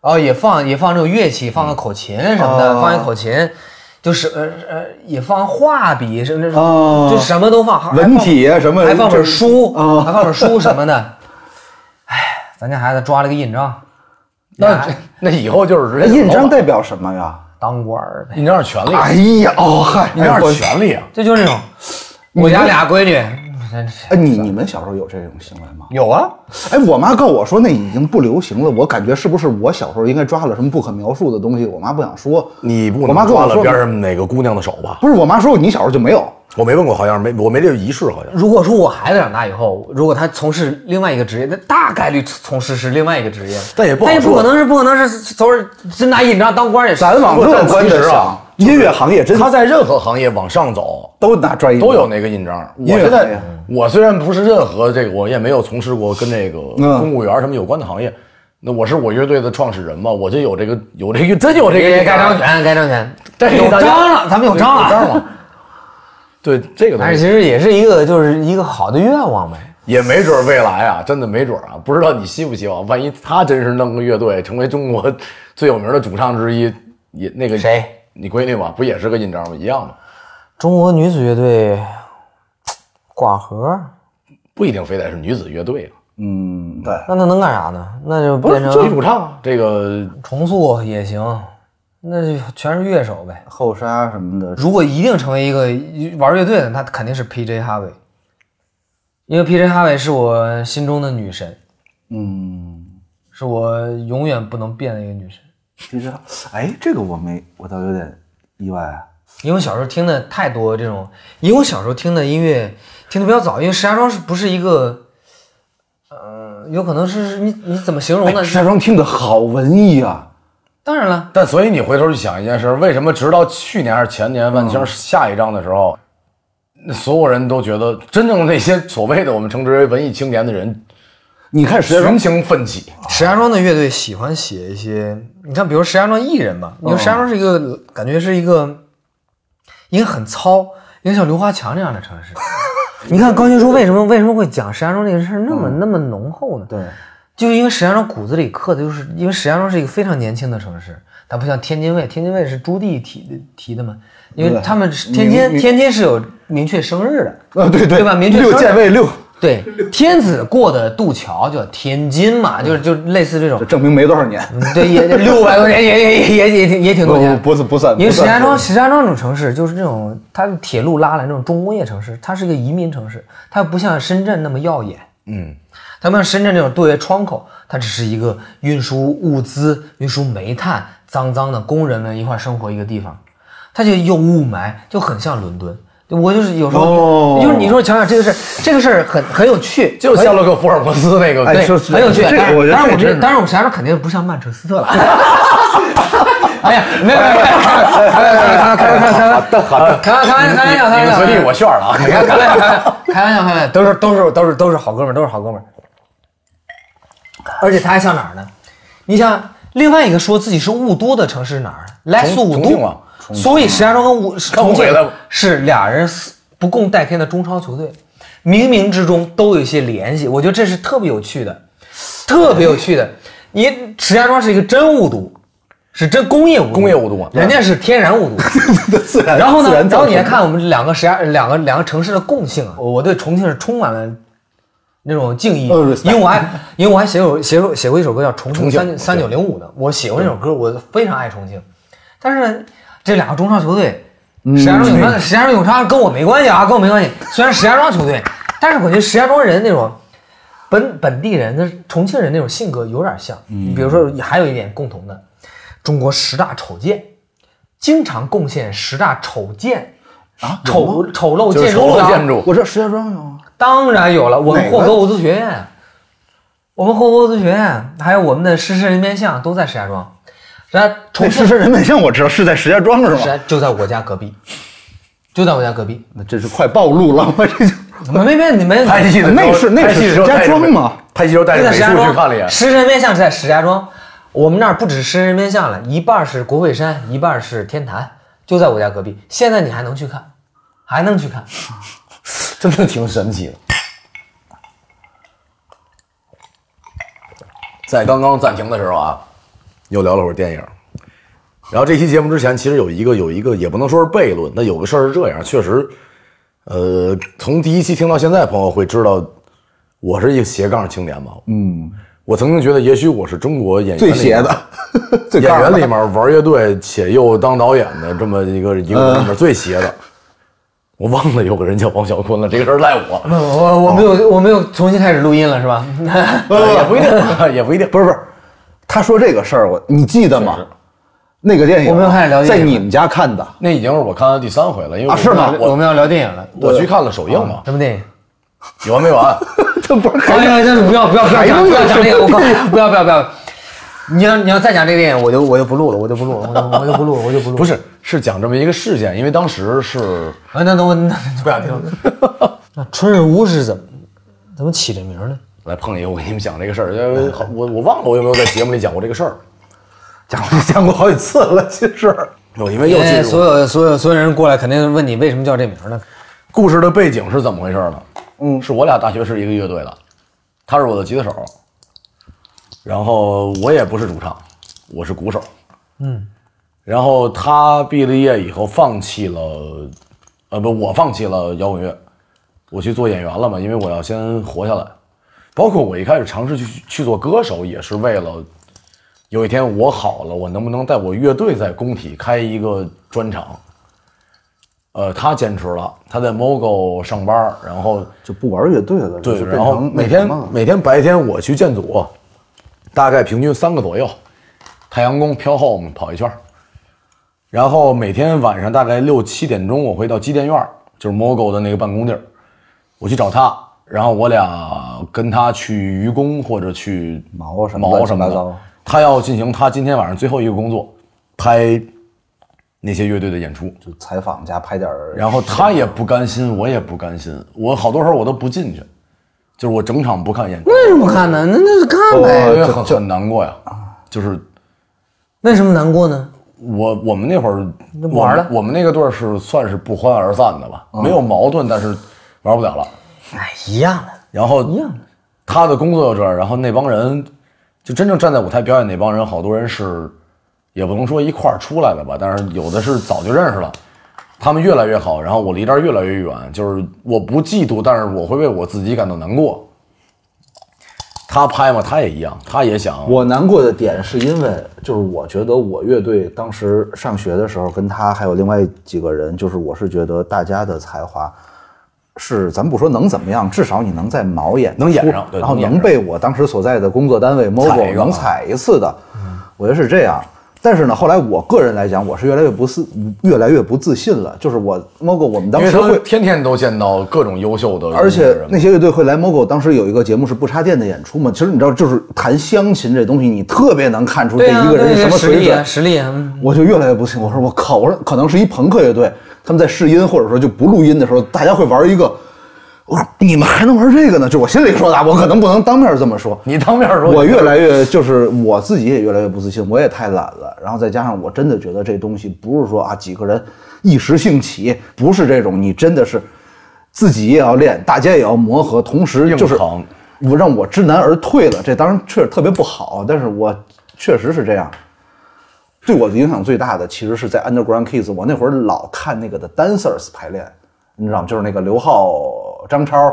Speaker 2: 哦，也放也放这种乐器，放个口琴什么的，
Speaker 3: 嗯哦
Speaker 2: 放一口琴，就是呃呃也放画笔，甚至
Speaker 3: 哦
Speaker 2: 就什么都放，还
Speaker 3: 文体啊什 么
Speaker 2: 还放本
Speaker 3: 这
Speaker 2: 书，
Speaker 3: 哦
Speaker 2: 还放本书什么的。哎，咱家孩子抓了个印章，
Speaker 1: 那 那以后就是
Speaker 3: 那
Speaker 1: 直接
Speaker 3: 印章
Speaker 1: 老板，
Speaker 3: 代表什么呀？
Speaker 2: 当官儿呗。
Speaker 1: 印章是权利，
Speaker 3: 哎呀，哦嗨，
Speaker 1: 印章
Speaker 3: 哎我
Speaker 1: 是权利啊。
Speaker 2: 这就是那种，我家俩闺女，真是
Speaker 3: 哎，你你们小时候有这种行为吗？
Speaker 2: 有啊，
Speaker 3: 哎，我妈告我说那已经不流行了，我感觉是不是我小时候应该抓了什么不可描述的东西？我妈不想说。
Speaker 1: 你不
Speaker 3: 我妈
Speaker 1: 能
Speaker 3: 跟我
Speaker 1: 抓
Speaker 3: 说
Speaker 1: 了边上哪个姑娘的手吧？
Speaker 3: 不是我妈说你小时候就没有，
Speaker 1: 我没问过，好像没我没这个仪式，好像
Speaker 2: 如果说我孩子长大以后，如果他从事另外一个职业，那大概率从事是另外一个职业，
Speaker 1: 但也不好
Speaker 2: 但也不
Speaker 1: 说
Speaker 2: 可能是不可能是从事真拿印章当官儿也是。
Speaker 3: 咱往乐观
Speaker 1: 其
Speaker 3: 的
Speaker 1: 实
Speaker 3: 想
Speaker 1: 啊，
Speaker 3: 音乐行业真
Speaker 1: 他在任何行业往上走
Speaker 3: 都拿专业
Speaker 1: 都有那个印章。我
Speaker 3: 音乐
Speaker 1: 现
Speaker 3: 行业
Speaker 1: 在我虽然不是任何这个，我也没有从事过跟这个
Speaker 3: 嗯
Speaker 1: 公务员什么有关的行业，那我是我乐队的创始人嘛，我就有这个有这个真有这
Speaker 3: 哎
Speaker 1: 个
Speaker 2: 该该张
Speaker 1: 印章
Speaker 2: 权，该张权，
Speaker 1: 但是
Speaker 2: 有
Speaker 1: 大家
Speaker 2: 章了，咱们有章了，
Speaker 1: 有章了。对这个东
Speaker 2: 但是
Speaker 1: 西
Speaker 2: 其实也是一个，就是一个好的愿望呗。
Speaker 1: 也没准儿未来啊，真的没准儿啊，不知道你希不希望？万一他真是弄个乐队，成为中国最有名的主唱之一，也那个
Speaker 2: 谁？
Speaker 1: 你闺女吧，不也是个印章吗？一样吗？
Speaker 2: 中国女子乐队挂盒，
Speaker 1: 不一定非得是女子乐队啊，
Speaker 3: 嗯，对，
Speaker 2: 那那能干啥呢？那就变
Speaker 1: 就
Speaker 2: 成
Speaker 1: 主唱啊，这个
Speaker 2: 重塑也行，那就全是乐手呗。
Speaker 3: 后沙什么的，
Speaker 2: 如果一定成为一个玩乐队的，那肯定是 PJ 哈维，因为 PJ 哈维是我心中的女神，
Speaker 3: 嗯，
Speaker 2: 是我永远不能变的一个女神。
Speaker 3: 其实，哎，这个我没，我倒有点意外。
Speaker 2: 因为我小时候听的太多这种，因为我小时候听的音乐听的比较早，因为石家庄是不是一个，呃，有可能是你你怎么形
Speaker 1: 哎
Speaker 2: 容 呢？
Speaker 3: 石家庄听的好文艺啊，
Speaker 2: 当然了，
Speaker 1: 但所以你回头去想一件事，为什么直到去年还是前年万青下一张的时候，那所有人都觉得真正的那些所谓的我们称之为文艺青年的人
Speaker 3: 你看石家庄
Speaker 1: 群情奋起，
Speaker 2: 石家庄的乐队喜欢写一些，你看，比如石家庄艺人吧，你
Speaker 3: 哦
Speaker 2: 说石家庄是一个、感觉是一个，应该很糙，应该像刘华强这样的城 市。你看高群书为什么为什么会讲石家庄这个事儿那么、那么浓厚呢？
Speaker 3: 嗯对，
Speaker 2: 就因为石家庄骨子里刻的就是，因为石家庄是一个非常年轻的城市，它不像天津卫，天津卫是朱棣提的提的嘛，因为他们是天津
Speaker 3: 明
Speaker 2: 天津是有明确生日的，
Speaker 3: 啊，对对
Speaker 2: 对吧明确
Speaker 3: 六
Speaker 2: 说
Speaker 3: 建
Speaker 2: 的
Speaker 3: 卫六，
Speaker 2: 对，天子过的渡桥叫天津嘛，就是就类似这种
Speaker 3: 这，证明没多少年。
Speaker 2: 嗯对，也六百块钱也也也也也挺也挺多钱，
Speaker 3: 不不不算
Speaker 2: 因为
Speaker 3: 不
Speaker 2: 石
Speaker 3: 算
Speaker 2: 家 庄，
Speaker 3: 是
Speaker 2: 石家庄这种城市就是这种，它的铁路拉来这种重工业城市，它是一个移民城市，它不像深圳那么耀眼。
Speaker 1: 嗯，
Speaker 2: 它不像深圳这种对外窗口，它只是一个运输物资、运输煤炭、脏脏的工人们一块生活一个地方，它就又雾霾，就很像伦敦。我就是有时候，
Speaker 3: 哦
Speaker 2: 就是你说想想这个事儿，这个事儿很很有趣，
Speaker 1: 就
Speaker 2: 很
Speaker 1: 夏洛克福尔摩斯那个，
Speaker 3: 哎
Speaker 2: 对，
Speaker 3: 说
Speaker 2: 很有趣。
Speaker 3: 这个
Speaker 2: 当然当然我
Speaker 3: 我觉得这个
Speaker 2: 这，
Speaker 3: 是
Speaker 2: 当然我石家庄肯定不像曼彻斯特了。哎呀，没有没有没有，开玩笑，开玩笑，开玩笑，
Speaker 3: 好的，
Speaker 2: 开玩笑，开玩笑，开玩笑，开
Speaker 1: 你
Speaker 2: 玩
Speaker 1: 们
Speaker 2: 笑，
Speaker 1: 随地我炫了啊，
Speaker 2: 开玩笑，开玩笑，开玩笑，开玩笑，都是都是都是都是好哥们儿，都是好哥们儿。而且他还像哪儿呢？你想，另外一个说自己是雾都的城市是哪儿？来自雾
Speaker 1: 重庆嘛
Speaker 2: 都，所以石家庄跟雾重
Speaker 1: 我
Speaker 2: 庆
Speaker 1: 回来吧
Speaker 2: 是俩人四不共戴天的中超球队，冥冥之中都有一些联系。我觉得这是特别有趣的，特别有趣的。你石家庄是一个真雾都，是真工业雾都，
Speaker 1: 工业雾都啊
Speaker 2: 人家是天然雾都。
Speaker 3: 自然。
Speaker 2: 然后
Speaker 3: 自
Speaker 2: 呢，然
Speaker 3: 造
Speaker 2: 后
Speaker 3: 成
Speaker 2: 你还看我们两个石家两个两个城市的共性啊，我我对重庆是充满了那种敬意，
Speaker 3: 呃，respect
Speaker 2: 因为我还因为我还写首写首写过一首歌叫《重庆三三九零五》呢，我写过那首歌，我非常爱重庆，但是呢，这两个中超球队，石家庄永昌，石家庄永昌跟我没关系啊，跟我没关系，虽然石家庄球队，但是我觉得石家庄人那种。本本地人的重庆人那种性格有点像，你比如说还有一点共同的，中国十大丑见，经常贡献十大丑见啊，丑丑陋
Speaker 1: 就是
Speaker 2: 建
Speaker 1: 丑
Speaker 2: 筑
Speaker 1: 陋
Speaker 2: 啊
Speaker 1: 建筑，
Speaker 3: 我这石家庄有啊，
Speaker 2: 当然有了，我们
Speaker 3: 哪个
Speaker 2: 霍格沃兹学院，我们霍格沃兹学院，还有我们的狮身人面像都在石家庄，然后重
Speaker 3: 那
Speaker 2: 庆
Speaker 3: 狮身人面像我知道是在石家庄是
Speaker 2: 石
Speaker 3: 吗？
Speaker 2: 家就在我家隔壁，就在我家隔壁，
Speaker 3: 那真是快暴露了，我这就
Speaker 2: 没没没你 们
Speaker 1: 拍戏的时候
Speaker 3: 那是那是
Speaker 1: 拍戏的时候
Speaker 3: 石家
Speaker 1: 带着
Speaker 3: 庄吗？
Speaker 1: 拍戏时候带
Speaker 2: 就在
Speaker 1: 着美
Speaker 2: 石家
Speaker 1: 术
Speaker 2: 庄
Speaker 1: 去看了一眼，
Speaker 2: 狮身人面像是在石家庄，我们那儿不止狮身人面像了，一半儿是国会山，一半儿是天坛，就在我家隔壁。现在你还能去看，还能去看。
Speaker 1: 真的挺神奇的。在刚刚暂停的时候啊，又聊了会儿电影，然后这期节目之前，其实有一个有一个也不能说是悖论，那有个事儿是这样，确实，呃，从第一期听到现在，朋友会知道我是一个斜杠青年嘛。嗯，我曾经觉得也许我是中国演员
Speaker 3: 最
Speaker 1: 里
Speaker 3: 邪
Speaker 1: 面
Speaker 3: 的， 最
Speaker 1: 演
Speaker 3: 杠的
Speaker 1: 员里面玩乐队且又当导演的这么一个一个
Speaker 2: 嗯
Speaker 1: 里面最邪的。我忘了有个人叫王小坤了，这个事儿赖 我，
Speaker 2: 我我我没有我没有重新开始录音了是吧？嗯
Speaker 1: 也不一定，也不一定。
Speaker 3: 不是不是，他说这个事儿，我你记得吗？那个电影
Speaker 2: 我没有看了解
Speaker 3: 在你们家看的，
Speaker 1: 那已经是我看的第三回了，因为
Speaker 3: 啊是吗
Speaker 2: 我
Speaker 1: 我
Speaker 2: 们要啊聊电影了，
Speaker 1: 我去看了首映嘛，
Speaker 2: 什么电影？
Speaker 1: 有完没啊完？
Speaker 3: 这不是
Speaker 2: 哎呀，真的不要不要不要讲不要讲这个，我靠，不要不要不要！你要你要再讲这个电影， 我就我就不录了，我就不录了，我就我就不录了，我就不录了。
Speaker 1: 不是，是讲这么一个事件，因为当时是
Speaker 2: 啊，那那我那 不想听了。那春日屋是怎么怎么起这名儿呢？
Speaker 1: 来碰一个，我给你们讲这个事儿，因为好我我忘了我有没有在节目里讲过这个事儿，
Speaker 3: 讲过 讲过好几次了，其实
Speaker 1: 有因为
Speaker 2: 因
Speaker 1: 又进
Speaker 2: 为
Speaker 1: 入
Speaker 2: 哎所有所有所有人过来肯定问你为什么叫这名儿呢？
Speaker 1: 故事的背景是怎么回事呢？嗯，是我俩大学是一个乐队的，他是我的吉他手，然后我也不是主唱，我是鼓手。嗯，然后他毕了业以后放弃了，呃，不，我放弃了摇滚乐，我去做演员了嘛，因为我要先活下来。包括我一开始尝试去去做歌手，也是为了有一天我好了，我能不能带我乐队在工体开一个专场？呃，他坚持了，他在 MOGO 上班，然后
Speaker 3: 就不玩乐队了，
Speaker 1: 对，
Speaker 3: 就变
Speaker 1: 然后
Speaker 3: 成
Speaker 1: 每
Speaker 3: 那什
Speaker 1: 天
Speaker 3: 么了
Speaker 1: 每天白天我去建组，大概平均三个左右，太阳宫飘后们跑一圈儿，然后每天晚上大概六七点钟我会到机电院儿，就是 MOGO 的那个办公地儿，我去找他，然后我俩跟他去愚公或者去
Speaker 3: 毛什么
Speaker 1: 毛什么
Speaker 3: 乱七八糟
Speaker 1: 的，他要进行他今天晚上最后一个工作，拍那些乐队的演出。
Speaker 3: 就采访加拍点儿，
Speaker 1: 然后他也不甘心，我也不甘心，我好多时候我都不进去，就是我整场不看演出，
Speaker 2: 为什么不看呢？那那就看
Speaker 3: 哦
Speaker 1: 因
Speaker 2: 呗。
Speaker 1: 为很很难过呀。
Speaker 2: 啊
Speaker 1: 就是
Speaker 2: 为什么难过呢？
Speaker 1: 我我们那会儿
Speaker 2: 不玩了嗯
Speaker 1: 我们我们那个队儿是算是不欢而散的吧，没有矛盾，但是玩不了了。
Speaker 2: 哎，一样的。
Speaker 1: 然后他的工作就这样，然后那帮人就真正站在舞台表演那帮人，好多人是也不能说一块儿出来的吧，但是有的是早就认识了，他们越来越好，然后我离这儿越来越远，就是我不嫉妒，但是我会为我自己感到难过。他拍嘛，他也一样，他也想
Speaker 3: 我难过的点是因为，就是我觉得我乐队当时上学的时候，跟他还有另外几个人，就是我是觉得大家的才华是，咱不说能怎么样，至少你能在毛演
Speaker 1: 能演
Speaker 3: 出
Speaker 1: 上对
Speaker 3: 然后
Speaker 1: 能演
Speaker 3: 能被我当时所在的工作单位 MOGO
Speaker 1: 一个
Speaker 3: 能
Speaker 1: 啊
Speaker 3: 踩一次的，我觉得是这样。但是呢，后来我个人来讲，我是越来越不自越来越不自信了，就是我 MOGO 我们当
Speaker 1: 因为
Speaker 3: 时
Speaker 1: 他
Speaker 3: 会
Speaker 1: 会天天都见到各种优秀的音乐人，
Speaker 3: 而且那些乐队会来 MOGO，当时有一个节目是不插电的演出嘛。其实你知道，就是弹乡琴这东西，你特别能看出这
Speaker 2: 对啊，
Speaker 3: 一个人是
Speaker 2: 对
Speaker 3: 什么
Speaker 2: 实
Speaker 3: 水
Speaker 2: 力啊，
Speaker 3: 准。
Speaker 2: 实力啊。嗯
Speaker 3: 我就越来越不信，我说我靠，我说可能是一朋克乐队，他们在试音或者说就不录音的时候，大家会玩一个，我说你们还能玩这个呢？就我心里说的啊，我可能不能当面这么说，
Speaker 1: 你当面说，
Speaker 3: 我越来越就是我自己也越来越不自信，我也太懒了。然后再加上我真的觉得这东西不是说啊几个人一时兴起，不是这种，你真的是自己也要练，大家也要磨合，同时就是
Speaker 1: 硬扛
Speaker 3: 我让我知难而退了。这当然确实特别不好，但是我确实是这样。对我的影响最大的其实是在 Underground Kids，我那会儿老看那个的 Dancers 排练，你知道吗？就是那个刘浩、张超、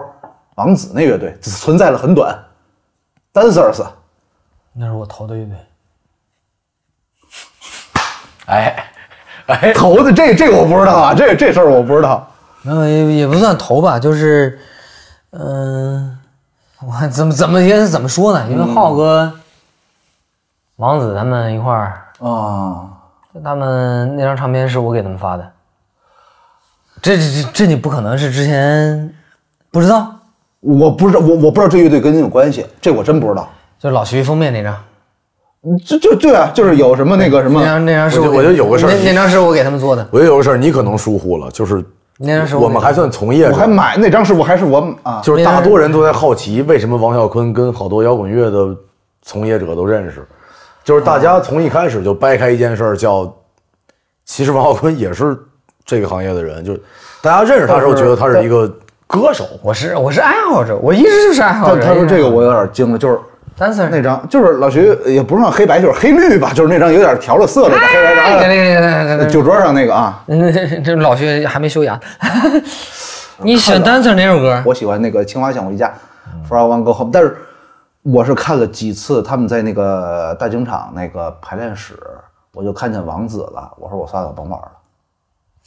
Speaker 3: 王子那乐队，只存在了很短。Dancers，
Speaker 2: 那是我投的乐队。
Speaker 1: 哎哎，
Speaker 3: 头的这这我不知道啊，这这事儿我不知道。
Speaker 2: 没有，也也不算投吧，就是，嗯、我怎么怎么也怎么说呢？因为浩哥、王子他们一块儿，
Speaker 3: 啊，
Speaker 2: 他们那张唱片是我给他们发的。这这这这你不可能是之前不知道，
Speaker 3: 我不知道，我我不知道这乐队跟您有关系，这我真不知道。
Speaker 2: 就是老徐封面那张，
Speaker 3: 就就对啊，就是有什么那个什么
Speaker 2: 那，
Speaker 1: 啊
Speaker 2: 张那张是
Speaker 1: 我就
Speaker 2: 给
Speaker 1: 我就有个事儿
Speaker 2: 那那张是我给他们做的，
Speaker 1: 我觉得有个事儿你可能疏忽了，就是
Speaker 2: 那张是我
Speaker 1: 我们还算从业
Speaker 3: 我
Speaker 1: 者，
Speaker 3: 还买那张是我还是我啊，
Speaker 1: 就是大多人都在好奇，为什么王啸坤跟好多摇滚乐的从业者都认识？就是大
Speaker 3: 啊
Speaker 1: 家从一开始就掰开一件事儿，叫其实王啸坤也是这个行业的人，就是大家认识他的时候觉得他是一个歌手，
Speaker 2: 我是我是爱好者，我一直就是爱好
Speaker 3: 他
Speaker 2: 者。
Speaker 3: 他说
Speaker 2: 一直
Speaker 3: 这
Speaker 2: 爱
Speaker 3: 个
Speaker 2: 好者
Speaker 3: 我有点惊了，就是
Speaker 2: dancer
Speaker 3: 那张就是老徐也不是让黑白，就是黑绿吧，就是那张有点调了色了的黑
Speaker 2: 那个
Speaker 3: 白，
Speaker 2: 那
Speaker 3: 然
Speaker 2: 个那个那
Speaker 3: 后
Speaker 2: 个
Speaker 3: 酒桌上那个啊，
Speaker 2: 那 这这老薛还没修牙。 你喜欢 dancer 哪首歌？
Speaker 3: 我喜欢那个《青蛙想回家》，For One Go Home，但是我是看了几次他们在那个大剧场那个排练室，我就看见王子了，我说我算了，甭玩了。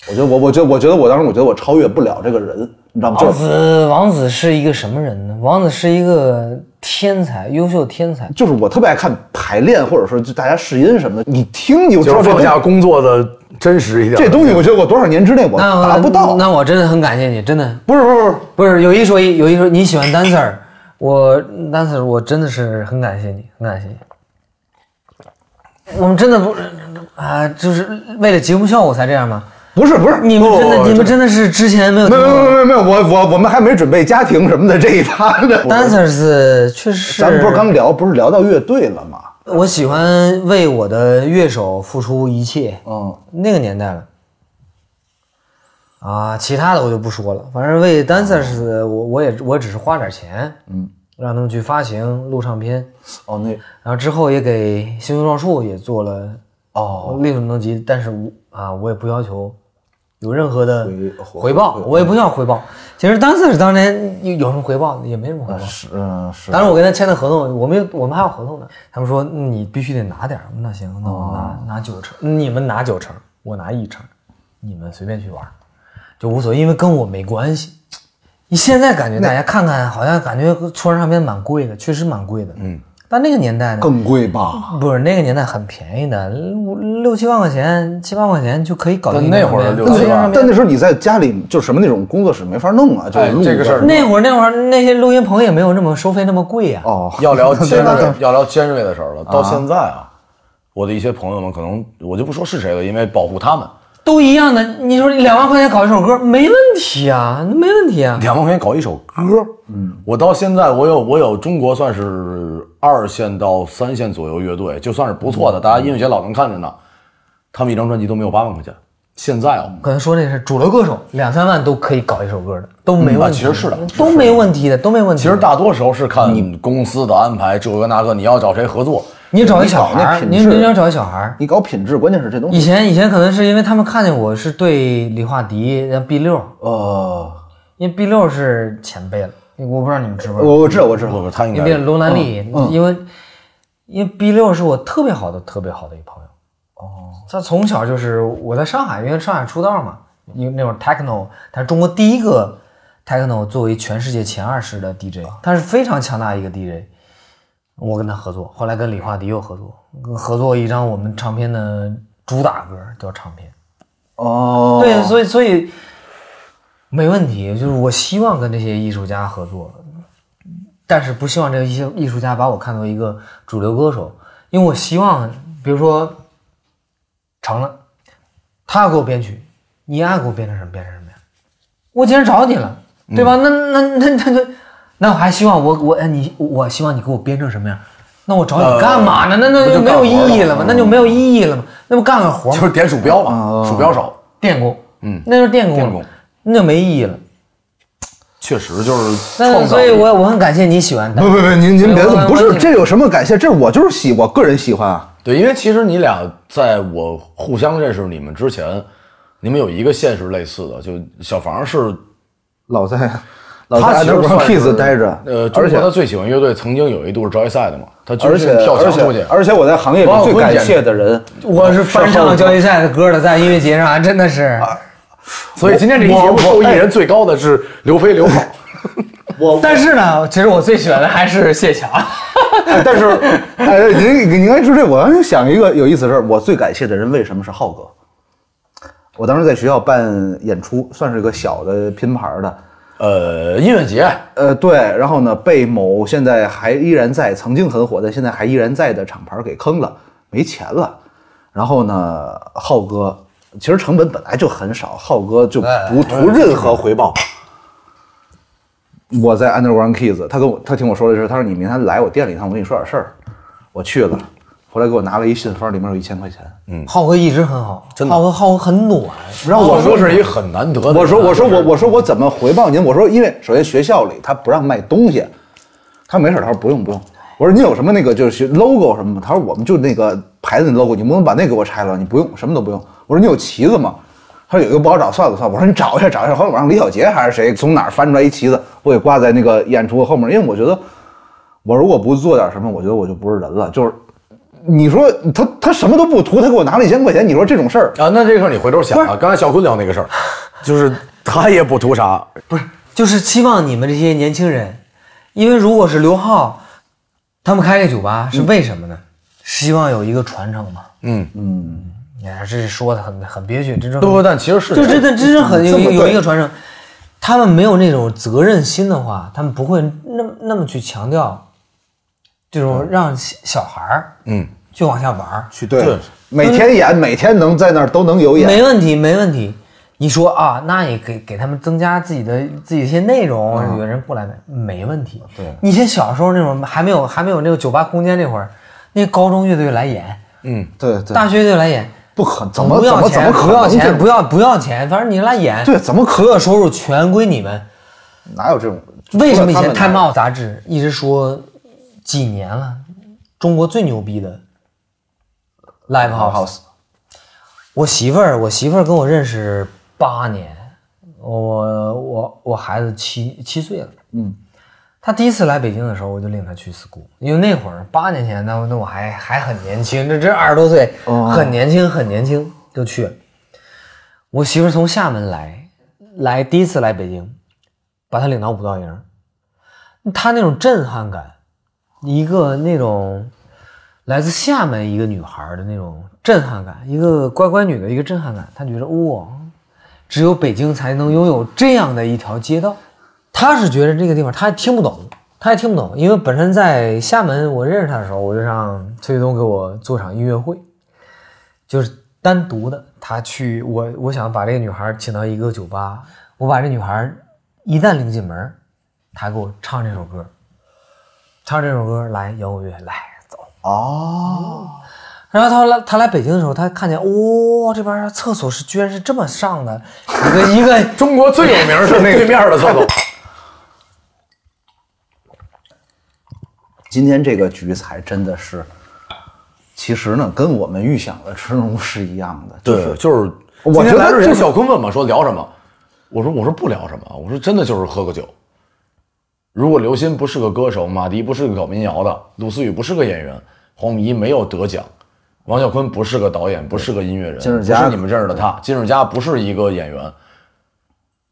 Speaker 3: 我觉得我，我觉得，我觉得我当时我觉得我超越不了这个人，你知道吗？就
Speaker 2: 王
Speaker 3: 是
Speaker 2: 子，王子是一个什么人呢？王子是一个天才，优秀天才。
Speaker 3: 就是我特别爱看排练，或者说就大家试音什么的，你听你就知
Speaker 1: 就
Speaker 3: 道
Speaker 1: 是
Speaker 3: 这东
Speaker 1: 放
Speaker 3: 西
Speaker 1: 下工作的真实一点。
Speaker 3: 这东西，我觉得我多少年之内我
Speaker 2: 那
Speaker 3: 达不到。
Speaker 2: 那我真的很感谢你，真的
Speaker 3: 不是不是不是，
Speaker 2: 不是有一说一，有一说你喜欢 dancer，我 dancer 我真的是很感谢你，很感谢你。我们真的不啊，就是为了节目效果才这样吗？
Speaker 3: 不是不是，
Speaker 2: 你们真的，
Speaker 3: 不
Speaker 2: 你们真的是之前没有听
Speaker 3: 没有没
Speaker 2: 过
Speaker 3: 有没有没有，我我我们还没准备家庭什么的这一趴 呢。
Speaker 2: dancers，确实是。
Speaker 3: 咱们不是刚聊，不是聊到乐队了吗？
Speaker 2: 我喜欢为我的乐手付出一切，
Speaker 3: 嗯，
Speaker 2: 那个年代了。啊，其他的我就不说了，反正为 dancers，我我也我只是花点钱，嗯，让他们去发行录唱片，
Speaker 3: 哦那
Speaker 2: 然后之后也给星星撞树也做了
Speaker 3: 哦
Speaker 2: 力所能及，但是我啊，我也不要求有任何的
Speaker 3: 回
Speaker 2: 回报，我也不要回报。其实 dancers 当年有有什么回报，也没什么回报，
Speaker 3: 是嗯是，
Speaker 2: 当时我跟他签的合同，我们有我们还有合同呢。他们说嗯你必须得拿点儿，那行，那我拿拿九成，你们拿九成，我拿一成，你们随便去玩儿，就无所谓，因为跟我没关系。你现在感觉大家看看，好像感觉出张唱片蛮贵的，确实蛮贵的，嗯。但那个年代呢，
Speaker 3: 更贵吧？
Speaker 2: 不是那个年代很便宜的，五六七万块钱、七八万块钱就可以搞定一张
Speaker 4: 那
Speaker 2: 唱
Speaker 4: 会儿的
Speaker 2: 片。
Speaker 4: 六
Speaker 3: 但
Speaker 4: 七
Speaker 2: 张
Speaker 4: 万
Speaker 2: 唱片
Speaker 3: 那但那时候你在家里就是什么那种工作室没法弄啊，就是
Speaker 4: 哎
Speaker 3: 录
Speaker 4: 这个事儿
Speaker 2: 那会儿那会儿那些录音棚也没有那么收费那么贵啊呀、
Speaker 3: 哦，
Speaker 4: 要聊尖
Speaker 3: 那
Speaker 4: 锐，要聊尖锐的事儿了。到现在啊，我的一些朋友们，可能我就不说是谁了，因为保护他们，
Speaker 2: 都一样的。你说两万块钱搞一首歌没问题啊，没问题啊。
Speaker 4: 两万块钱搞一首歌，嗯，我到现在我有我有中国算是二线到三线左右乐队，就算是不错的，大家音乐节老能看着呢，他们一张专辑都没有八万块钱。现在哦，
Speaker 2: 可能说那是主流歌手，两三万都可以搞一首歌的，都没问题。
Speaker 4: 嗯啊其实是的
Speaker 2: 都没问题的，都没问题
Speaker 4: 其
Speaker 2: 的。
Speaker 4: 实大多时候是看公司的安排，这个那个，你要找谁合作，
Speaker 2: 你找一小孩儿，
Speaker 3: 你搞那
Speaker 2: 你
Speaker 3: 品质
Speaker 2: 你要找一小孩儿。
Speaker 3: 你搞品质，关键是这东
Speaker 2: 以
Speaker 3: 西
Speaker 2: 前以前可能是因为他们看见我是对李化迪、像 B 六，哦
Speaker 3: 呃，
Speaker 2: 因为 B 六是前辈了，我不知道你们知不知道。
Speaker 3: 哦我我知道我知
Speaker 4: 不
Speaker 3: 道，
Speaker 4: 不，他应
Speaker 2: 因为
Speaker 4: 该
Speaker 2: 罗兰丽，因为因为 B 六是我特别好的特别好的一个朋友。哦，他从小就是我在上海，因为上海出道嘛，因为那会儿 techno，他是中国第一个 techno 作为全世界前二十的 DJ，他是非常强大一个 DJ。我跟他合作，后来跟李化迪又合作，跟合作一张我们唱片的主打歌叫《唱片》。
Speaker 3: 哦，
Speaker 2: 对，所以所以没问题，就是我希望跟这些艺术家合作，但是不希望这些艺术家把我看作一个主流歌手，因为我希望，比如说成了，他给我编曲，你爱给我编成什么编成什么呀？我既然找你了，对吧？那那那那那，那我还希望我我哎你我希望你给我编成什么样？那我找你干嘛呢？那呃那就没有意义了嘛，那就没有意义了嘛，那不干个活吗
Speaker 4: 就是点鼠标
Speaker 2: 啊
Speaker 4: 嘛，鼠标手，
Speaker 2: 电工，嗯，那就是电工了，
Speaker 4: 电工
Speaker 2: 那就没意义了。
Speaker 4: 确实就是
Speaker 2: 那
Speaker 4: 创造
Speaker 2: 所以
Speaker 4: 力。
Speaker 2: 我我很感谢你喜欢他
Speaker 3: 不，不不，您您别
Speaker 2: 哎我我
Speaker 3: 不
Speaker 2: 我
Speaker 3: 是这有什么感谢，这我就是喜，我个人喜欢啊。
Speaker 4: 对，因为其实你俩在我互相认识你们之前，你们有一个现实类似的，就小房是
Speaker 3: 老在老在
Speaker 4: 他其实
Speaker 3: Underground
Speaker 4: 算是
Speaker 3: Kiss 待着，
Speaker 4: 呃，中国
Speaker 3: 而且
Speaker 4: 他最喜欢乐队曾经有一度是 Joyside 嘛，他就
Speaker 3: 而
Speaker 4: 是
Speaker 3: 且
Speaker 4: 跳
Speaker 3: 而
Speaker 4: 墙出
Speaker 3: 且
Speaker 4: 去，
Speaker 3: 而且我在行业里
Speaker 4: 王小
Speaker 3: 最
Speaker 4: 坤
Speaker 3: 感
Speaker 4: 简直
Speaker 3: 谢的人，
Speaker 2: 我是翻唱交易赛的歌的，在音乐节上啊真的是。
Speaker 4: 所以今天这期节目受益
Speaker 3: 哎
Speaker 4: 人最高的是刘飞刘 跑。
Speaker 2: 但是呢，其实我最喜欢的还是谢强。
Speaker 3: 哎但是哎，您您刚才说这，我刚想一个有意思的事儿，我最感谢的人为什么是浩哥？我当时在学校办演出，算是个小的拼盘儿的，
Speaker 4: 呃，音乐节
Speaker 3: 呃，对，然后呢，被某现在还依然在，曾经很火，但现在还依然在的厂牌给坑了，没钱了。然后呢，浩哥其实成本本来就很少，浩哥就不图任何回报。我在 Underground Kids，他跟我他听我说了这事，他说你明天来我店里一趟，我跟你说点事儿。我去了，回来给我拿了一信封，里面有一千块钱。
Speaker 2: 嗯浩哥一直很好，
Speaker 4: 真的
Speaker 2: 浩哥浩哥很暖，
Speaker 3: 然后我
Speaker 4: 说是一个很难得的，
Speaker 3: 我说
Speaker 1: 啊
Speaker 3: 我说我我说我怎么回报您？我说因为首先学校里他不让卖东西，他没事儿，他说不用不用，我说您有什么那个就是 logo 什么吗？他说我们就那个牌子那 logo，你不能把那给我拆了，你不用什么都不用。我说你有旗子吗？他说有一个不好找，算了算了。我说你找一下找一下，后来我让李小杰还是谁从哪儿翻出来一旗子，我给挂在那个演出后面，因为我觉得我如果不做点什么，我觉得我就不是人了。就是你说他他什么都不图，他给我拿了一千块钱，你说这种事儿，
Speaker 1: 啊，那这个事儿你回头想啊，刚才小坤聊那个事儿，就是他也不图啥，
Speaker 2: 就是期望你们这些年轻人，因为如果是刘浩，他们开这酒吧是为什么呢？希望有一个传承嘛。
Speaker 1: 嗯
Speaker 2: 嗯，你看这说的很很憋屈，真正
Speaker 1: 对不？但其实是
Speaker 2: 就真的真正很有
Speaker 3: 哎这么
Speaker 2: 有
Speaker 3: 对
Speaker 2: 一个传承。他们没有那种责任心的话，他们不会那么那么去强调这种让小小孩儿
Speaker 1: 嗯，
Speaker 2: 去往下玩儿。
Speaker 3: 去对，每天演，每天能在那儿都能有演，
Speaker 2: 没问题，没问题。你说啊，那也给给他们增加自己的自己一些内容，
Speaker 3: 嗯
Speaker 2: 有人不来买，没问题。对，你像小时候那种还没有还没有那个酒吧空间那会儿，那高中乐队来演，
Speaker 3: 对对，
Speaker 2: 大学乐队来演，
Speaker 3: 不可怎么
Speaker 2: 不
Speaker 3: 怎
Speaker 2: 要
Speaker 3: 么怎
Speaker 2: 钱，
Speaker 3: 么
Speaker 2: 不
Speaker 3: 可
Speaker 2: 要
Speaker 3: 能这
Speaker 2: 钱，
Speaker 3: 种
Speaker 2: 不要不要钱，反正你来演，
Speaker 3: 对怎么可
Speaker 2: 所有收入全归你们。
Speaker 3: 哪有这种？
Speaker 2: 为什么以
Speaker 3: 除
Speaker 2: 前
Speaker 3: 了
Speaker 2: 《
Speaker 3: 他们
Speaker 2: Time Out》杂志一直说几年了，中国最牛逼的 Live House？我媳妇儿，我媳妇儿跟我认识八年，我我我孩子七七岁了，嗯，她第一次来北京的时候，我就领她去 school，因为那会儿八年前，那那我还还很年轻，这这二十多岁，很年轻很年轻就去了。我媳妇儿从厦门来，来第一次来北京，把她领到五道营儿，她那种震撼感，一个那种来自厦门一个女孩儿的那种震撼感，一个乖乖女的一个震撼感，她觉得哇，只有北京才能拥有这样的一条街道。她是觉得这个地方，她也听不懂，她也听不懂，因为本身在厦门，我认识她的时候，我就让崔旭东给我做场音乐会，就是单独的，他去我我想把这个女孩请到一个酒吧，我把这女孩一旦领进门，她给我唱这首歌，唱这首歌来摇滚乐来走。
Speaker 3: 哦，
Speaker 2: 然后他来，他来北京的时候，他看见，哦，这边厕所是居然是这么上的，一个一个
Speaker 1: 中国最有名儿是 那个对面的厕所，
Speaker 3: 今天这个局才真的是，其实呢，跟我们预想的吃龙是一样的，就
Speaker 1: 对，
Speaker 3: 是
Speaker 1: 就是
Speaker 3: 我
Speaker 1: 今天
Speaker 3: 觉得
Speaker 1: 来之前
Speaker 3: 这
Speaker 1: 小坤问嘛，说聊什么，我说我说不聊什么，我说真的就是喝个酒。如果刘鑫不是个歌手，马迪不是个搞民谣的，鲁思雨不是个演员，黄米一没有得奖，王啸坤不是个导演，不是个音乐人，
Speaker 3: 金世
Speaker 1: 不
Speaker 3: 佳
Speaker 1: 是你们认识的他，金世佳不是一个演员。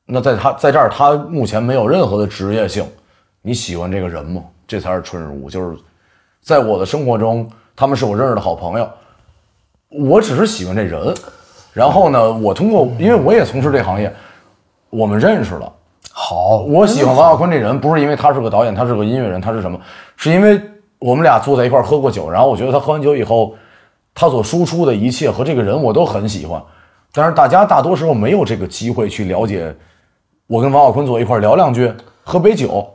Speaker 1: 那在他在这儿，他目前没有任何的职业性。你喜欢这个人吗？这才是春日屋。就是在我的生活中，他们是我认识的好朋友，我只是喜欢这人。然后呢，我通过，因为我也从事这行业，我们认识了。
Speaker 2: 好，
Speaker 1: 我喜欢王啸坤这人，不是因为他是个导演，他是个音乐人，他是什么？是因为我们俩坐在一块儿喝过酒，然后我觉得他喝完酒以后，他所输出的一切和这个人我都很喜欢。但是大家大多时候没有这个机会去了解，我跟王啸坤坐一块儿聊两句，喝杯酒。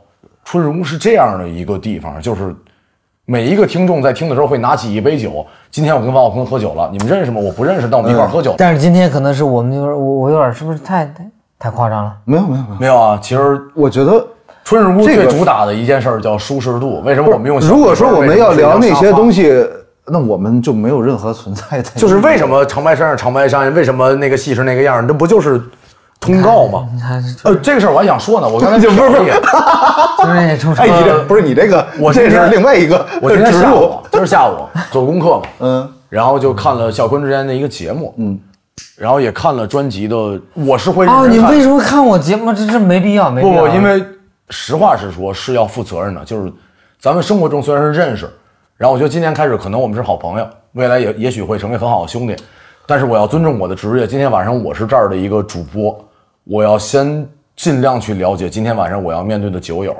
Speaker 1: 春日屋是这样的一个地方，就是每一个听众在听的时候会拿起一杯酒。今天我跟王啸坤喝酒了，你们认识吗？我不认识，但我们一块儿喝酒。
Speaker 2: 但是今天可能是我们有点，我我有点是不是太太太夸张了？
Speaker 3: 没有没有没有，
Speaker 1: 没有啊，其实
Speaker 3: 我觉得
Speaker 1: 春日屋
Speaker 3: 这
Speaker 1: 最
Speaker 3: 个
Speaker 1: 主打的一件事儿叫舒适度。为什么我们用小
Speaker 3: 如果说我们要聊那些东
Speaker 1: 西，
Speaker 3: 西，那我们就没有任何存在的，
Speaker 1: 就是 为什么长白山是长白山，为什么那个戏是那个样儿，这不就是通告吗？
Speaker 2: 你看，
Speaker 1: 呃，这个事儿我还想说呢，我刚才 就不是，
Speaker 2: 就是也冲
Speaker 3: 哎，
Speaker 2: 上
Speaker 3: 你这不是你这个，
Speaker 1: 我
Speaker 3: 这
Speaker 1: 今
Speaker 3: 是
Speaker 1: 天
Speaker 3: 另外一个
Speaker 1: 我今天
Speaker 3: 植
Speaker 1: 下
Speaker 3: 入
Speaker 1: 午，今儿下午做功课嘛，
Speaker 3: 嗯，
Speaker 1: 然后就看了小坤之前的一个节目，嗯，然后也看了专辑的《我是会认
Speaker 2: 哦，
Speaker 1: 真
Speaker 2: 你
Speaker 1: 看的
Speaker 2: 为什么看我节目？这这没必要，没必
Speaker 1: 不
Speaker 2: 要。
Speaker 1: 不，因为实话实说是要负责任的，就是咱们生活中虽然是认识，然后我觉得今天开始可能我们是好朋友，未来也也许会成为很好的兄弟，但是我要尊重我的职业。今天晚上我是这儿的一个主播，我要先尽量去了解今天晚上我要面对的酒友，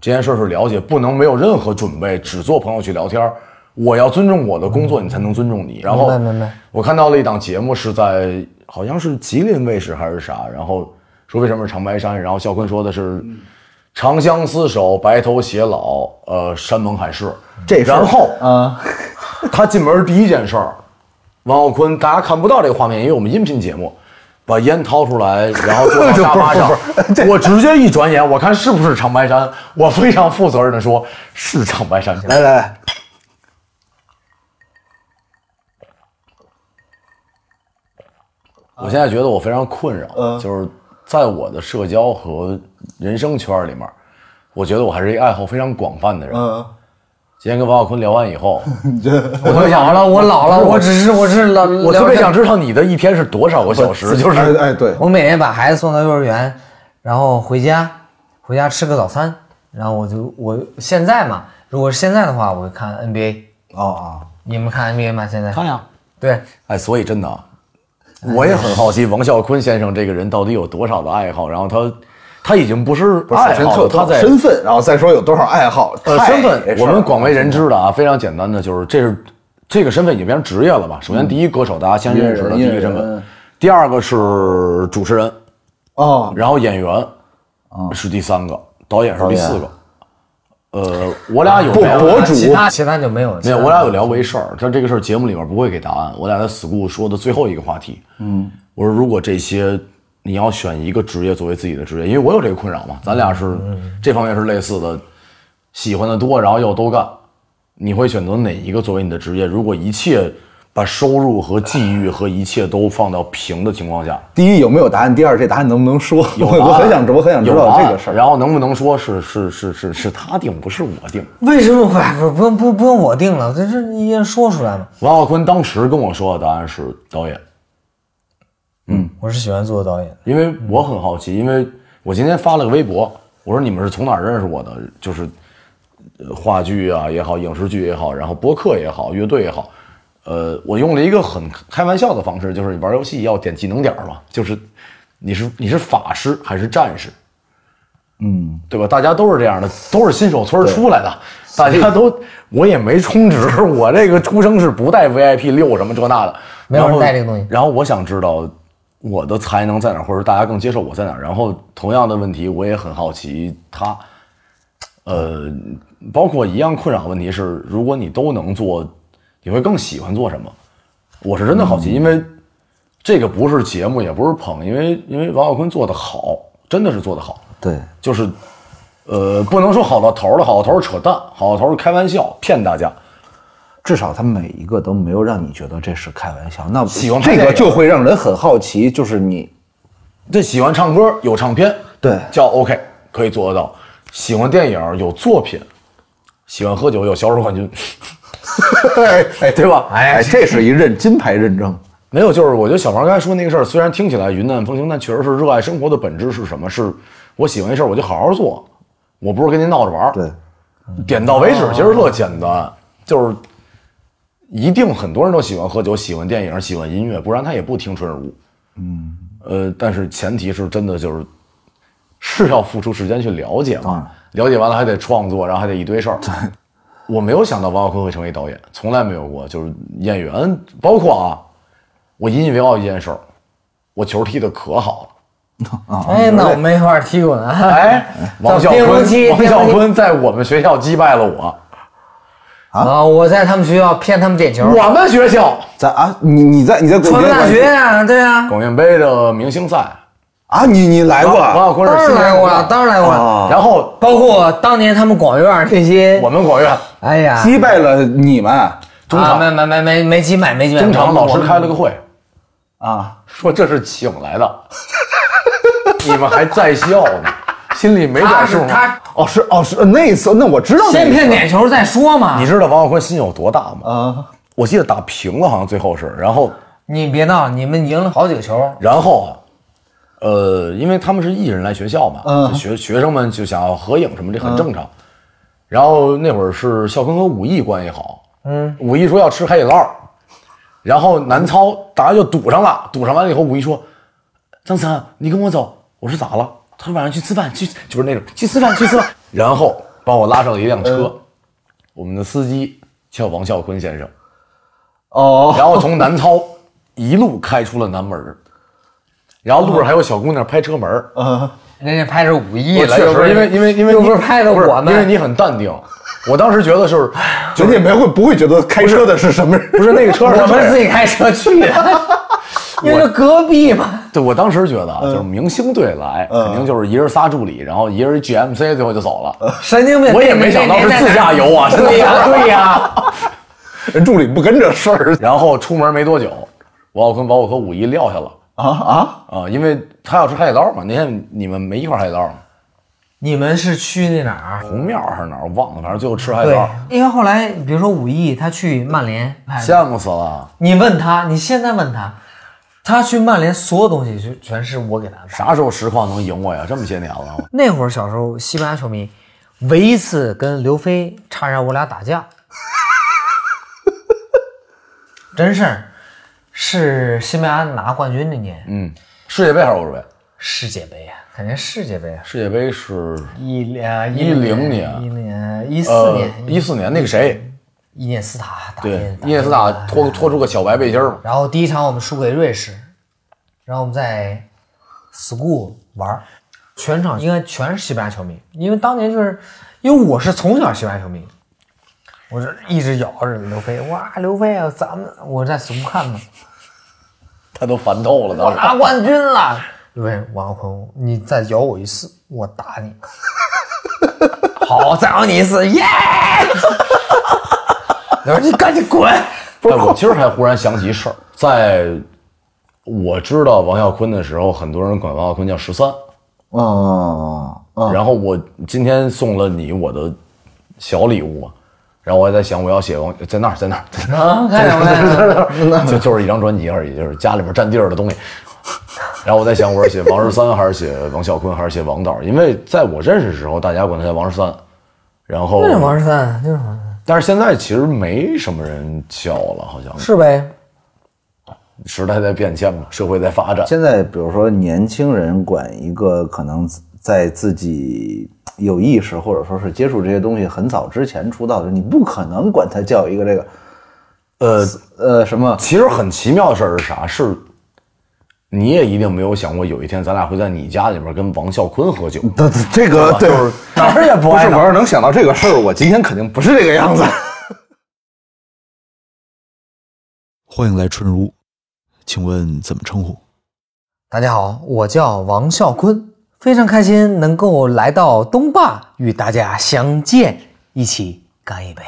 Speaker 1: 这件事儿是了解，不能没有任何准备，只做朋友去聊天儿。我要尊重我的工作，你才能尊重你。然后
Speaker 2: 明白明白
Speaker 1: 我看到了一档节目是在好像是吉林卫视还是啥，然后说为什么是长白山，然后肖坤说的是
Speaker 3: 嗯
Speaker 1: 长相厮守，白头偕老，呃，山盟海誓。
Speaker 3: 这事儿
Speaker 1: 然后
Speaker 3: 啊，
Speaker 1: 他进门第一件事儿，王浩坤，大家看不到这个画面，因为我们音频节目，把烟掏出来，然后坐到沙 发上我直接一转眼，我看是不是长白山，我非常负责任的说，是长白山。
Speaker 3: 来来来，
Speaker 1: 我现在觉得我非常困扰，
Speaker 3: 嗯
Speaker 1: 就是在我的社交和人生圈里面，我觉得我还是一个爱好非常广泛的人。
Speaker 3: 嗯，
Speaker 1: 今天跟王小坤聊完以后，
Speaker 2: 我老了，我老了，我只是我是老，
Speaker 1: 我特
Speaker 2: 聊
Speaker 1: 别
Speaker 2: 天
Speaker 1: 想知道你的一天是多少个小时，就是
Speaker 3: 哎哎对，
Speaker 2: 我每天把孩子送到幼儿园，然后回家，回家吃个早餐，然后我就我现在嘛，如果是现在的话，我会看 NBA。
Speaker 3: 哦哦，
Speaker 2: 你们看 NBA 吗？现在
Speaker 6: 看呀，
Speaker 2: 对，
Speaker 1: 哎，所以真的啊，我也很好奇王啸坤先生这个人到底有多少的爱好，然后他他已经不是
Speaker 3: 不是
Speaker 1: 爱
Speaker 3: 首先
Speaker 1: 好了，
Speaker 3: 特
Speaker 1: 他在
Speaker 3: 身份，然后再说有多少爱好，
Speaker 1: 呃
Speaker 3: 太
Speaker 1: 身份，我们广为人
Speaker 3: 知。
Speaker 1: 知的啊，非常简单的就是这是这个身份已经变成职业了吧？首先第一歌手，大家先认识的第
Speaker 3: 嗯音乐
Speaker 1: 一
Speaker 3: 人
Speaker 1: 身
Speaker 3: 音乐
Speaker 1: 份
Speaker 3: 人，嗯
Speaker 1: 第二个是主持人，
Speaker 3: 哦，
Speaker 1: 然后演员
Speaker 3: 嗯
Speaker 1: 是第三个，导演是第四个。呃，我俩有
Speaker 3: 不
Speaker 1: 聊
Speaker 3: 博主
Speaker 2: 其他其他就没有了。
Speaker 1: 没有，我俩有聊过一事儿，但这个事儿节目里面不会给答案。我俩在 school 说的最后一个话题，嗯，我说如果这些你要选一个职业作为自己的职业，因为我有这个困扰嘛，咱俩是
Speaker 3: 嗯
Speaker 1: 这方面是类似的，喜欢的多，然后又都干，你会选择哪一个作为你的职业？如果一切把收入和际遇和一切都放到平的情况下，
Speaker 3: 第一有没有答案？第二这答案能不能说？
Speaker 1: 有
Speaker 3: 我
Speaker 1: 答案
Speaker 3: 我很想知，我很想知
Speaker 1: 有答
Speaker 3: 道
Speaker 1: 案
Speaker 3: 这个事儿。
Speaker 1: 然后能不能说是是是是是他定，不是我定？
Speaker 2: 为什么不不不用不不用我定了？这是你也说出来嘛。
Speaker 1: 王浩坤当时跟我说的答案是导演。
Speaker 2: 我是喜欢做导演的，
Speaker 1: 因为我很好奇，因为我今天发了个微博，我说你们是从哪儿认识我的？就是呃话剧啊也好，影视剧也好，然后播客也好，乐队也好，呃，我用了一个很开玩笑的方式，就是你玩游戏要点技能点儿嘛，就是你是你是法师还是战士？嗯，对吧？大家都是这样的，都是新手村出来的，大家都我也没充值， 我这个出生是不带 VIP 六什么这那的，
Speaker 2: 没有人
Speaker 1: 然后
Speaker 2: 带这个东西
Speaker 1: 然后我想知道我的才能在哪儿，或者大家更接受我在哪儿。然后同样的问题，我也很好奇他，呃，包括一样困扰的问题是，如果你都能做，你会更喜欢做什么？我是真的好奇，因为这个不是节目，也不是捧，因为因为王小坤做的好，真的是做的好，
Speaker 3: 对，
Speaker 1: 就是呃，不能说好到头儿了，好到头儿是扯淡，好到头儿是开玩笑骗大家。
Speaker 3: 至少他每一个都没有让你觉得这是开玩笑。那
Speaker 1: 喜欢看
Speaker 3: 这
Speaker 1: 电
Speaker 3: 个
Speaker 1: 影
Speaker 3: 就会让人很好奇，就是你
Speaker 1: 这喜欢唱歌有唱片，
Speaker 3: 对
Speaker 1: 叫 OK 可以做得到；喜欢电影有作品，喜欢喝酒有销售冠军， 哎，对吧？
Speaker 3: 哎，这是一认金牌认证。
Speaker 1: 没有，就是我觉得小王刚才说那个事儿，虽然听起来云淡风轻，但确实是热爱生活的本质是什么？是我喜欢一事儿，我就好好做，我不是跟您闹着玩儿。
Speaker 3: 对，
Speaker 1: 点到为止，其实特简单，就是一定很多人都喜欢喝酒、喜欢电影、喜欢音乐，不然他也不听春日屋。嗯，呃，但是前提是真的就是是要付出时间去了解嘛，了解完了还得创作，然后还得一堆事儿。我没有想到王小坤会成为导演，从来没有过。就是演员，包括啊，我引以为傲一件事儿，我球踢得可好了。
Speaker 2: 哎，那我没法踢过呢。
Speaker 1: 哎，王啸
Speaker 2: 冰壶
Speaker 1: 坤，
Speaker 2: 踢
Speaker 1: 王
Speaker 2: 冰壶
Speaker 1: 啸
Speaker 2: 踢
Speaker 1: 坤在我们学校击败了我，
Speaker 2: 啊！我在他们学校骗他们点球，
Speaker 1: 我们学校。
Speaker 3: 咱啊，你你在你在
Speaker 2: 传
Speaker 3: 广
Speaker 2: 媒
Speaker 3: 电
Speaker 2: 大学呀，对啊呀，
Speaker 1: 广院杯的明星赛，
Speaker 3: 啊，你你来过
Speaker 1: 王
Speaker 3: 啊？
Speaker 1: 小坤
Speaker 2: 哎当然
Speaker 1: 是新
Speaker 2: 来
Speaker 1: 人
Speaker 2: 过了，当然来过了。
Speaker 3: 啊
Speaker 1: 然后
Speaker 2: 包括当年他们广院那些
Speaker 1: 我，们广院
Speaker 2: 哎呀，
Speaker 3: 击败了你们
Speaker 1: 中
Speaker 2: 啊
Speaker 1: 场
Speaker 2: 没没没没没几买没几买，
Speaker 1: 中场老师开了
Speaker 2: 个
Speaker 1: 个会，
Speaker 3: 啊！
Speaker 1: 说这是请来的， 你们还在校呢，心里没
Speaker 2: 他
Speaker 1: 点
Speaker 2: 是
Speaker 1: 数吗？
Speaker 2: 他
Speaker 3: 哦，是哦，是那一次，那我知道那一次。
Speaker 2: 先骗点球再说嘛
Speaker 1: 你。知道王小坤心有多大吗？
Speaker 3: 啊！
Speaker 1: 我记得打平了，好像最后是，然后
Speaker 2: 你别闹，你们赢了好几个球，
Speaker 1: 然后啊。呃，因为他们是艺人来学校嘛，就学学生们就想要合影什么，这很正常。然后那会儿是孝坤和武艺关系好，嗯，武艺说要吃海底捞，然后南操大家就堵上了，堵上完了以后，武艺说：“张三，你跟我走。”我说：“咋了？”他说：“晚上去吃饭，去就是那种去吃饭，去吃饭。”然后把我拉上了一辆车，我们的司机叫王啸坤先生，
Speaker 3: 哦，
Speaker 1: 然后从南操一路开出了南门儿，然后路上还有小姑娘拍车门儿。
Speaker 3: 哦
Speaker 2: 人家拍着武艺
Speaker 1: 我
Speaker 2: 了，
Speaker 1: 确
Speaker 2: 又不
Speaker 1: 实，
Speaker 2: 是
Speaker 1: 因为因为因为
Speaker 2: 又
Speaker 1: 你
Speaker 2: 不是拍的
Speaker 1: 不是
Speaker 2: 我们，
Speaker 1: 因为你很淡定。我当时觉得就是，
Speaker 3: 人家没会不会觉得开车的是什么人？
Speaker 1: 不是那个车上
Speaker 2: 我
Speaker 1: 是
Speaker 2: 们自己开车去的，因为就隔壁嘛。
Speaker 1: 对我当时觉得啊，就是明星队来，肯定就是一人仨助理，然后一人 GMC，最后就走了。
Speaker 2: 神经病！
Speaker 1: 我也没想到是自驾游啊，
Speaker 2: 对呀对呀，
Speaker 3: 人助理不跟这事儿
Speaker 1: 然后出门没多久，我要跟保我和五一撂下了
Speaker 3: 啊啊！
Speaker 1: 啊、因为他要吃海底捞嘛。那天你们没一块儿海底捞吗？
Speaker 2: 你们是去那哪儿？啊
Speaker 1: 红庙还是哪儿？我忘了，反正最后吃海底
Speaker 2: 对
Speaker 1: 捞，，
Speaker 2: 因为后来比如说武艺，他去曼联拍的，
Speaker 1: 羡慕死了。
Speaker 2: 你问他，你现在问他，他去曼联所有东西就全是我给他安排。
Speaker 1: 啥时候实况能赢我呀？这么些年了，
Speaker 2: 那会儿小时候，西班牙球迷唯一一次跟刘飞差点我俩打架， 真事儿，是西班牙拿冠军那年，
Speaker 1: 嗯，世界杯还是欧洲杯？
Speaker 2: 世界杯啊，肯定世界杯啊，
Speaker 1: 世界杯是
Speaker 2: 一呃
Speaker 1: 10
Speaker 2: 一零一四
Speaker 1: 呃
Speaker 2: 年，啊
Speaker 1: 一四年那个谁，
Speaker 2: 伊涅斯塔打
Speaker 1: 对
Speaker 2: 进，
Speaker 1: 伊涅斯塔脱脱出个小白背心儿嘛。
Speaker 2: 然后第一场我们输给瑞士，然后我们在 school 玩儿，全场应该全是西班牙球迷，因为当年就是因为我是从小西班牙球迷，我这一直咬着刘飞，哇，刘飞啊，咱们我在 school 看嘛，
Speaker 1: 他都烦透了，
Speaker 2: 我
Speaker 1: 当时
Speaker 2: 拿冠军 了。刘飞，王坤，你再咬我一次，我打 你。好，再咬你一次， 耶！我说你赶紧滚。
Speaker 1: 但我今儿还忽然想起一事儿，在我知道王啸坤的时候，很多人管王啸坤叫十三。
Speaker 3: 啊哦
Speaker 2: 啊
Speaker 3: 哦，
Speaker 1: 然后我今天送了你我的小礼物嘛，然后我还在想我要写王在那儿在那儿，在
Speaker 2: 啊，看见没？
Speaker 3: 哎
Speaker 2: 看见 没
Speaker 1: 那儿 就就是一张专辑而已，就是家里边占地儿的东西。然后我在想，我是写王十三，还是写王啸坤，还是写王导？因为在我认识的时候，大家管他叫王十三。然后，
Speaker 2: 就是王十三，就是王十三，
Speaker 1: 但是现在其实没什么人叫了，好像
Speaker 2: 是呗？
Speaker 1: 时代在变迁嘛，社会在发展。
Speaker 3: 现在比如说年轻人管一个可能在自己有意识或者说是接触这些东西很早之前出道的，你不可能管他叫一个这个
Speaker 1: 呃，
Speaker 3: 呃什么
Speaker 1: 其实很奇妙的事儿是啥？是你也一定没有想过，有一天咱俩会在你家里边跟王啸坤喝酒。
Speaker 3: 这这个对，
Speaker 1: 哪儿也不
Speaker 3: 不
Speaker 1: 爱
Speaker 3: 是
Speaker 1: 哪
Speaker 3: 我
Speaker 1: 儿
Speaker 3: 要是能想到这个事儿，我今天肯定不是这个样子。
Speaker 7: 欢迎来春如，请问怎么称呼？
Speaker 2: 大家好，我叫王啸坤，非常开心能够来到东坝与大家相见，一起干一杯。